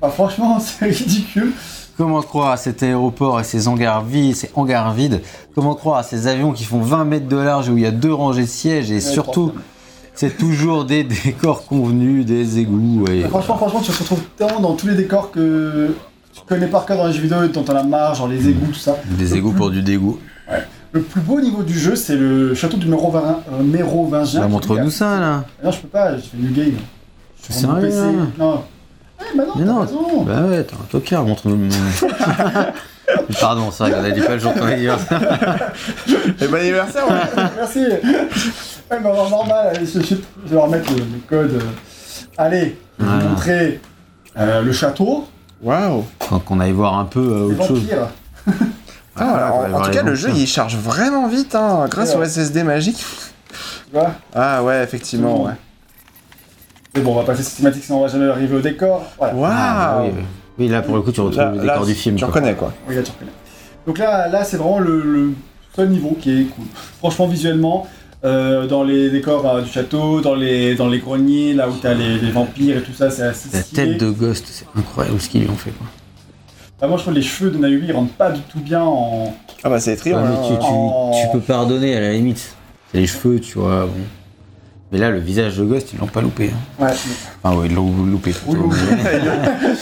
Speaker 2: Bah, franchement, c'est ridicule.
Speaker 4: Comment croire à cet aéroport et ses hangars vides, ces hangars vides Comment croire à ces avions qui font 20 mètres de large où il y a deux rangées de sièges et surtout, c'est toujours des décors convenus, des égouts et
Speaker 2: Mais franchement, franchement, tu te retrouves tellement dans tous les décors que tu connais par cœur dans les jeux vidéo et dont t'en as marre, genre les égouts, tout ça.
Speaker 4: des égouts pour du dégoût.
Speaker 2: Le plus beau niveau du jeu, c'est le château du Mérovin- euh, Mérovingien.
Speaker 4: Bah, Montre-nous ça là.
Speaker 2: Non, je peux pas, je fais New Game. Je suis sur mon
Speaker 4: Sérieux,
Speaker 2: PC.
Speaker 4: là
Speaker 2: Non. Ouais, bah non,
Speaker 4: hein Mais
Speaker 2: t'as
Speaker 4: non.
Speaker 2: raison.
Speaker 4: Bah ouais, t'es un tocard, montre-nous. Pardon, ça, on a dit pas le jour de ton anniversaire.
Speaker 1: Et bon anniversaire, ouais.
Speaker 4: bah.
Speaker 2: Merci. Ouais, bah, mais en normal, allez, je, je- je vais remettre le, le code. euh. Allez, je vais vous
Speaker 4: Voilà.
Speaker 2: montrer euh, le château,
Speaker 1: Waouh.
Speaker 4: Faut qu'on aille voir un peu euh,
Speaker 2: les
Speaker 4: autre chose.
Speaker 2: vampires.
Speaker 1: Ah,
Speaker 4: Ouais,
Speaker 1: alors,
Speaker 4: on va
Speaker 1: en,
Speaker 4: voir
Speaker 1: tout
Speaker 4: les
Speaker 1: cas, le
Speaker 4: banques,
Speaker 1: jeu,
Speaker 4: hein.
Speaker 1: il charge vraiment vite, hein, grâce
Speaker 2: Ouais.
Speaker 1: au SSD magique.
Speaker 2: Tu vois
Speaker 1: Ah, ouais, effectivement, ouais.
Speaker 2: Mais bon, on va passer systématique sinon on va jamais arriver au décor. Voilà.
Speaker 4: Ah,
Speaker 1: Waouh.
Speaker 4: oui, oui. Oui, là pour le coup, tu retrouves
Speaker 1: Là-
Speaker 4: le
Speaker 1: là,
Speaker 4: décor du film.
Speaker 1: Tu
Speaker 4: quoi.
Speaker 1: reconnais, quoi.
Speaker 2: Oui, là, tu reconnais. Donc là, là c'est vraiment le, le seul niveau qui est cool. Franchement, visuellement, euh, dans les décors euh, du château, dans les, dans les greniers, là où t'as les, les vampires et tout ça, c'est assez
Speaker 4: La
Speaker 2: stylé.
Speaker 4: tête de Ghost, c'est incroyable ce qu'ils lui ont fait. Quoi.
Speaker 2: Ah, moi, je trouve les cheveux de Naomi, ils rentrent pas du tout bien en...
Speaker 1: Ah bah c'est étriant.
Speaker 4: Ouais, mais
Speaker 1: hein.
Speaker 4: tu, tu-
Speaker 2: Oh.
Speaker 4: tu peux pardonner à la limite. C'est les cheveux, tu vois. bon. Mais là, le visage de Ghost, ils l'ont pas loupé. hein.
Speaker 2: Ouais,
Speaker 4: Enfin, ouais, ils l'ont loupé.
Speaker 2: Oui,
Speaker 4: plutôt.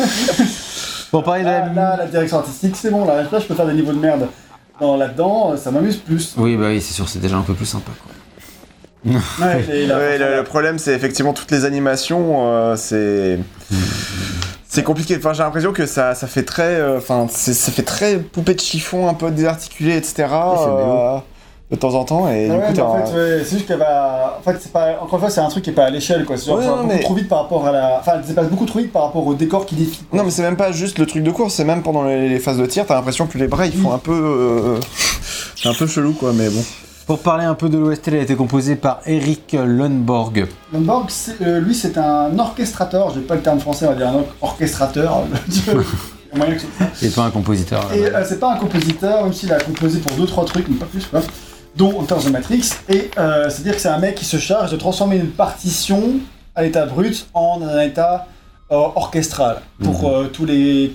Speaker 4: Pour parler de
Speaker 2: Ah, là,
Speaker 4: la.
Speaker 2: là, la direction artistique, c'est bon, là, là, je peux faire des niveaux de merde. Dans- Là-dedans, euh, ça m'amuse plus.
Speaker 4: Oui, bah oui, c'est sûr, c'est déjà un peu plus sympa. Quoi.
Speaker 2: Ouais, les- la-
Speaker 1: Ah Ouais, le, le problème c'est effectivement toutes les animations, euh, c'est c'est compliqué. Enfin j'ai l'impression que ça, ça fait très, euh, enfin c'est- ça fait très poupée de chiffon un peu désarticulée etc.
Speaker 4: c'est
Speaker 1: euh, de temps en temps et
Speaker 2: Ah ouais,
Speaker 1: du coup
Speaker 2: mais
Speaker 1: t'as
Speaker 2: en
Speaker 1: un-
Speaker 2: fait, ouais, c'est juste qu'elle va. En fait, c'est pas. Encore une fois, c'est un truc qui est pas à l'échelle, quoi. C'est genre,
Speaker 1: Ouais,
Speaker 2: ça va
Speaker 1: non,
Speaker 2: beaucoup
Speaker 1: mais-
Speaker 2: trop vite par rapport à la. Enfin, elle se dépasse beaucoup trop vite par rapport au décor qui défie.
Speaker 1: Non mais c'est même pas juste le truc de course, c'est même pendant les, les phases de tir, t'as l'impression que les bras ils font un peu... euh, C'est un peu chelou quoi, mais bon.
Speaker 4: Pour parler un peu de l'OST, elle a été composée par Eric Lundborg.
Speaker 2: Lundborg, c'est- euh, lui, c'est un orchestrateur. J'ai pas le terme français, on va dire un or- orchestrateur. Il y a moyen que ce soit.
Speaker 4: Et pas un compositeur.
Speaker 2: Et euh, c'est pas un compositeur, même s'il a composé pour 2-3 trucs, mais pas plus, quoi, dont Hunters of Matrix. Et euh, c'est-à-dire que c'est un mec qui se charge de transformer une partition à l'état brut en un état euh, orchestral pour euh, tous les.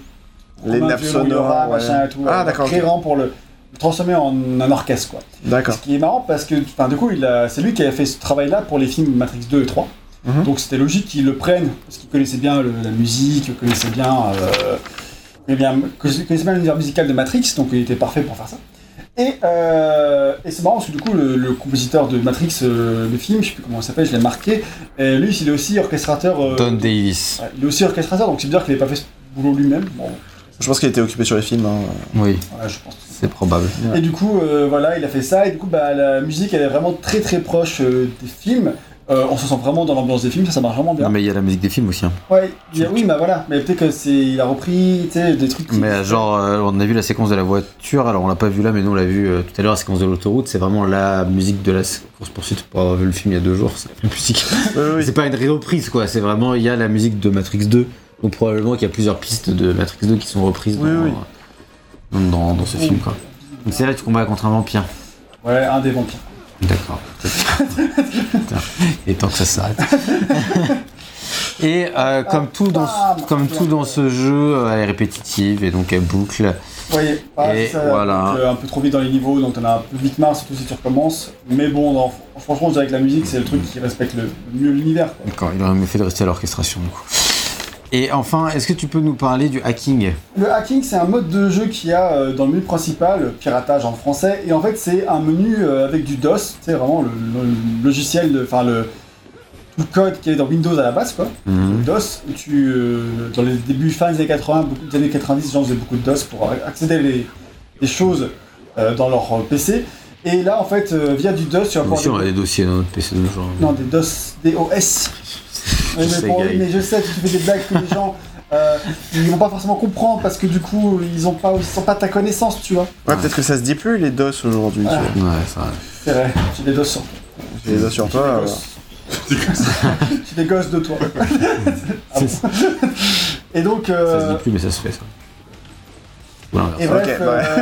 Speaker 1: Mhm. Les
Speaker 2: Romain
Speaker 1: nappes
Speaker 2: Violon,
Speaker 1: sonores,
Speaker 2: Yora,
Speaker 1: ouais.
Speaker 2: machin et tout,
Speaker 1: Ah,
Speaker 2: euh,
Speaker 1: d'accord,
Speaker 2: créant pour le, le transformer en un orchestre, quoi.
Speaker 1: D'accord.
Speaker 2: Ce qui est marrant parce que, enfin, du coup, il a- c'est lui qui a fait ce travail-là pour les films Matrix 2 et 3.
Speaker 1: Mhm.
Speaker 2: Donc c'était logique qu'il le prenne, parce qu'il connaissait bien le- la musique, il connaissait bien, euh, il connaissait bien, il connaissait bien l'univers musical de Matrix, donc il était parfait pour faire ça. Et, euh, et c'est marrant parce que du coup, le, le compositeur de Matrix, euh, le film, je sais plus comment il s'appelle, je l'ai marqué, et lui, il est aussi orchestrateur. euh,
Speaker 4: Don Davis.
Speaker 2: ouais, il est aussi orchestrateur, donc c'est bizarre qu'il n'ait pas fait ce boulot lui-même. Bon,
Speaker 1: Je pense qu'il était occupé sur les films. hein.
Speaker 4: Oui,
Speaker 2: voilà, je pense.
Speaker 4: c'est probable.
Speaker 2: Et du coup, euh, voilà, il a fait ça. Et du coup, bah, la musique, elle est vraiment très très proche euh, des films. Euh, on se sent vraiment dans l'ambiance des films, ça, ça marche vraiment bien.
Speaker 4: Non, mais il y a la musique des films aussi. hein.
Speaker 2: Ouais, il y a- oui, bah voilà. Mais peut-être que c'est, il a repris, tu sais, des trucs. qui-
Speaker 4: Mais euh, genre, euh, on a vu la séquence de la voiture, alors on l'a pas vu là, mais nous on l'a vu euh, tout à l'heure, la séquence de l'autoroute, c'est vraiment la musique de la course-poursuite. Pour avoir vu le film il y a deux jours, c'est la musique.
Speaker 1: Oui, oui,
Speaker 4: C'est pas une reprise quoi, c'est vraiment, il y a la musique de Matrix 2. Donc probablement qu'il y a plusieurs pistes de Matrix 2 qui sont reprises
Speaker 1: Oui,
Speaker 4: dans,
Speaker 1: oui. Oh.
Speaker 4: dans- dans- dans ce film quoi. Donc c'est là que tu combats contre un vampire.
Speaker 2: Ouais, un des vampires.
Speaker 4: D'accord. Putain, il est temps que ça s'arrête. et euh, comme, tout dans,
Speaker 1: Ah,
Speaker 4: ce- comme tout dans ce jeu, euh, elle est répétitive et donc elle boucle.
Speaker 2: Vous voyez, pas
Speaker 4: Et
Speaker 2: ça,
Speaker 4: voilà.
Speaker 2: donc, euh, un peu trop vite dans les niveaux, donc t'en as un peu vite marre, surtout si tu recommences. Mais bon, non, fr- franchement, je dirais que la musique, c'est le truc qui respecte le mieux l'univers. quoi.
Speaker 4: D'accord, il aurait mieux fait de rester à l'orchestration du coup. Et enfin, est-ce que tu peux nous parler du hacking
Speaker 2: Le hacking, c'est un mode de jeu qu'il y a euh, dans le menu principal, euh, piratage en français, et en fait c'est un menu euh, avec du DOS, c'est vraiment le, le logiciel, de- enfin le, tout le code qui est dans Windows à la base quoi.
Speaker 4: Mhm.
Speaker 2: Le DOS, où tu, euh, dans les débuts fin des années 80, beaucoup des années 90, les gens faisaient beaucoup de DOS pour accéder à les, les choses euh, dans leur euh, PC. Et là en fait, euh, via du DOS, tu vas
Speaker 4: Nous
Speaker 2: pouvoir...
Speaker 4: aussi, on a des dossiers dans notre PC de nos jours.
Speaker 2: Non, des DOS, des OS. Oui,
Speaker 4: Je
Speaker 2: mais,
Speaker 4: sais,
Speaker 2: pour-
Speaker 4: Guy.
Speaker 2: mais je sais, tu fais des blagues que les gens euh, ils vont pas forcément comprendre parce que du coup ils ont pas, ils sont pas ta connaissance, tu vois.
Speaker 1: Ouais, peut-être que ça se dit plus les dos aujourd'hui. tu
Speaker 2: Ah.
Speaker 1: vois.
Speaker 4: Ouais, ça.
Speaker 2: C'est vrai, j'ai des dos sur toi.
Speaker 1: J'ai les os sur toi. euh,
Speaker 2: J'ai des gosses de toi. Ah bon Et donc.
Speaker 4: Ça
Speaker 2: euh,
Speaker 4: se dit plus, mais ça se fait ça. Ou l'inverse.
Speaker 2: Et bref,
Speaker 1: Ok,
Speaker 2: euh,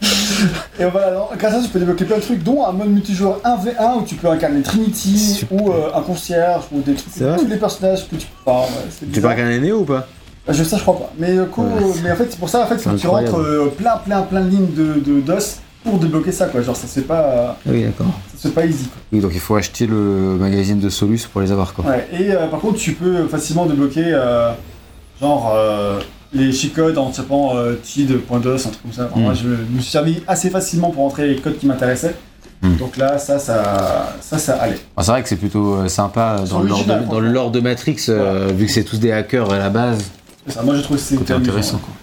Speaker 2: et voilà, alors, grâce à ça, tu peux débloquer plein de trucs, dont un mode multijoueur 1v1 où tu peux incarner Trinity
Speaker 4: Super.
Speaker 2: ou euh, un concierge ou des trucs,
Speaker 4: C'est vrai
Speaker 2: tous les personnages que tu peux. Enfin, ouais, c'est
Speaker 4: Tu
Speaker 2: bizarre.
Speaker 4: peux regarder Néo ou pas
Speaker 2: Euh, Je sais, je crois pas. Mais, euh, co-
Speaker 4: Ouais.
Speaker 2: euh, mais en fait, c'est pour ça, en fait, faut que tu
Speaker 4: incroyable.
Speaker 2: rentres euh, plein, plein, plein de lignes de, de DOS pour débloquer ça, quoi. Genre, ça se fait pas, euh,
Speaker 4: Oui, d'accord.
Speaker 2: ça se fait pas easy. quoi.
Speaker 4: Oui, donc il faut acheter le magazine de Solus pour les avoir quoi.
Speaker 2: Ouais. Et euh, par contre, tu peux facilement débloquer, euh, genre, euh, les cheat-codes en tapant euh, tid.dos, un truc comme ça. Enfin,
Speaker 4: Mm.
Speaker 2: Moi, je me suis servi assez facilement pour entrer les codes qui m'intéressaient.
Speaker 4: Mm.
Speaker 2: Donc là, ça, ça, ça, ça allait.
Speaker 4: Ah, c'est vrai que c'est plutôt euh, sympa euh,
Speaker 2: C'est
Speaker 4: dans le, lore de,
Speaker 2: original,
Speaker 4: dans le lore de Matrix, euh, vu que c'est tous des hackers à la base.
Speaker 2: C'est Ça, moi, j'ai trouvé que c'était
Speaker 4: Côté
Speaker 2: amusant,
Speaker 4: intéressant
Speaker 2: ouais.
Speaker 4: quoi.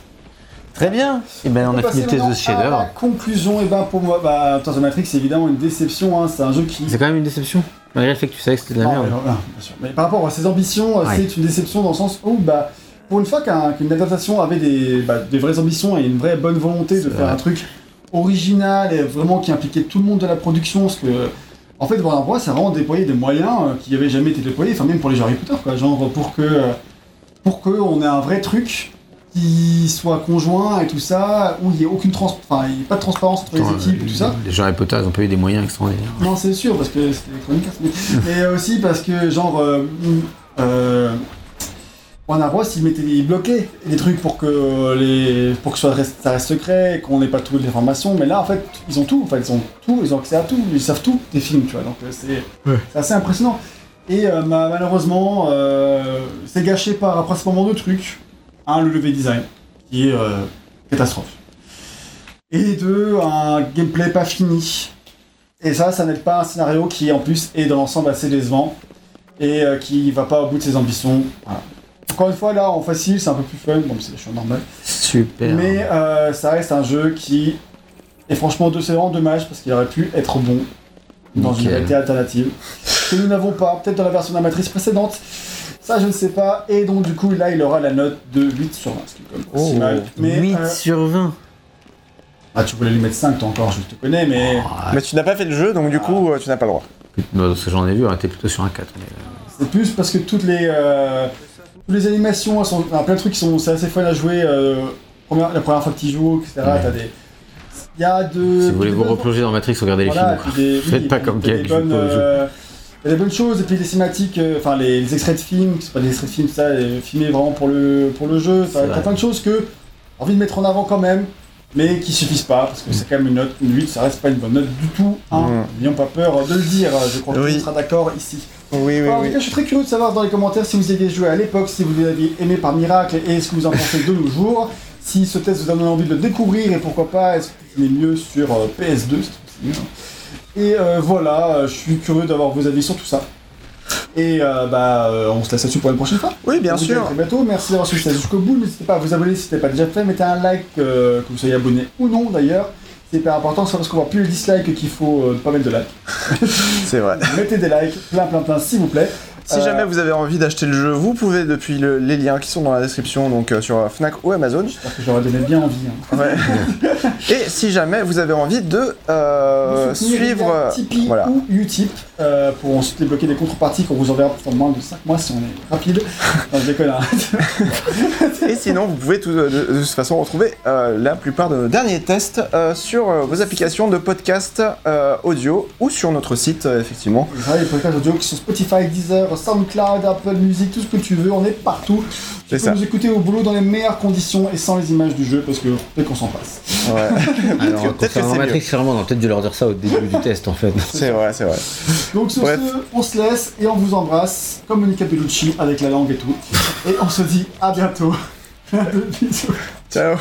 Speaker 4: Très bien Et ben on a
Speaker 2: passer
Speaker 4: fini le test de
Speaker 2: maintenant
Speaker 4: ce
Speaker 2: à La
Speaker 4: chef-d'œuvre.
Speaker 2: conclusion, et ben pour moi, bah, Hunters of Matrix, c'est évidemment une déception. hein. C'est un jeu qui.
Speaker 4: C'est quand même une déception. Malgré le fait que tu savais que c'était de la
Speaker 2: Non,
Speaker 4: merde.
Speaker 2: mais non, non, Ah, bien sûr. Mais par rapport à ses ambitions, euh,
Speaker 4: Ouais.
Speaker 2: c'est une déception dans le sens où, bah, pour une fois qu'un- qu'une adaptation avait des, bah, des vraies ambitions et une vraie bonne volonté de
Speaker 4: C'est
Speaker 2: faire
Speaker 4: vrai.
Speaker 2: un truc original et vraiment qui impliquait tout le monde de la production, parce que, en fait, Warner Bros. a vraiment déployé des moyens euh, qui n'avaient jamais été déployés, enfin, même pour les Harry Potter, quoi, genre pour que, euh, pour que on ait un vrai truc qui soit conjoint et tout ça, où il n'y ait aucune trans, enfin, il y ait pas de transparence entre les
Speaker 4: Attends, euh,
Speaker 2: équipes et tout ça.
Speaker 4: les- Les gens Harry Potter, ils ont pas eu des moyens extraordinaires.
Speaker 2: Non, c'est sûr, parce que c'était Electronic Arts, Mais, mais aussi parce que, genre, euh, euh, Warner Bros, ils, mettaient, ils bloquaient des trucs pour que, les, pour que ça, reste, ça reste secret, qu'on n'ait pas toutes les informations. Mais là, en fait, ils ont tout. Enfin, ils ont tout, ils ont accès à tout, ils savent tout des films, tu vois. Donc, euh, c'est c'est assez impressionnant. Et euh, ma- malheureusement, euh, c'est gâché par principalement deux trucs. Un, hein, le lever design, qui est euh, catastrophe. Et deux, un gameplay pas fini. Et ça, ça n'aide pas un scénario qui, en plus, est dans l'ensemble assez décevant et euh, qui va pas au bout de ses ambitions. Voilà. Encore une fois, là, en facile, c'est un peu plus fun, bon, c'est je suis normal.
Speaker 4: Super.
Speaker 2: Mais euh, ça reste un jeu qui Et franchement, c'est vraiment dommage parce qu'il aurait pu être bon dans une
Speaker 3: Nickel.
Speaker 2: réalité alternative que nous n'avons pas, peut-être dans la version de la matrice précédente. Ça, je ne sais pas. Et donc, du coup, là, il aura la note de 8 sur 20, ce qui est quand même pas si mal. Mais,
Speaker 3: 8
Speaker 2: euh,
Speaker 3: sur 20.
Speaker 2: Ah, tu voulais lui mettre 5, toi encore, je te connais,
Speaker 4: Oh.
Speaker 2: mais
Speaker 1: Mais tu n'as pas fait le jeu, donc du coup, euh, tu n'as pas le droit.
Speaker 3: Non, ce que j'en ai
Speaker 4: hein,
Speaker 3: vu, on était plutôt sur un 4. mais, euh,
Speaker 2: c'est plus parce que toutes les, euh, toutes les animations, elles sont, enfin, plein de trucs qui sont c'est assez fun à jouer. euh, première- la première fois que tu y joues, etc.
Speaker 3: Ouais.
Speaker 2: T'as des. Il y a de.
Speaker 3: si vous voulez vous replonger dans Matrix, regardez
Speaker 2: Voilà,
Speaker 3: les films.
Speaker 2: et puis des- oui,
Speaker 3: Faites
Speaker 2: et
Speaker 3: pas
Speaker 2: puis
Speaker 3: comme
Speaker 2: t'as
Speaker 3: Gaël,
Speaker 2: des
Speaker 3: je joue
Speaker 2: bonnes,
Speaker 3: pas au jeu.
Speaker 2: euh, t'as des bonnes choses, et puis les cinématiques, euh, enfin les, les extraits de films, c'est pas des extraits de films, ça, euh, filmés vraiment pour le, pour le jeu. Enfin,
Speaker 3: C'est
Speaker 2: T'as
Speaker 3: vrai.
Speaker 2: plein de choses que j'ai envie de mettre en avant quand même, mais qui suffisent pas, parce que c'est quand même une note, une 8, ça reste pas une bonne note du tout, hein.
Speaker 3: Mm.
Speaker 2: N'ayons pas peur de le dire, je crois que
Speaker 1: Oui.
Speaker 2: tout le monde sera d'accord ici.
Speaker 1: Oui, oui,
Speaker 2: Alors, en tout
Speaker 1: oui.
Speaker 2: cas, je suis très curieux de savoir dans les commentaires si vous y aviez joué à l'époque, si vous l'aviez aimé par miracle et ce que vous en pensez de nos jours. Si ce test vous a donné envie de le découvrir et pourquoi pas, est-ce qu'il est mieux sur euh, PS2 c'est mieux, hein. Et euh, voilà, euh, je suis curieux d'avoir vos avis sur tout ça. Et euh, bah, euh, on se laisse là-dessus pour une prochaine fois.
Speaker 1: Oui, bien
Speaker 2: On vous dit À
Speaker 1: sûr.
Speaker 2: très bientôt. Merci d'avoir suivi ça jusqu'au bout. N'hésitez pas à vous abonner si ce n'est pas déjà fait. Mettez un like, euh, que vous soyez abonné ou non d'ailleurs. C'est hyper important, c'est pas parce qu'on voit plus les dislikes qu'il faut euh, ne pas mettre de like.
Speaker 1: C'est vrai.
Speaker 2: Mettez des likes, plein, plein, plein, s'il vous plaît.
Speaker 1: Si
Speaker 2: Euh,
Speaker 1: jamais vous avez envie d'acheter le jeu, vous pouvez depuis le- les liens qui sont dans la description, donc euh, sur euh, Fnac ou Amazon.
Speaker 2: Parce que j'aurais donné bien envie. hein.
Speaker 1: Ouais. Et si jamais vous avez envie de euh,
Speaker 2: Vous soutenir
Speaker 1: suivre,
Speaker 2: via
Speaker 1: euh,
Speaker 2: Tipeee
Speaker 1: voilà.
Speaker 2: ou Utip euh, pour ensuite débloquer des contreparties qu'on vous enverra peut-être en moins de 5 mois si on est rapide. Non, je déconne. hein.
Speaker 1: euh, et sinon vous pouvez tout- de, de toute façon retrouver euh, la plupart de nos derniers tests euh, sur euh, vos applications de podcast euh, audio ou sur notre site euh, effectivement.
Speaker 2: Vous savez, les podcasts audio qui sont Spotify, Deezer, SoundCloud, Apple Music, tout ce que tu veux, on est partout. Tu
Speaker 1: C'est
Speaker 2: peux
Speaker 1: ça.
Speaker 2: nous écouter au boulot dans les meilleures conditions et sans les images du jeu parce que peut-être qu'on s'en passe.
Speaker 1: Ouais.
Speaker 3: Alors,
Speaker 1: Peut-être que c'est
Speaker 3: concernant
Speaker 1: mieux.
Speaker 3: Matrix, vraiment, on aurait peut-être dû leur dire ça au début du test en fait.
Speaker 1: C'est vrai, c'est vrai.
Speaker 2: Donc sur
Speaker 1: Bref.
Speaker 2: ce, on se laisse et on vous embrasse comme Monica Bellucci avec la langue et tout. Et on se dit à bientôt. Bisous.
Speaker 1: Ciao.